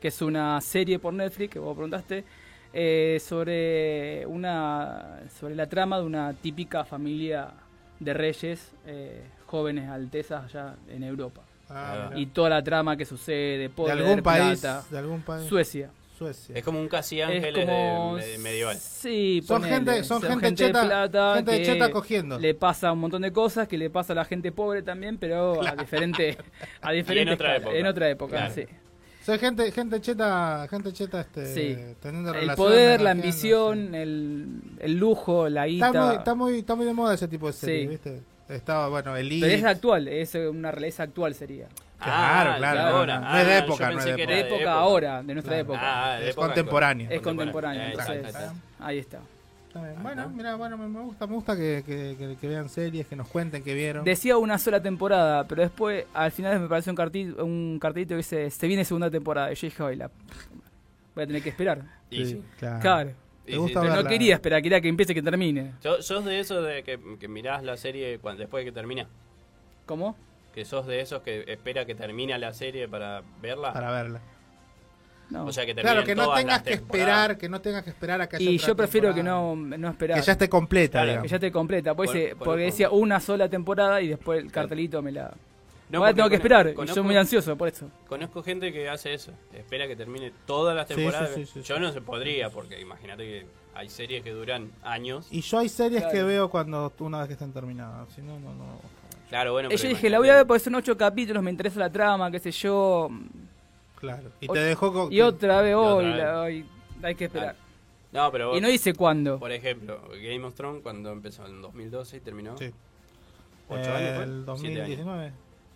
Speaker 3: que es una serie por Netflix que vos preguntaste eh, sobre una sobre la trama de una típica familia de reyes eh, jóvenes altezas allá en Europa
Speaker 4: Ah, mira.
Speaker 3: y toda la trama que sucede
Speaker 4: de
Speaker 3: poder
Speaker 4: algún país,
Speaker 3: plata
Speaker 4: de algún país.
Speaker 3: Suecia
Speaker 4: Suecia.
Speaker 2: Es como un casi
Speaker 3: Es
Speaker 2: ángeles de-
Speaker 3: como-
Speaker 2: de, medieval.
Speaker 3: sí
Speaker 4: Son
Speaker 3: ponele,
Speaker 4: gente, son gente, cheta,
Speaker 3: de plata
Speaker 4: gente
Speaker 3: que-
Speaker 4: cheta cogiendo.
Speaker 3: le pasa un montón de cosas que le pasa a la gente pobre también, pero a diferente a diferente
Speaker 2: otra
Speaker 3: escala,
Speaker 2: época.
Speaker 3: en otra época,
Speaker 2: Claro.
Speaker 3: sí.
Speaker 4: Son gente, gente cheta, gente cheta este
Speaker 3: Sí.
Speaker 4: teniendo
Speaker 3: El
Speaker 4: relaciones,
Speaker 3: poder, la
Speaker 4: haciendo,
Speaker 3: ambición,
Speaker 4: sí.
Speaker 3: el, el lujo, la guita.
Speaker 4: Está muy, está muy está muy de moda ese tipo de serie,
Speaker 3: Sí.
Speaker 4: ¿viste? Estaba bueno, Elite.
Speaker 3: Pero es actual, es una realeza actual sería.
Speaker 4: Claro, claro,
Speaker 3: claro.
Speaker 2: Ah, ahora.
Speaker 4: No, no es de
Speaker 2: Ah, yo
Speaker 4: época, no es
Speaker 2: pensé
Speaker 4: de
Speaker 2: que
Speaker 3: De
Speaker 2: era
Speaker 4: Era
Speaker 3: época ahora, de nuestra
Speaker 4: Claro.
Speaker 3: época.
Speaker 2: Ah, de
Speaker 4: es
Speaker 2: época
Speaker 4: contemporáneo.
Speaker 3: Es contemporáneo,
Speaker 2: Eh,
Speaker 4: entonces.
Speaker 2: exacto, exacto.
Speaker 3: Ahí está.
Speaker 4: Está bien. Bueno, mira, bueno, me, me gusta, me gusta que, que- que- que vean series, que nos cuenten que vieron.
Speaker 3: Decía una sola temporada, pero después al final me parece un, cartil, un cartelito que dice, se viene segunda temporada de Jay Hoyla. Voy a tener que esperar.
Speaker 2: Y sí.
Speaker 4: claro.
Speaker 3: Claro.
Speaker 4: ¿Te
Speaker 2: Y sí,
Speaker 4: gusta
Speaker 3: Pero
Speaker 4: verla?
Speaker 3: no quería esperar, quería que empiece, que termine.
Speaker 2: So- ¿Sos de esos de que, que mirás la serie cuan- después de que termina?
Speaker 3: ¿Cómo?
Speaker 2: ¿Que sos de esos que espera que termine la serie para verla?
Speaker 4: Para verla.
Speaker 3: No.
Speaker 2: O sea, que terminen
Speaker 4: Claro, que no
Speaker 2: todas
Speaker 4: tengas
Speaker 2: las
Speaker 4: que
Speaker 2: temporadas.
Speaker 4: esperar, que no tengas que esperar a que haya
Speaker 3: y
Speaker 4: otra
Speaker 3: yo prefiero que
Speaker 4: temporada.
Speaker 3: no, no esperar.
Speaker 4: Que ya esté completa,
Speaker 2: Claro,
Speaker 4: digamos.
Speaker 3: Que ya te completa. Pues,
Speaker 2: Por-
Speaker 3: eh,
Speaker 2: por-
Speaker 3: porque
Speaker 2: por-
Speaker 3: decía una sola temporada y después el cartelito me la,
Speaker 2: No,
Speaker 3: Ahora
Speaker 2: porque
Speaker 3: tengo que
Speaker 2: con-
Speaker 3: esperar, y
Speaker 2: conozco-
Speaker 3: soy muy ansioso por eso.
Speaker 2: Conozco gente que hace eso, espera que termine todas las
Speaker 4: Sí,
Speaker 2: temporadas.
Speaker 4: sí, sí, sí,
Speaker 2: Yo
Speaker 4: sí.
Speaker 2: no se podría, porque imagínate que hay series que duran años.
Speaker 4: Y yo hay series
Speaker 3: Claro.
Speaker 4: que veo cuando una vez que están terminadas. Si no, no, no.
Speaker 2: Claro, bueno.
Speaker 3: Yo
Speaker 2: pero
Speaker 3: dije, la voy a ver
Speaker 2: imagínate-
Speaker 3: porque son ocho capítulos, me interesa la trama, qué sé yo.
Speaker 4: Claro. Y
Speaker 3: O-
Speaker 4: te dejó con.
Speaker 3: Y otra vez hoy,
Speaker 2: vez.
Speaker 3: la- hoy, hay que esperar.
Speaker 2: No, pero.
Speaker 3: Y no dice cuándo.
Speaker 2: Por ejemplo, Game of Thrones cuando empezó en 2012 y terminó.
Speaker 4: Sí.
Speaker 2: ¿Ocho
Speaker 4: Eh,
Speaker 2: años fue?
Speaker 4: El
Speaker 2: Siete años.
Speaker 4: 2019.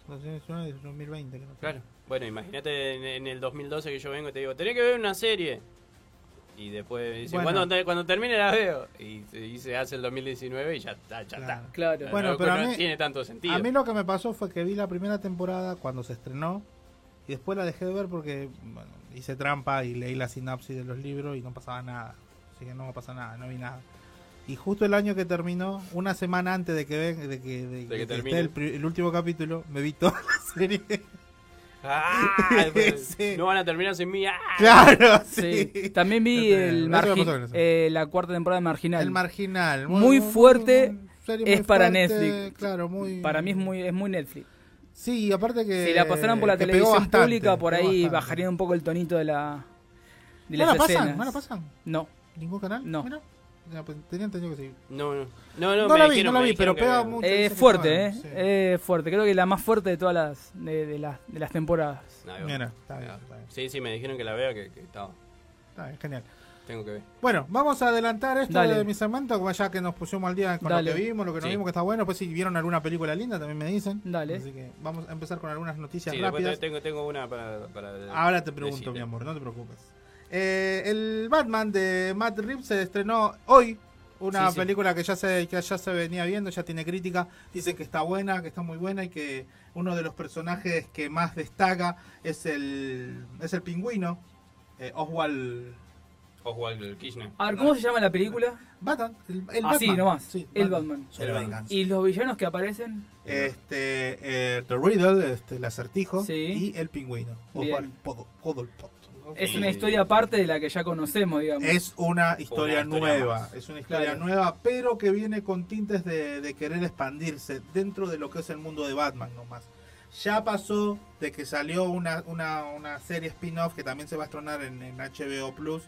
Speaker 4: 2019, 2020. creo.
Speaker 2: Claro. Bueno, imagínate en, en el 2012 que yo vengo y te digo, tenés que ver una serie. Y después me dicen,
Speaker 4: Bueno.
Speaker 2: cuando, cuando termine la veo. Y, se- y se hace el 2019 y ya está, ya
Speaker 4: Claro.
Speaker 2: está.
Speaker 3: Claro.
Speaker 4: Bueno,
Speaker 2: no,
Speaker 4: pero a
Speaker 2: no
Speaker 4: mí-
Speaker 2: tiene tanto sentido.
Speaker 4: A mí lo que me pasó fue que vi la primera temporada cuando se estrenó y después la dejé de ver porque bueno, hice trampa y leí la sinapsis de los libros y no pasaba nada. Así que no me pasa nada, no vi nada. Y justo el año que terminó, una semana antes de que ven- de que, de- de que esté
Speaker 2: termine.
Speaker 4: el, pri- el último capítulo, me vi toda la serie.
Speaker 2: ¡Ah! Pues,
Speaker 4: Sí.
Speaker 2: No van a terminar sin mí. ¡Ah!
Speaker 4: claro, sí.
Speaker 3: Sí. También vi el
Speaker 4: Eso me
Speaker 3: margi-
Speaker 4: pasó con eso.
Speaker 3: eh, la cuarta temporada de Marginal.
Speaker 4: El marginal.
Speaker 3: Muy fuerte,
Speaker 4: serie
Speaker 3: es para Netflix.
Speaker 4: Claro, muy.
Speaker 3: Para mí es muy, es muy Netflix.
Speaker 4: Sí, y aparte que.
Speaker 3: si la pasaran por la
Speaker 4: Eh, que pegó
Speaker 3: televisión
Speaker 4: bastante,
Speaker 3: pública, por
Speaker 4: pegó
Speaker 3: ahí
Speaker 4: bastante.
Speaker 3: bajaría un poco el tonito de la. De
Speaker 4: ¿No
Speaker 3: las
Speaker 4: la pasan?
Speaker 3: escenas.
Speaker 4: ¿No la pasan?
Speaker 3: No.
Speaker 4: ¿Ningún canal?
Speaker 3: No.
Speaker 4: Mira, ya, pues, tenía entendido que sí.
Speaker 2: No, no. No, no,
Speaker 4: No
Speaker 2: me
Speaker 4: la vi,
Speaker 2: dijeron-
Speaker 4: no la
Speaker 2: me
Speaker 4: vi, pero
Speaker 2: dijeron que-
Speaker 4: pega mucho.
Speaker 3: Es
Speaker 4: dice que
Speaker 3: fuerte, ¿eh?
Speaker 4: está bueno, sí.
Speaker 3: Es fuerte. Creo que es la más fuerte de todas las, de, de las, de las temporadas.
Speaker 2: No, digo,
Speaker 4: Mira, está bien, está bien.
Speaker 2: Sí, sí, me dijeron que la vea, que, que estaba.
Speaker 4: Está bien, genial.
Speaker 2: Tengo que ver.
Speaker 4: Bueno, vamos a adelantar esto
Speaker 3: Dale.
Speaker 4: de mi segmento, como ya que nos pusimos al día con
Speaker 3: Dale.
Speaker 4: lo que vimos, lo que no
Speaker 2: Sí.
Speaker 4: vimos que está bueno. Pues si vieron alguna película linda, también me dicen.
Speaker 3: Dale.
Speaker 4: Así que vamos a empezar con algunas noticias
Speaker 2: Sí, después
Speaker 4: rápidas.
Speaker 2: te- tengo, tengo una para. para
Speaker 4: Ahora te pregunto,
Speaker 2: decirte.
Speaker 4: mi amor, no te preocupes. Eh, el Batman de Matt Reeves se estrenó hoy. Una
Speaker 2: Sí, sí.
Speaker 4: película que ya se que ya se venía viendo, ya tiene crítica. Dicen que está buena, que está muy buena y que uno de los personajes que más destaca es el es el pingüino eh, Oswald
Speaker 2: Oswald Kirchner.
Speaker 3: A ver, ¿cómo se llama la película?
Speaker 4: Batman. El, el
Speaker 3: Así
Speaker 4: Batman.
Speaker 3: Ah, nomás,
Speaker 4: Sí,
Speaker 3: el Batman.
Speaker 2: El
Speaker 4: Sobre la
Speaker 2: Batman.
Speaker 4: venganza.
Speaker 3: ¿Y los villanos que aparecen?
Speaker 4: Este, eh, The Riddle, este, el acertijo
Speaker 3: Sí.
Speaker 4: y el pingüino.
Speaker 3: Bien.
Speaker 4: Oswald Pod- Cobblepot.
Speaker 3: Es
Speaker 2: Sí.
Speaker 3: una historia aparte de la que ya conocemos, digamos.
Speaker 4: Es una historia,
Speaker 2: historia
Speaker 4: nueva,
Speaker 2: más.
Speaker 4: es una historia
Speaker 3: Claro.
Speaker 4: nueva, pero que viene con tintes de, de querer expandirse dentro de lo que es el mundo de Batman nomás. Ya pasó de que salió una, una, una serie spin-off que también se va a estrenar en, en HBO Plus,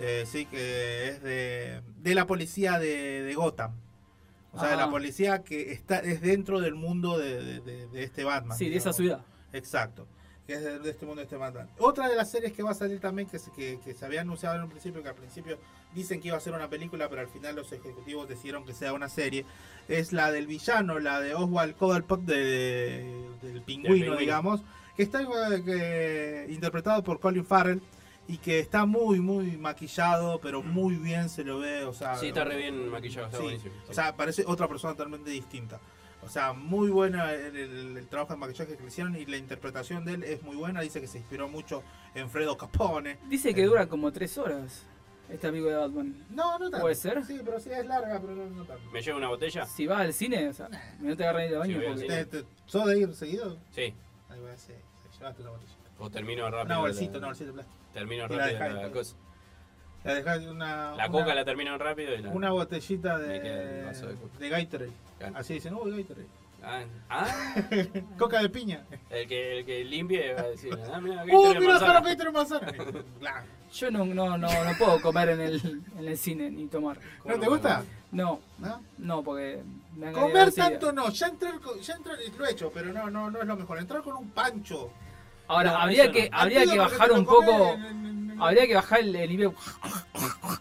Speaker 4: eh, sí, que es de, de la policía de, de Gotham. O sea, de la
Speaker 3: Ajá.
Speaker 4: policía que está es dentro del mundo de, de- de- de este Batman.
Speaker 3: sí, de esa
Speaker 4: digamos.
Speaker 3: ciudad.
Speaker 4: Exacto. Que es de, de este mundo de este Batman. Otra de las series que va a salir también, que se, que, que se había anunciado en un principio, que al principio dicen que iba a ser una película, pero al final los ejecutivos decidieron que sea una serie, es la del villano, la de Oswald Cobblepot, de, del pingüino,
Speaker 2: pingüino.
Speaker 4: digamos, que está eh, que- interpretado por Colin Farrell y que está muy, muy maquillado, pero muy bien se lo ve, o sea...
Speaker 2: Sí, está re bien maquillado, está
Speaker 4: Ah, Sí,
Speaker 2: buenísimo.
Speaker 4: O sea, parece otra persona totalmente distinta. O sea, muy buena el, el- el trabajo de maquillaje que le hicieron y la interpretación de él es muy buena. Dice que se inspiró mucho en Fredo Capone.
Speaker 3: Dice que dura como tres horas este amigo de Batman.
Speaker 4: No, no tanto.
Speaker 3: ¿Puede ser?
Speaker 4: Sí, pero sí es larga, pero no, no tanto.
Speaker 2: ¿Me llevo una botella?
Speaker 3: Si vas al cine, o sea, no te agarras ni de baño.
Speaker 2: Sí, voy al
Speaker 3: porque-
Speaker 2: cine.
Speaker 4: ¿Te- te- Este, ¿Sos de ir seguido?
Speaker 2: Sí.
Speaker 4: Ahí va, sí. sí, Llevaste una botellita.
Speaker 2: O termino rápido.
Speaker 4: Una
Speaker 2: la-
Speaker 4: bolsita, una bolsita de plástico.
Speaker 2: Termino
Speaker 4: Y la
Speaker 2: rápido
Speaker 4: dejás
Speaker 2: la,
Speaker 4: ahí.
Speaker 2: cosa.
Speaker 4: La dejás en una.
Speaker 2: La
Speaker 4: una-
Speaker 2: coca la termino rápido y la.
Speaker 4: Una botellita de.
Speaker 2: Me queda el vaso de coca.
Speaker 4: de Gatorade.
Speaker 2: Claro.
Speaker 4: Así dicen, uy, Gatorade.
Speaker 2: Ah, ah,
Speaker 4: Coca de piña.
Speaker 2: el que, el que limpie va a decir, ah, mira, aquí
Speaker 4: ¡Uh,
Speaker 2: tiene
Speaker 4: mira,
Speaker 2: manzana.
Speaker 4: dejaron Gatorade manzana! Claro.
Speaker 3: Yo no, no, no, no puedo comer en el, en el cine ni tomar.
Speaker 4: ¿No te gusta?
Speaker 3: No,
Speaker 4: ¿No?
Speaker 3: no, porque me dan ganas de
Speaker 4: Comer
Speaker 3: ansiedad.
Speaker 4: tanto no, ya entrar, con- ya entrar, eh, lo he hecho, pero no, no, no es lo mejor. Entrar con un pancho.
Speaker 3: Ahora,
Speaker 2: No,
Speaker 3: habría
Speaker 2: eso
Speaker 3: que,
Speaker 2: no.
Speaker 3: habría
Speaker 4: Al pedo
Speaker 3: que
Speaker 4: porque
Speaker 3: bajar
Speaker 4: te lo
Speaker 3: un
Speaker 4: comés
Speaker 3: poco.
Speaker 4: en- en- en-
Speaker 3: Habría que bajar el, el nivel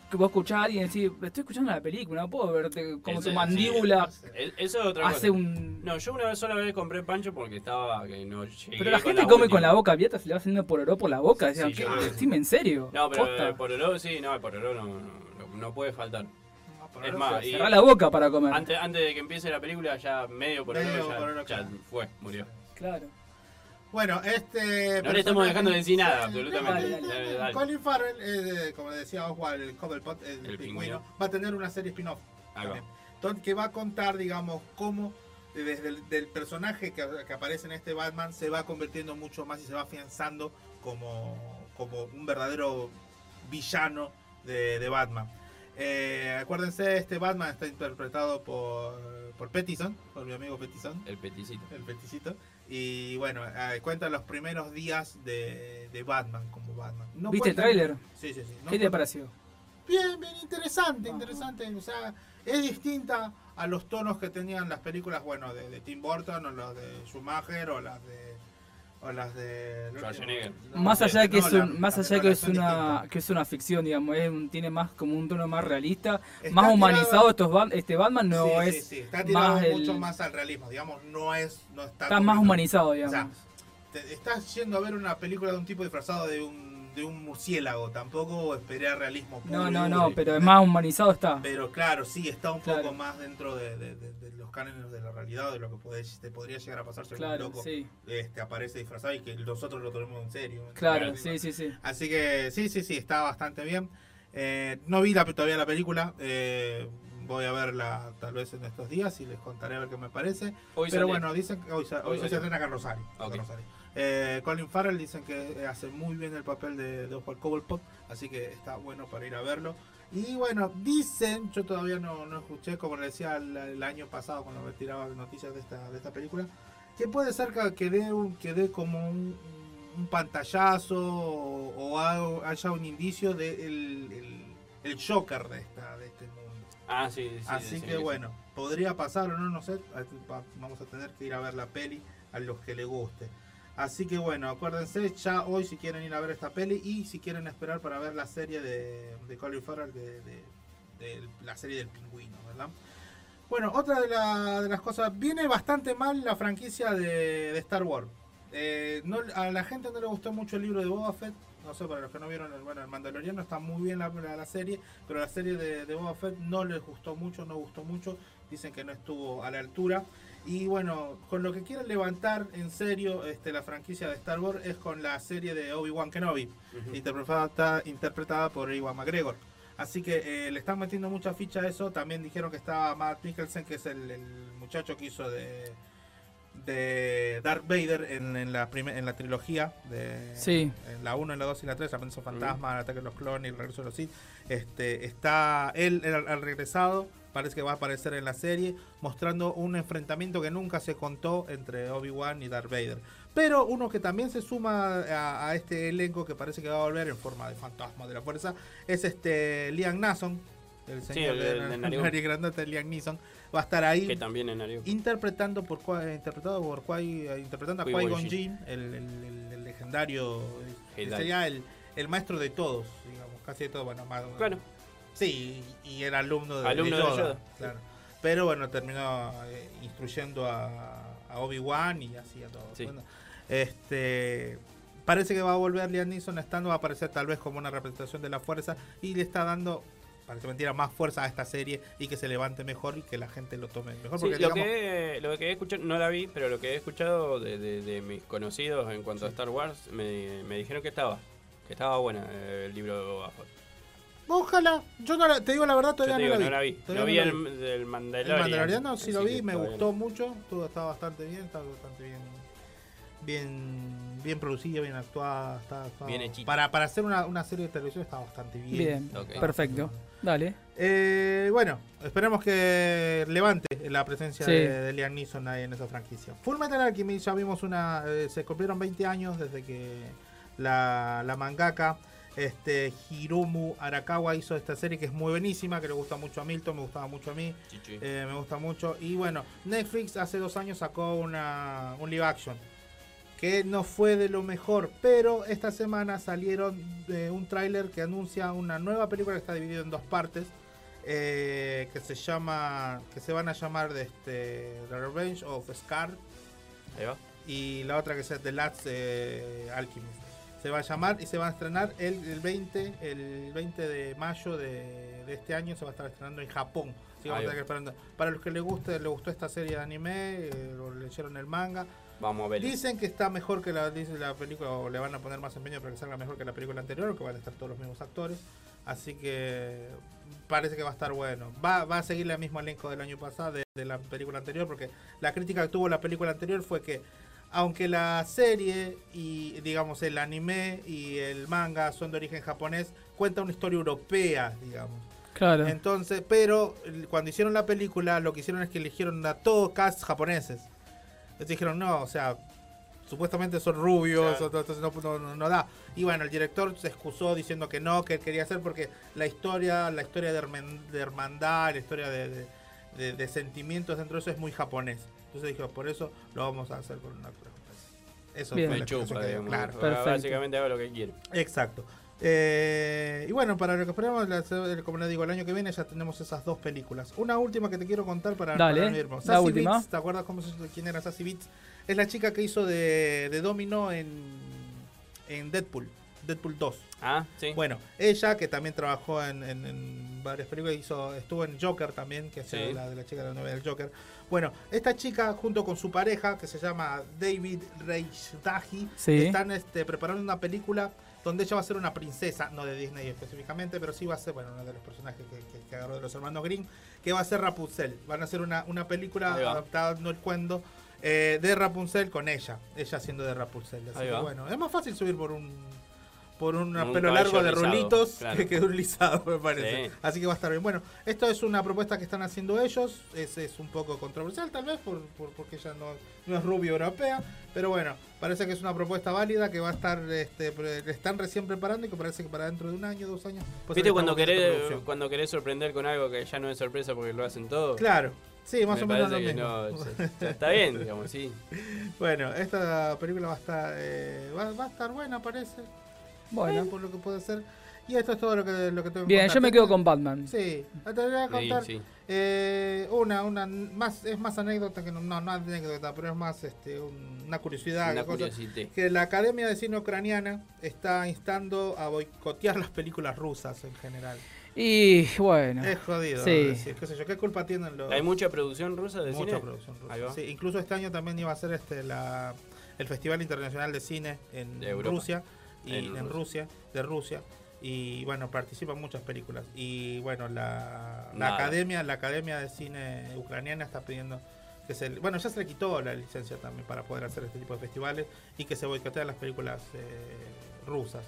Speaker 3: que vos escuchás a alguien decir, estoy escuchando la película, no puedo verte como
Speaker 2: Ese-
Speaker 3: tu
Speaker 2: sí,
Speaker 3: mandíbula
Speaker 2: El- E, eso es otra
Speaker 3: hace
Speaker 2: cosa.
Speaker 3: un...
Speaker 2: No, yo una vez sola vez compré pancho porque estaba que no llegué.
Speaker 3: Pero la
Speaker 2: con
Speaker 3: gente come
Speaker 2: última.
Speaker 3: con la boca abierta, se le va haciendo pororó por la boca. Decían,
Speaker 2: Sí,
Speaker 3: ¿qué?
Speaker 2: yo creo que sí.
Speaker 3: Decime en serio.
Speaker 2: No, pero eh,
Speaker 3: Posta.
Speaker 2: el pororó sí, no, el pororó no, no, no puede faltar.
Speaker 4: No, pero
Speaker 2: Es
Speaker 4: no
Speaker 2: más,
Speaker 4: sé.
Speaker 2: y
Speaker 3: Cerrá la boca para comer.
Speaker 2: antes, antes de que empiece la película ya medio pororó
Speaker 4: Medio
Speaker 2: ya,
Speaker 4: pororó,
Speaker 2: ya
Speaker 4: claro.
Speaker 2: fue, murió.
Speaker 3: Claro.
Speaker 4: Bueno, este.
Speaker 2: No le estamos dejando de decir nada,
Speaker 4: Sí,
Speaker 2: absolutamente.
Speaker 4: no, no, no,
Speaker 2: Dale,
Speaker 4: no.
Speaker 2: dale.
Speaker 4: Colin Farrell, eh, de- como decía Oswald, el Cobblepot, el,
Speaker 2: El
Speaker 4: pingüino,
Speaker 2: pingüino.
Speaker 4: va a tener una serie spin-off.
Speaker 2: Ahí va.
Speaker 4: también. Entonces, que va a contar, digamos, cómo eh, desde el del personaje que, que aparece en este Batman se va convirtiendo mucho más y se va afianzando como, como un verdadero villano de, de Batman. Eh, acuérdense, este Batman está interpretado por por Pettison, por mi amigo Pettison.
Speaker 2: El peticito.
Speaker 4: el peticito. Y bueno, eh, cuenta los primeros días de, de Batman como Batman. No
Speaker 3: ¿Viste el
Speaker 4: cuenta-
Speaker 3: tráiler?
Speaker 4: Sí, sí, sí. No
Speaker 3: ¿Qué te
Speaker 4: cuenta-
Speaker 3: pareció?
Speaker 4: Bien, bien, interesante, interesante. O sea, es distinta a los tonos que tenían las películas, bueno, de, de Tim Burton o las de Schumacher o las de... O las de...
Speaker 2: Schwarzenegger.
Speaker 4: no,
Speaker 3: Más
Speaker 4: no,
Speaker 3: allá de que
Speaker 4: no,
Speaker 3: es
Speaker 4: la-
Speaker 3: un- más
Speaker 4: las
Speaker 3: allá de que es
Speaker 4: películas son
Speaker 3: una
Speaker 4: distintas.
Speaker 3: que es una ficción, digamos, es un- tiene más como un tono más realista,
Speaker 4: Está
Speaker 3: más
Speaker 4: tirada-
Speaker 3: humanizado estos Bat- este Batman no
Speaker 4: Sí, sí,
Speaker 3: es
Speaker 4: sí, Está tirado
Speaker 3: más el-
Speaker 4: mucho más al realismo, digamos, no es... No está,
Speaker 3: está más
Speaker 4: completamente-
Speaker 3: humanizado,
Speaker 4: O sea,
Speaker 3: digamos.
Speaker 4: te- estás yendo a ver una película de un tipo disfrazado de un, de un murciélago. Tampoco esperé a realismo puro.
Speaker 3: No,
Speaker 4: y
Speaker 3: no,
Speaker 4: duro,
Speaker 3: no,
Speaker 4: y-
Speaker 3: pero es más humanizado está.
Speaker 4: Pero claro, sí, está un
Speaker 3: Claro.
Speaker 4: poco más dentro de, de- de- de los cánones de la realidad, de lo que podés- te podría llegar a pasar si algún
Speaker 3: Claro,
Speaker 4: loco
Speaker 3: sí.
Speaker 4: este, aparece disfrazado y que nosotros lo tomemos en serio.
Speaker 3: Claro,
Speaker 4: Así
Speaker 3: sí,
Speaker 4: que-
Speaker 3: sí, sí.
Speaker 4: Así que sí, sí, sí, está bastante bien. Eh, no vi la, todavía la película. eh, voy a verla tal vez en estos días y les contaré a ver qué me parece.
Speaker 2: Hoy
Speaker 4: Pero
Speaker 2: salió.
Speaker 4: bueno, dicen que hoy, sa- hoy
Speaker 2: Hoy
Speaker 4: se
Speaker 2: salió.
Speaker 4: estrena acá en Rosario. acá en
Speaker 2: Ok.
Speaker 4: Rosario. Eh, Colin Farrell dicen que eh, hace muy bien el papel de, de Oswald Cobblepot, así que está bueno para ir a verlo. Y bueno, dicen, yo todavía no, no escuché, como le decía el, el año pasado cuando me tiraba noticias de esta, de esta película, que puede ser que que dé, un- que dé como un, un pantallazo o, o algo- haya un indicio del de el, el- el Joker de, esta, de este mundo.
Speaker 2: Ah, sí, sí.
Speaker 4: Así
Speaker 2: sí,
Speaker 4: que
Speaker 2: sí.
Speaker 4: bueno, podría pasar o no, no sé. este, Va- Vamos a tener que ir a ver la peli a los que les guste. Así que bueno, acuérdense ya hoy si quieren ir a ver esta peli y si quieren esperar para ver la serie de, de Colin Farrell, de, de- de la serie del pingüino, ¿verdad? Bueno, otra de, la- de las cosas, viene bastante mal la franquicia de, de Star Wars. Eh, no, a la gente no le gustó mucho el libro de Boba Fett. No sé, para los que no vieron, el- bueno, el Mandaloriano está muy bien la, la- la serie, pero la serie de, de Boba Fett no les gustó mucho, no gustó mucho. Dicen que no estuvo a la altura. Y bueno, con lo que quieren levantar en serio este, la franquicia de Star Wars es con la serie de Obi-Wan Kenobi, interpretada, está interpretada por Iwan McGregor. Así que eh, le están metiendo mucha ficha a eso. También dijeron que estaba Matt Mikkelsen, que es el, el muchacho que hizo de, de Darth Vader en, en la, prime- en la trilogía de
Speaker 3: Sí.
Speaker 4: en la 1, en la 2 y la 3, Amenaza Fantasma, El Ataque de los Clones, El Regreso de los Sith. Este, está él al al regresado, parece que va a aparecer en la serie, mostrando un enfrentamiento que nunca se contó entre Obi-Wan y Darth Vader. Pero uno que también se suma a, a este elenco que parece que va a volver en forma de fantasma de la fuerza es este Liam Neeson, el señor
Speaker 2: el-
Speaker 4: de,
Speaker 2: el de Nariu.
Speaker 4: nariz grandote, Liam Neeson, va a estar ahí
Speaker 2: Que también en Ariel.
Speaker 4: interpretando por Qua- interpretado por Qui- eh, interpretando a
Speaker 2: Qui-
Speaker 4: Qui Gon
Speaker 2: Gon
Speaker 4: Jinn, el, el- el- el legendario el- que
Speaker 2: Jedi.
Speaker 4: sería el, el maestro de todos, digamos, casi de todo, bueno, más,
Speaker 2: Bueno,
Speaker 4: sí, y el alumno de,
Speaker 2: Alumno
Speaker 4: de
Speaker 2: de
Speaker 4: Yoda,
Speaker 2: Yoda.
Speaker 4: claro. Pero bueno, terminó eh, instruyendo a, a Obi-Wan y así a todos.
Speaker 2: Sí.
Speaker 4: Bueno, este parece que va a volver Liam Neeson estando va a aparecer tal vez como una representación de la fuerza y le está dando parece mentira más fuerza a esta serie y que se levante mejor y que la gente lo tome mejor
Speaker 2: sí,
Speaker 4: porque
Speaker 2: lo,
Speaker 4: digamos,
Speaker 2: que, eh, lo que he escuchado, no la vi, pero lo que he escuchado de, de- de mis conocidos en cuanto a Star Wars, me, me dijeron que estaba. Que estaba buena eh, el libro de Boba Fett.
Speaker 4: Ojalá, yo no la- te digo la verdad,
Speaker 2: Yo
Speaker 4: todavía
Speaker 2: te digo,
Speaker 4: no
Speaker 2: no
Speaker 4: la vi. Todavía
Speaker 2: Lo vi
Speaker 4: no la
Speaker 2: el, del
Speaker 4: El
Speaker 2: Mandalorian.
Speaker 4: Mandaloriano sí lo
Speaker 2: así
Speaker 4: vi,
Speaker 2: que
Speaker 4: me
Speaker 2: todavía
Speaker 4: gustó
Speaker 2: no.
Speaker 4: mucho, todo está bastante bien, está bastante bien bien bien producido, bien actuada, está, está-
Speaker 2: Bien hechito.
Speaker 4: para para hacer una, una serie de televisión está bastante bien.
Speaker 3: Bien,
Speaker 2: Ok.
Speaker 3: perfecto. Dale.
Speaker 4: Eh, bueno, esperemos que levante la presencia
Speaker 3: Sí.
Speaker 4: de, de Liam Neeson ahí en esa franquicia. Full Metal Alchemist, ya vimos una. eh, se cumplieron 20 años desde que la, la mangaka este, Hiromu Arakawa hizo esta serie que es muy buenísima, que le gusta mucho a Milton, me gustaba mucho a mí.
Speaker 2: Sí, sí.
Speaker 4: Eh, me gusta mucho. Y bueno, Netflix hace dos años sacó una, un live action. Que no fue de lo mejor. Pero esta semana salieron de un tráiler que anuncia una nueva película que está dividida en dos partes. eh, que se llama. Que se van a llamar de este, The Revenge of Scar.
Speaker 2: Ahí va.
Speaker 4: Y la otra que es The Last eh, Alchemist. Se va a llamar y se va a estrenar el, el 20, el 20 de mayo de, de este año. Se va a estar estrenando en Japón. Así que vamos a
Speaker 2: Ahí
Speaker 4: tener
Speaker 2: va.
Speaker 4: que esperando. Para los que les guste, les gustó esta serie de anime, eh, o leyeron el manga.
Speaker 2: Vamos a verlo.
Speaker 4: Dicen que está mejor que la, dice la película, o le van a poner más empeño para que salga mejor que la película anterior, o que van a estar todos los mismos actores. Así que parece que va a estar bueno. Va, va a seguir el mismo elenco del año pasado, de, de la película anterior, porque la crítica que tuvo la película anterior fue que, aunque la serie y, digamos, el anime y el manga son de origen japonés, cuenta una historia europea, digamos.
Speaker 3: Claro.
Speaker 4: Entonces, pero el- cuando hicieron la película, lo que hicieron es que eligieron a todos cast japoneses. Entonces dijeron, no, o sea, supuestamente son rubios,
Speaker 2: Claro.
Speaker 4: entonces no, no- no- no da. Y bueno, el director se excusó diciendo que no, que él quería hacer porque la historia, la historia de, hermen- de hermandad, la historia de, de- de- de sentimientos dentro de eso es muy japonés. Entonces dijo, por eso lo vamos a hacer con una actor japonés". Eso
Speaker 3: Bien.
Speaker 4: fue
Speaker 2: Me
Speaker 4: la explicación
Speaker 2: chupa,
Speaker 4: que dio,
Speaker 2: digamos.
Speaker 4: claro.
Speaker 3: Perfecto.
Speaker 2: Básicamente hago lo que quiero.
Speaker 4: Exacto. Eh, y bueno, para lo que esperamos, la- el- como les digo, el año que viene ya tenemos esas dos películas. Una última que te quiero contar para,
Speaker 3: Dale, eh,
Speaker 4: para no irnos.
Speaker 3: la
Speaker 4: Sassy
Speaker 3: última.
Speaker 4: Beetz, ¿te acuerdas cómo se, quién era Sassy Beats? Es la chica que hizo de, de Domino en, en Deadpool, Deadpool 2.
Speaker 2: Ah, sí.
Speaker 4: Bueno, ella que también trabajó en, en- en varias películas, hizo, estuvo en Joker también, que es
Speaker 2: Sí.
Speaker 4: la de la chica de la novela del Joker. Bueno, esta chica junto con su pareja, que se llama David Reisdahi,
Speaker 3: Sí.
Speaker 4: están este, preparando una película donde ella va a ser una princesa, no de Disney específicamente, pero sí va a ser, bueno, uno de los personajes que, que- que agarró de los hermanos Grimm, que va a ser Rapunzel. Van a hacer una, una película
Speaker 2: Ahí va.
Speaker 4: adaptando el cuento eh, de Rapunzel con ella, ella haciendo de Rapunzel. Así
Speaker 2: Ahí
Speaker 4: que
Speaker 2: va.
Speaker 4: bueno, es más fácil subir por un por un,
Speaker 2: Un caballo
Speaker 4: pelo largo de
Speaker 2: rizado,
Speaker 4: rulitos
Speaker 2: claro.
Speaker 4: que quedó un lisado, me parece.
Speaker 2: Sí.
Speaker 4: Así que va a estar bien. Bueno, esto es una propuesta que están haciendo ellos. Es, es un poco controversial, tal vez, por, por- porque ella no, no es rubia europea. Pero bueno, parece que es una propuesta válida que va a estar. Este, pre- le están recién preparando y que parece que para dentro de un año, dos años. pues,
Speaker 2: ¿Viste
Speaker 4: ahí
Speaker 2: cuando
Speaker 4: estamos en esta
Speaker 2: querés,
Speaker 4: producción.
Speaker 2: cuando querés sorprender con algo que ya no es sorpresa porque lo hacen todos?
Speaker 4: Claro. Sí, más
Speaker 2: Me
Speaker 4: o menos lo
Speaker 2: parece que
Speaker 4: mismo.
Speaker 2: no, ya- ya está bien, digamos, sí.
Speaker 4: Bueno, esta película va a estar, eh, va, va a estar buena, parece.
Speaker 3: Bueno.
Speaker 4: Eh, Por lo que puede ser. Y esto es todo lo que, lo que tengo que
Speaker 3: Bien,
Speaker 4: contar.
Speaker 3: yo me quedo con Batman.
Speaker 4: Sí, te voy a
Speaker 2: Sí,
Speaker 4: contar
Speaker 2: sí.
Speaker 4: eh, una, una más, es más anécdota que no, no, no anécdota, pero es más este, un- una curiosidad.
Speaker 2: Una
Speaker 4: cosa,
Speaker 2: curiosité.
Speaker 4: que la Academia de Cine Ucraniana está instando a boicotear las películas rusas en general.
Speaker 3: Y bueno.
Speaker 4: Es jodido.
Speaker 3: Ah. Sí.
Speaker 4: decir, qué sé yo, ¿qué culpa tienen los,
Speaker 2: ¿Hay mucha producción rusa de
Speaker 4: mucha
Speaker 2: cine?
Speaker 4: producción rusa.
Speaker 2: Ahí va.
Speaker 4: Sí, incluso este año también iba a ser este la, el Festival Internacional de Cine en
Speaker 2: De Europa.
Speaker 4: Rusia y
Speaker 2: En
Speaker 4: en, Rusia, de Rusia. Y bueno, participan muchas películas. Y bueno, la, la
Speaker 2: Nada.
Speaker 4: academia, la academia de cine ucraniana está pidiendo que se le- bueno ya se le quitó la licencia también para poder hacer este tipo de festivales y que se boicoteen las películas eh, rusas.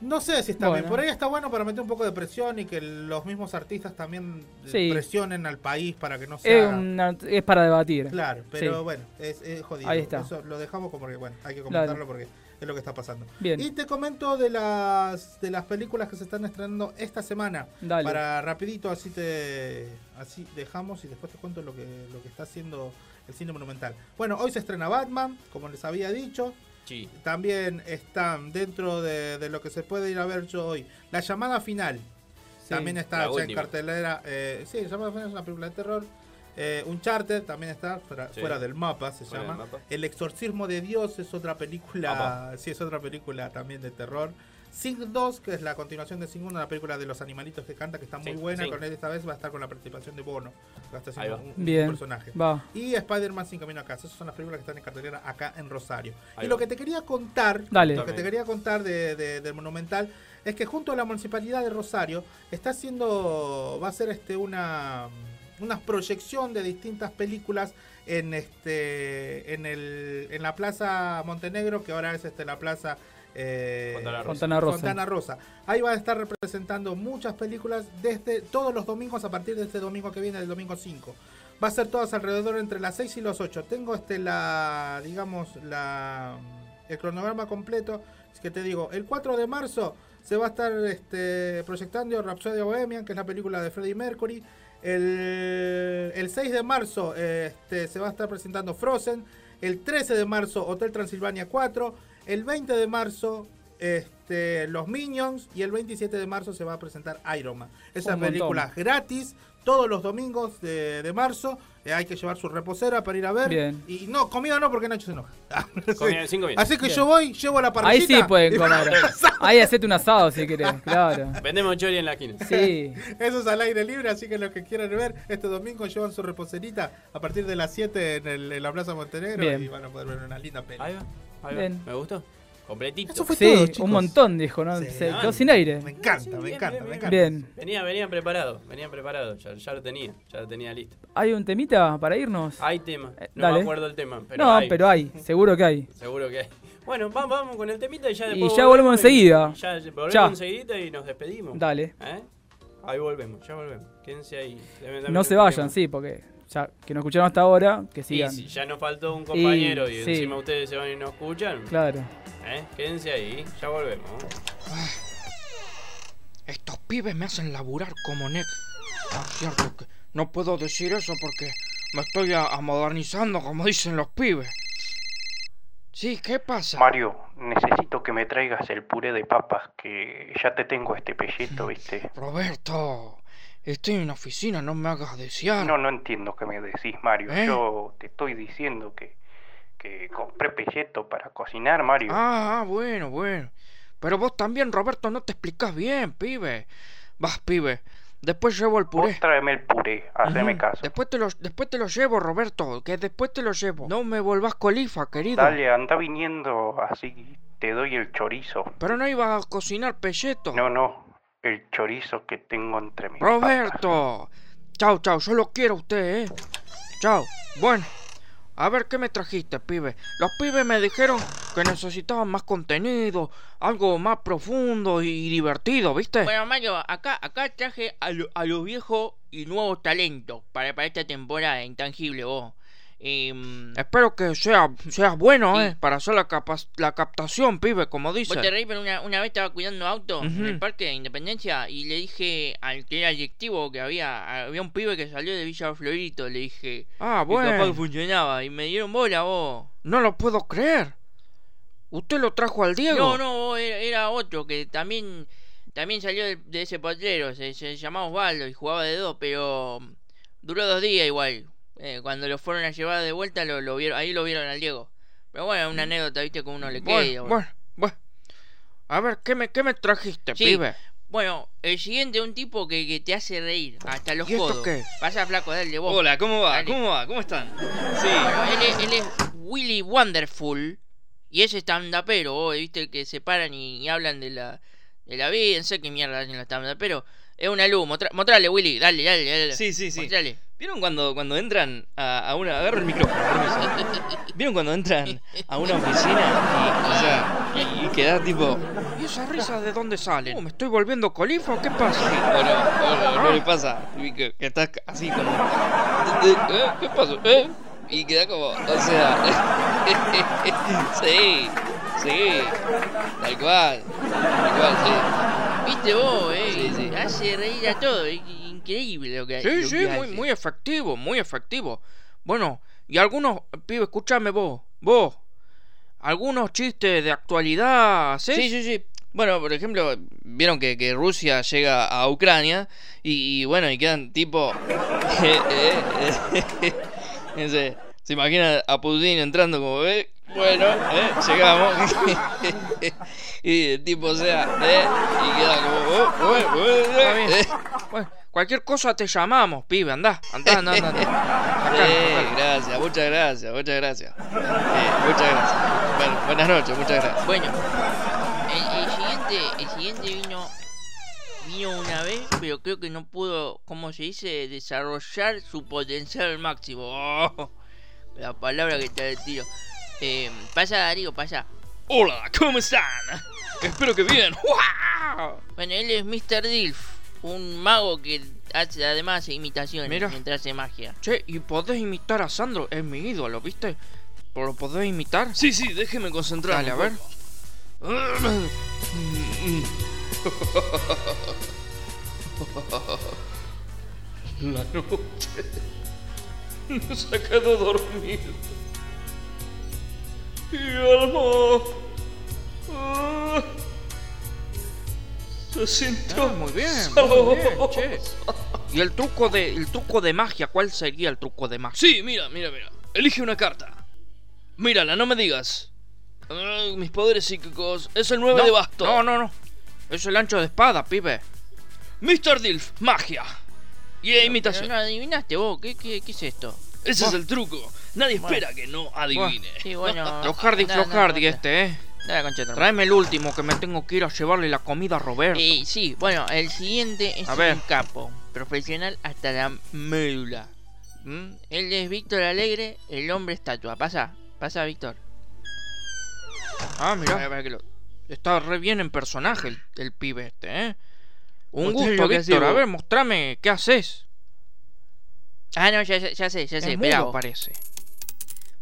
Speaker 4: No sé si está
Speaker 3: Bueno.
Speaker 4: bien, por ahí está bueno para meter un poco de presión y que los mismos artistas también eh,
Speaker 3: Sí.
Speaker 4: presionen al país para que no se
Speaker 3: es,
Speaker 4: haga.
Speaker 3: una- es para debatir.
Speaker 4: Claro, pero
Speaker 3: Sí.
Speaker 4: bueno, es, es jodido.
Speaker 3: Ahí está.
Speaker 4: Eso lo dejamos como que, bueno, hay que comentarlo porque es lo que está pasando.
Speaker 3: Bien.
Speaker 4: Y te comento de las de las películas que se están estrenando esta semana.
Speaker 3: Dale.
Speaker 4: Para rapidito, así te así dejamos y después te cuento lo que, lo que está haciendo el cine monumental. Bueno, hoy se estrena Batman, como les había dicho.
Speaker 2: Sí.
Speaker 4: También están dentro de, de lo que se puede ir a ver yo hoy. La llamada final.
Speaker 3: Sí.
Speaker 4: También
Speaker 2: La
Speaker 4: está ya en
Speaker 2: última.
Speaker 4: cartelera. Eh, sí, llamada final es una película de terror. Eh, Uncharted también está fuera,
Speaker 2: Sí.
Speaker 4: fuera del mapa, se
Speaker 2: Fuera del
Speaker 4: llama.
Speaker 2: mapa.
Speaker 4: El exorcismo de Dios es otra película.
Speaker 2: Apa.
Speaker 4: Sí, es otra película también de terror. Sing 2, que es la continuación de Sing 1, la película de los animalitos que canta, que está muy
Speaker 2: Sí,
Speaker 4: buena.
Speaker 2: sí.
Speaker 4: Con él esta vez va a estar con la participación de Bono. que Va a estar
Speaker 2: Ahí
Speaker 4: haciendo
Speaker 2: va.
Speaker 4: un, un
Speaker 3: Bien.
Speaker 4: personaje.
Speaker 3: Va.
Speaker 4: Y Spider-Man sin camino a casa. Esas son las películas que están en cartelera acá en Rosario.
Speaker 2: Ahí
Speaker 4: y lo
Speaker 2: va.
Speaker 4: que te quería contar,
Speaker 3: Dale.
Speaker 4: lo que te quería contar de, de- del Monumental, es que junto a la Municipalidad de Rosario está haciendo, va a ser este una una proyección de distintas películas en este en el en la Plaza Montenegro, que ahora es este la Plaza eh,
Speaker 2: Fontana Rosa.
Speaker 3: Fontana Rosa.
Speaker 4: Fontana Rosa. Ahí va a estar representando muchas películas desde todos los domingos a partir de este domingo que viene, del domingo 5. Va a ser todas alrededor entre las 6 y los 8. Tengo este la digamos la el cronograma completo, es que te digo, el 4 de marzo se va a estar este, proyectando Rhapsodia Bohemian, que es la película de Freddie Mercury. El, el 6 de marzo este, se va a estar presentando Frozen. El 13 de marzo, Hotel Transilvania 4. El 20 de marzo, este, Los Minions. Y el 27 de marzo se va a presentar Iron Man. Esas
Speaker 3: Un montón.
Speaker 4: películas gratis, todos los domingos de, de marzo. Eh, hay que llevar su reposera para ir a ver.
Speaker 3: Bien.
Speaker 4: Y no, comida no, porque Nacho se enoja.
Speaker 2: Comida de cinco minutos.
Speaker 4: Así que
Speaker 3: Bien.
Speaker 4: yo voy, llevo la
Speaker 3: Ahí
Speaker 4: parrillita.
Speaker 3: sí pueden
Speaker 4: y-
Speaker 3: comer. Ahí hacete un asado si querés, claro.
Speaker 2: Vendemos chori en la esquina.
Speaker 3: Sí.
Speaker 4: Eso es al aire libre, así que los que quieran ver, este domingo llevan su reposerita a partir de las 7 en, el- en la Plaza Montenegro
Speaker 3: Bien.
Speaker 4: y van a poder ver una linda peli.
Speaker 2: Ahí va. Ahí va.
Speaker 3: Bien.
Speaker 2: ¿Me gustó? Completito.
Speaker 4: Eso fue
Speaker 3: Sí,
Speaker 4: todo, chicos.
Speaker 3: un montón dijo, ¿no?
Speaker 4: Sí,
Speaker 3: Se
Speaker 2: no,
Speaker 3: quedó sin aire.
Speaker 4: Me encanta, me encanta, me encanta.
Speaker 3: Bien.
Speaker 2: Venía, venían preparados, venían preparados, ya, ya lo tenía, ya lo tenía listo.
Speaker 3: ¿Hay un temita para irnos?
Speaker 2: Hay tema,
Speaker 3: Eh,
Speaker 2: no
Speaker 3: dale.
Speaker 2: me acuerdo el tema, pero
Speaker 3: no,
Speaker 2: hay,
Speaker 3: pero hay, seguro que hay.
Speaker 2: seguro que hay. Bueno, va- vamos con el temita y ya
Speaker 3: Y
Speaker 2: después
Speaker 3: ya volvemos
Speaker 2: y-
Speaker 3: enseguida.
Speaker 2: y Ya volvemos
Speaker 3: Ya.
Speaker 2: enseguida y nos despedimos.
Speaker 3: Dale.
Speaker 2: ¿Eh? Ahí volvemos, ya volvemos. Quédense ahí. Dame- dame
Speaker 3: No
Speaker 2: un
Speaker 3: se vayan,
Speaker 2: tema.
Speaker 3: sí, porque ya que nos escucharon hasta ahora, que
Speaker 2: Y
Speaker 3: sigan.
Speaker 2: si ya nos faltó un compañero y,
Speaker 3: sí.
Speaker 2: encima ustedes se van y no escuchan,
Speaker 3: Claro.
Speaker 2: ¿eh? quédense ahí, ya volvemos.
Speaker 1: Estos pibes me hacen laburar como net. Ah, cierto que no puedo decir eso porque me estoy a- amodernizando como dicen los pibes. Sí, ¿qué pasa?
Speaker 8: Mario, necesito que me traigas el puré de papas, que ya te tengo este pelleto, ¿viste?
Speaker 1: Roberto, estoy en una oficina, no me hagas desear.
Speaker 8: No, no entiendo qué me decís, Mario.
Speaker 1: ¿Eh?
Speaker 8: Yo te estoy diciendo que, que compré pelleto para cocinar, Mario.
Speaker 1: Ah, ah, bueno, bueno. Pero vos también, Roberto, no te explicás bien, pibe. Vas, pibe. Después llevo el puré.
Speaker 8: Vos tráeme el puré, haceme
Speaker 1: Ujú.
Speaker 8: caso.
Speaker 1: Después te, lo, después te lo llevo, Roberto. Que después te lo llevo. No me volvás colifa, querido.
Speaker 8: Dale, anda viniendo, así te doy el chorizo.
Speaker 1: Pero no ibas a cocinar pelleto.
Speaker 8: No, no, el chorizo que tengo entre mis patas.
Speaker 1: Roberto. Chao, chao. Yo lo quiero a usted, ¿eh? Chao. Bueno. A ver qué me trajiste, pibe. Los pibes me dijeron que necesitaban más contenido, algo más profundo y divertido, ¿viste?
Speaker 9: Bueno, Mario, acá, acá traje a, lo- a los viejos y nuevos talentos para, para esta temporada intangible, vos. Em,
Speaker 1: Espero que sea, seas bueno,
Speaker 9: Sí.
Speaker 1: ¿eh? Para hacer la, capas- la captación, pibe, como dice.
Speaker 9: Vos te reís, pero una, una vez estaba cuidando auto en
Speaker 1: Ujú.
Speaker 9: el parque de Independencia y le dije al que era directivo que había había un pibe que salió de Villa Florito, le dije
Speaker 1: Ah,
Speaker 9: que capaz que
Speaker 1: bueno.
Speaker 9: funcionaba y me dieron bola vos.
Speaker 1: No lo puedo creer. Usted lo trajo al Diego.
Speaker 9: No, no, vos "Oh, era, era otro que también también salió de, de ese potrero, se, se llamaba Osvaldo y jugaba de dos, pero mm, duró dos días igual. Eh, cuando lo fueron a llevar de vuelta lo, lo vieron, ahí lo vieron al Diego. Pero bueno, una anécdota, viste, como uno le queda.
Speaker 1: Mm. Bueno, bueno, bueno. A ver, ¿qué me, qué me trajiste,
Speaker 9: Sí.
Speaker 1: pibe?
Speaker 9: Bueno, el siguiente un tipo que, que te hace reír hasta los
Speaker 1: ¿Y esto
Speaker 9: codos.
Speaker 1: qué?
Speaker 9: Pasa flaco, dale vos.
Speaker 10: Hola, ¿cómo va?
Speaker 9: Dale.
Speaker 10: ¿Cómo va? ¿Cómo están? Sí.
Speaker 9: Bueno, él, es, él es Willy Wonderful y es estandapero, vos, oh, eh, viste que se paran y, y hablan de la de la vida, no sé qué mierda hacen los estandaperos. Es una luz, mostrá- mostrale Willy, dale, dale, dale.
Speaker 10: Sí, sí, sí.
Speaker 9: Mostrale.
Speaker 10: ¿Vieron cuando, cuando entran a, a una... Agarro el micrófono, permiso. ¿Vieron cuando entran a una oficina y, o sea, y quedás tipo...
Speaker 1: ¿Y esa risa de dónde sale? ¿Me estoy volviendo colifa o qué pasa?
Speaker 10: Bueno, bueno, no le pasa. Y Que, que estás así como... ¿Eh? ¿Qué pasó? ¿Eh? Y quedás como... O sea... sí, sí. Tal cual. Tal cual, sí.
Speaker 9: Viste vos, eh,
Speaker 10: Sí, sí.
Speaker 9: hace reír a todo, es increíble lo que
Speaker 1: Sí,
Speaker 9: lo
Speaker 1: sí,
Speaker 9: que
Speaker 1: muy,
Speaker 9: hace.
Speaker 1: muy efectivo, muy efectivo. Bueno, y algunos, pibe, escúchame vos, vos. Algunos chistes de actualidad, ¿sí?
Speaker 10: Sí, sí, sí. Bueno, por ejemplo, vieron que, que Rusia llega a Ucrania y, y bueno, y quedan tipo... eh, eh, eh, no sé, se imagina a Putin entrando como, eh, bueno, eh, llegamos. y el tipo, o sea, eh, y queda como, "Oh, bueno, bueno, eh, eh,
Speaker 1: Bueno, cualquier cosa te llamamos, pibe, andá, andá, andá, andá. andá. Acá,
Speaker 10: eh,
Speaker 1: acá.
Speaker 10: gracias, muchas gracias, muchas gracias. Eh, muchas gracias. Bueno, buenas noches, muchas gracias.
Speaker 9: Bueno, el, el siguiente, el siguiente vino, vino una vez, pero creo que no pudo, ¿cómo se dice? Desarrollar su potencial al máximo. Oh, la palabra que te tiro. Eh, pasa, Darío, pasa.
Speaker 10: Hola, ¿cómo están? Espero que bien.
Speaker 9: Bueno, él es Mr. Dilf, un mago que hace, además hace imitaciones
Speaker 1: Mira.
Speaker 9: mientras hace magia.
Speaker 1: Che, ¿y podés imitar a Sandro? Es mi ídolo, ¿viste? ¿Lo podés imitar?
Speaker 10: Sí, sí, déjeme concentrarme.
Speaker 1: Dale, a ver.
Speaker 10: La noche nos ha quedado dormido. Y alma ah, se sintió
Speaker 1: Ah, muy bien, muy bien, che. ¿Y el truco de el truco de magia? ¿Cuál sería el truco de magia?
Speaker 10: Sí, mira, mira, mira. Elige una carta. Mírala, no me digas. Ah, mis poderes psíquicos. Es el 9 de basto.
Speaker 1: no, no, no. Es el ancho de espada, pibe.
Speaker 10: Mr. Dilf, magia. Y
Speaker 9: Pero
Speaker 10: imitación.
Speaker 9: no adivinaste vos, ¿qué, qué, qué es esto?
Speaker 10: Ese es el truco. Nadie espera que no adivine.
Speaker 9: Sí, bueno.
Speaker 1: Flojardi,
Speaker 9: andá, andá,
Speaker 1: flojardi
Speaker 9: andá.
Speaker 1: este, eh.
Speaker 9: Andá a la concha de tu hermana.
Speaker 1: Tráeme el último que me tengo que ir a llevarle la comida a Roberto.
Speaker 9: Eh, sí, bueno, el siguiente es
Speaker 1: A ver.
Speaker 9: un capo, profesional hasta la médula. ¿Mm? Él es Víctor Alegre, el hombre estatua. Pasa, pasa Víctor.
Speaker 1: Ah, mira. Está re bien en personaje el, el pibe este, eh.
Speaker 10: Un
Speaker 1: Mostrá
Speaker 10: gusto,
Speaker 1: lo que hace
Speaker 10: Víctor. A
Speaker 1: vos.
Speaker 10: ver, mostrame, ¿qué haces?
Speaker 1: Ah, no, ya, ya- ya sé, ya
Speaker 10: Es
Speaker 1: sé.
Speaker 10: mudo,
Speaker 1: Pero
Speaker 10: parece.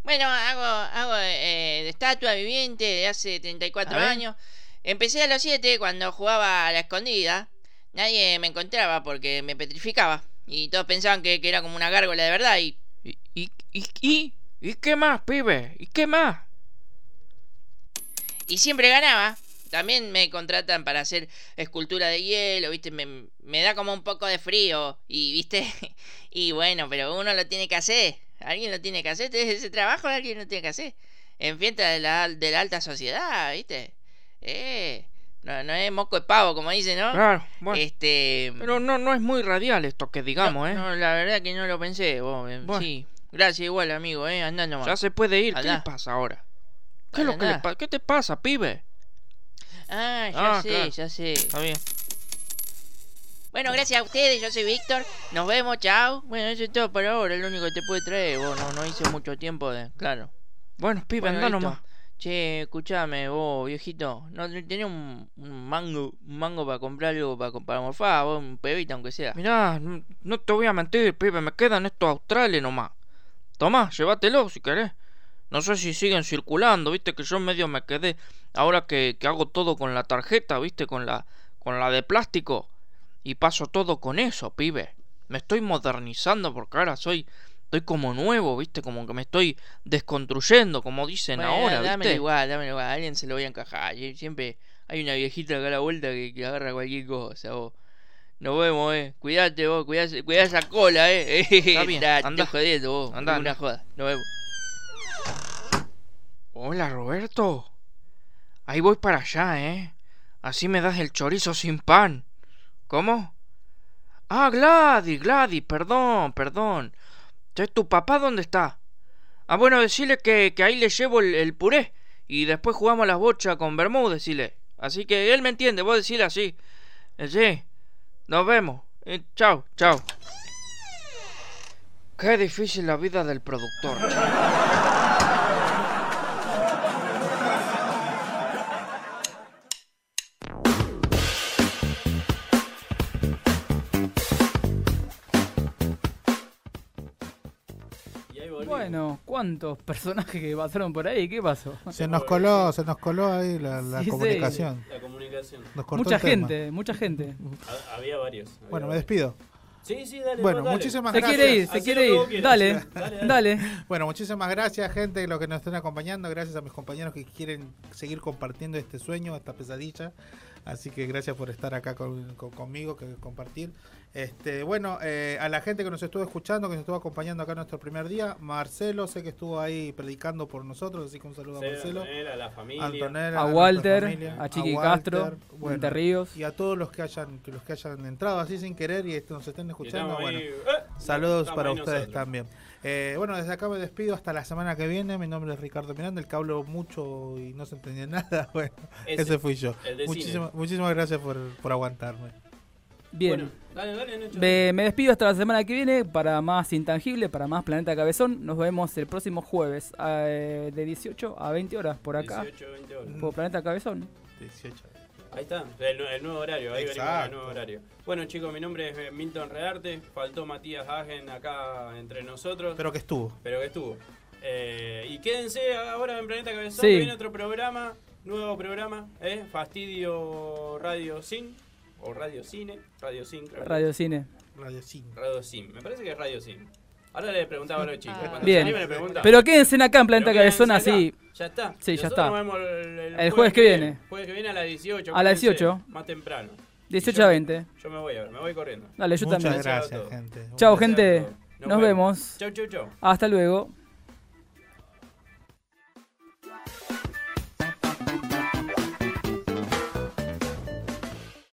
Speaker 1: Bueno, hago, hago eh, de estatua viviente de hace 34
Speaker 10: A ver.
Speaker 1: años. Empecé a los 7 cuando jugaba a la escondida. Nadie me encontraba porque me petrificaba. Y todos pensaban que, que era como una gárgola de verdad. Y,
Speaker 10: ¿Y, y, y, y qué más, pibe? ¿Y qué más?
Speaker 1: y siempre ganaba. También me contratan para hacer escultura de hielo, ¿viste? Me, me da como un poco de frío. Y, ¿viste? Y bueno, pero uno lo tiene que hacer. Alguien lo tiene que hacer. Ese trabajo alguien lo tiene que hacer. En fiesta de la, de la alta sociedad, ¿viste? Eh, no, no es moco de pavo, como dicen, ¿no?
Speaker 10: Claro, bueno.
Speaker 1: Este.
Speaker 10: Pero no, no es muy radial esto que digamos,
Speaker 1: no,
Speaker 10: ¿eh?
Speaker 1: no, la verdad que no lo pensé, vos. eh,
Speaker 10: Bueno.
Speaker 1: Sí. Gracias, igual, amigo, ¿eh? Andá nomás.
Speaker 10: Ya se puede ir. ¿Qué
Speaker 1: Andá.
Speaker 10: le pasa ahora? ¿Qué,
Speaker 1: Para
Speaker 10: es lo que le
Speaker 1: nada.
Speaker 10: pa- ¿Qué te pasa, pibe?
Speaker 1: Ah, ya
Speaker 10: Ah,
Speaker 1: sé,
Speaker 10: claro.
Speaker 1: ya sé.
Speaker 10: Está bien.
Speaker 1: Bueno, gracias a ustedes, yo soy Víctor. Nos vemos, chao. Bueno, eso es todo por ahora, lo único que te puede traer, vos no, no hice mucho tiempo de. Claro.
Speaker 10: Bueno, pibe,
Speaker 1: Bueno,
Speaker 10: anda
Speaker 1: listo.
Speaker 10: nomás.
Speaker 1: Che, escuchame, vos, viejito. ¿No te- tenés un, un mango, un mango para comprar algo para, para morfar? Vos, un pebita, aunque sea.
Speaker 10: Mirá, no, no te voy a mentir, pibe, me quedan estos australes nomás. Tomá, llévatelo si querés. No sé si siguen circulando, viste que yo medio me quedé. Ahora que, que hago todo con la tarjeta, viste, con la, con la de plástico. Y paso todo con eso, pibe. Me estoy modernizando porque ahora soy. Estoy como nuevo, viste, como que me estoy desconstruyendo, como dicen
Speaker 1: Bueno,
Speaker 10: ahora,
Speaker 1: dámelo
Speaker 10: viste.
Speaker 1: igual, dámelo igual. A alguien se lo voy a encajar. Sie- Siempre hay una viejita acá a la vuelta que, que agarra cualquier cosa, vos. Nos vemos, eh. Cuidate, vos. Cuidá, cuidá esa cola, eh.
Speaker 10: Está bien,
Speaker 1: Nah, te
Speaker 10: andá.
Speaker 1: estoy jodiendo, vos.
Speaker 10: Andá,
Speaker 1: Una
Speaker 10: andá.
Speaker 1: joda. Nos vemos.
Speaker 10: Hola Roberto. Ahí voy para allá, ¿eh? Así me das el chorizo sin pan. ¿Cómo? Ah, Gladys, Gladys, perdón, perdón. Che, ¿Tu papá dónde está? Ah, bueno, decirle que, que ahí le llevo el, el puré y después jugamos a las bochas con Bermúdez, decirle. Así que él me entiende, vos decirle así. Eh, Sí, nos vemos. Eh, chao, chao. Qué difícil la vida del productor. che.
Speaker 3: Bueno, ¿cuántos personajes que pasaron por ahí? ¿Qué pasó?
Speaker 4: Se nos coló, se nos coló ahí la, la
Speaker 3: Sí, sí.
Speaker 4: comunicación.
Speaker 2: La comunicación.
Speaker 4: Nos cortó
Speaker 3: Mucha
Speaker 4: el tema.
Speaker 3: gente, mucha gente.
Speaker 2: Ha- había varios. había
Speaker 4: Bueno, me
Speaker 2: varios.
Speaker 4: despido.
Speaker 2: Sí, sí, dale.
Speaker 4: Bueno,
Speaker 2: vos dale.
Speaker 4: muchísimas
Speaker 3: Se
Speaker 4: gracias.
Speaker 3: quiere ir, se
Speaker 2: Hacé
Speaker 3: quiere
Speaker 2: lo que vos
Speaker 3: ir.
Speaker 2: quieras.
Speaker 3: Dale,
Speaker 2: Dale, dale.
Speaker 3: dale.
Speaker 4: Bueno, muchísimas gracias, gente, los que nos estén acompañando. Gracias a mis compañeros que quieren seguir compartiendo este sueño, esta pesadilla. Así que gracias por estar acá con- con- conmigo, que compartir. Este, bueno, eh, a la gente que nos estuvo escuchando, que nos estuvo acompañando acá en nuestro primer día, Marcelo, sé que estuvo ahí predicando por nosotros, así que un saludo a
Speaker 2: Sí,
Speaker 4: Marcelo.
Speaker 2: Antonella, la familia.
Speaker 4: Antonella,
Speaker 3: A
Speaker 4: nuestra
Speaker 3: Walter,
Speaker 4: familia,
Speaker 3: a Chiqui
Speaker 4: Walter,
Speaker 3: Castro,
Speaker 4: bueno,
Speaker 3: Monte Ríos.
Speaker 4: y a todos los que hayan, que los que hayan entrado así sin querer y est- nos estén
Speaker 2: Y
Speaker 4: escuchando.
Speaker 2: estamos ahí,
Speaker 4: Bueno,
Speaker 2: eh,
Speaker 4: Saludos
Speaker 2: estamos
Speaker 4: para
Speaker 2: ahí
Speaker 4: ustedes
Speaker 2: nosotros.
Speaker 4: también. Eh, bueno, desde acá me despido hasta la semana que viene. Mi nombre es Ricardo Miranda, el que hablo mucho y no se entendía nada. Bueno, ese,
Speaker 2: Ese,
Speaker 4: fui yo.
Speaker 2: el de
Speaker 4: Muchísima- muchísimas gracias por, por aguantarme.
Speaker 3: Bien.
Speaker 2: Dale, dale, Nacho.
Speaker 3: Me, me despido hasta la semana que viene para más Intangible, para más Planeta Cabezón. Nos vemos el próximo jueves eh, de 18 a 20 horas por acá,
Speaker 2: 18, 20 horas.
Speaker 3: por Planeta Cabezón.
Speaker 4: 18.
Speaker 2: Ahí está, el, nue- el nuevo horario, ahí venimos con el
Speaker 4: Exacto.
Speaker 2: nuevo horario. Bueno chicos, mi nombre es eh, Milton Redarte, faltó Matías Hagen acá entre nosotros, pero,
Speaker 4: Pero que estuvo.
Speaker 2: que estuvo. Eh, y quédense ahora en Planeta Cabezón,
Speaker 3: Sí.
Speaker 2: que viene otro programa, nuevo programa, eh, Fastidio Radio Sin, o Radio Cine, Radio Sin, creo que
Speaker 3: Radio Cine.
Speaker 4: Radio 5.
Speaker 2: Radio Sim, me parece que es Radio Sim. Ahora le preguntaba a los chicos. cuando
Speaker 3: Bien.
Speaker 2: se animen le preguntan.
Speaker 3: Pero quédense acá en
Speaker 2: Pero
Speaker 3: Planeta
Speaker 2: quédense
Speaker 3: Cabezón
Speaker 2: acá.
Speaker 3: así.
Speaker 2: Ya está.
Speaker 3: Sí, ya
Speaker 2: Nosotros
Speaker 3: está.
Speaker 2: nos vemos el,
Speaker 3: El jueves que viene.
Speaker 2: Jueves que viene a las 18.
Speaker 3: A las
Speaker 2: quédense,
Speaker 3: 18.
Speaker 2: Más temprano.
Speaker 3: 18
Speaker 2: Y yo-
Speaker 3: a 20.
Speaker 2: Yo me voy a ver, me voy corriendo.
Speaker 3: Dale, yo
Speaker 4: Muchas
Speaker 3: también.
Speaker 2: Chao a
Speaker 4: gracias,
Speaker 2: todos.
Speaker 4: gente.
Speaker 2: Gracias a
Speaker 3: Chao, gente.
Speaker 2: todos.
Speaker 3: Nos vemos.
Speaker 2: Chau, chau, chau.
Speaker 3: Hasta luego.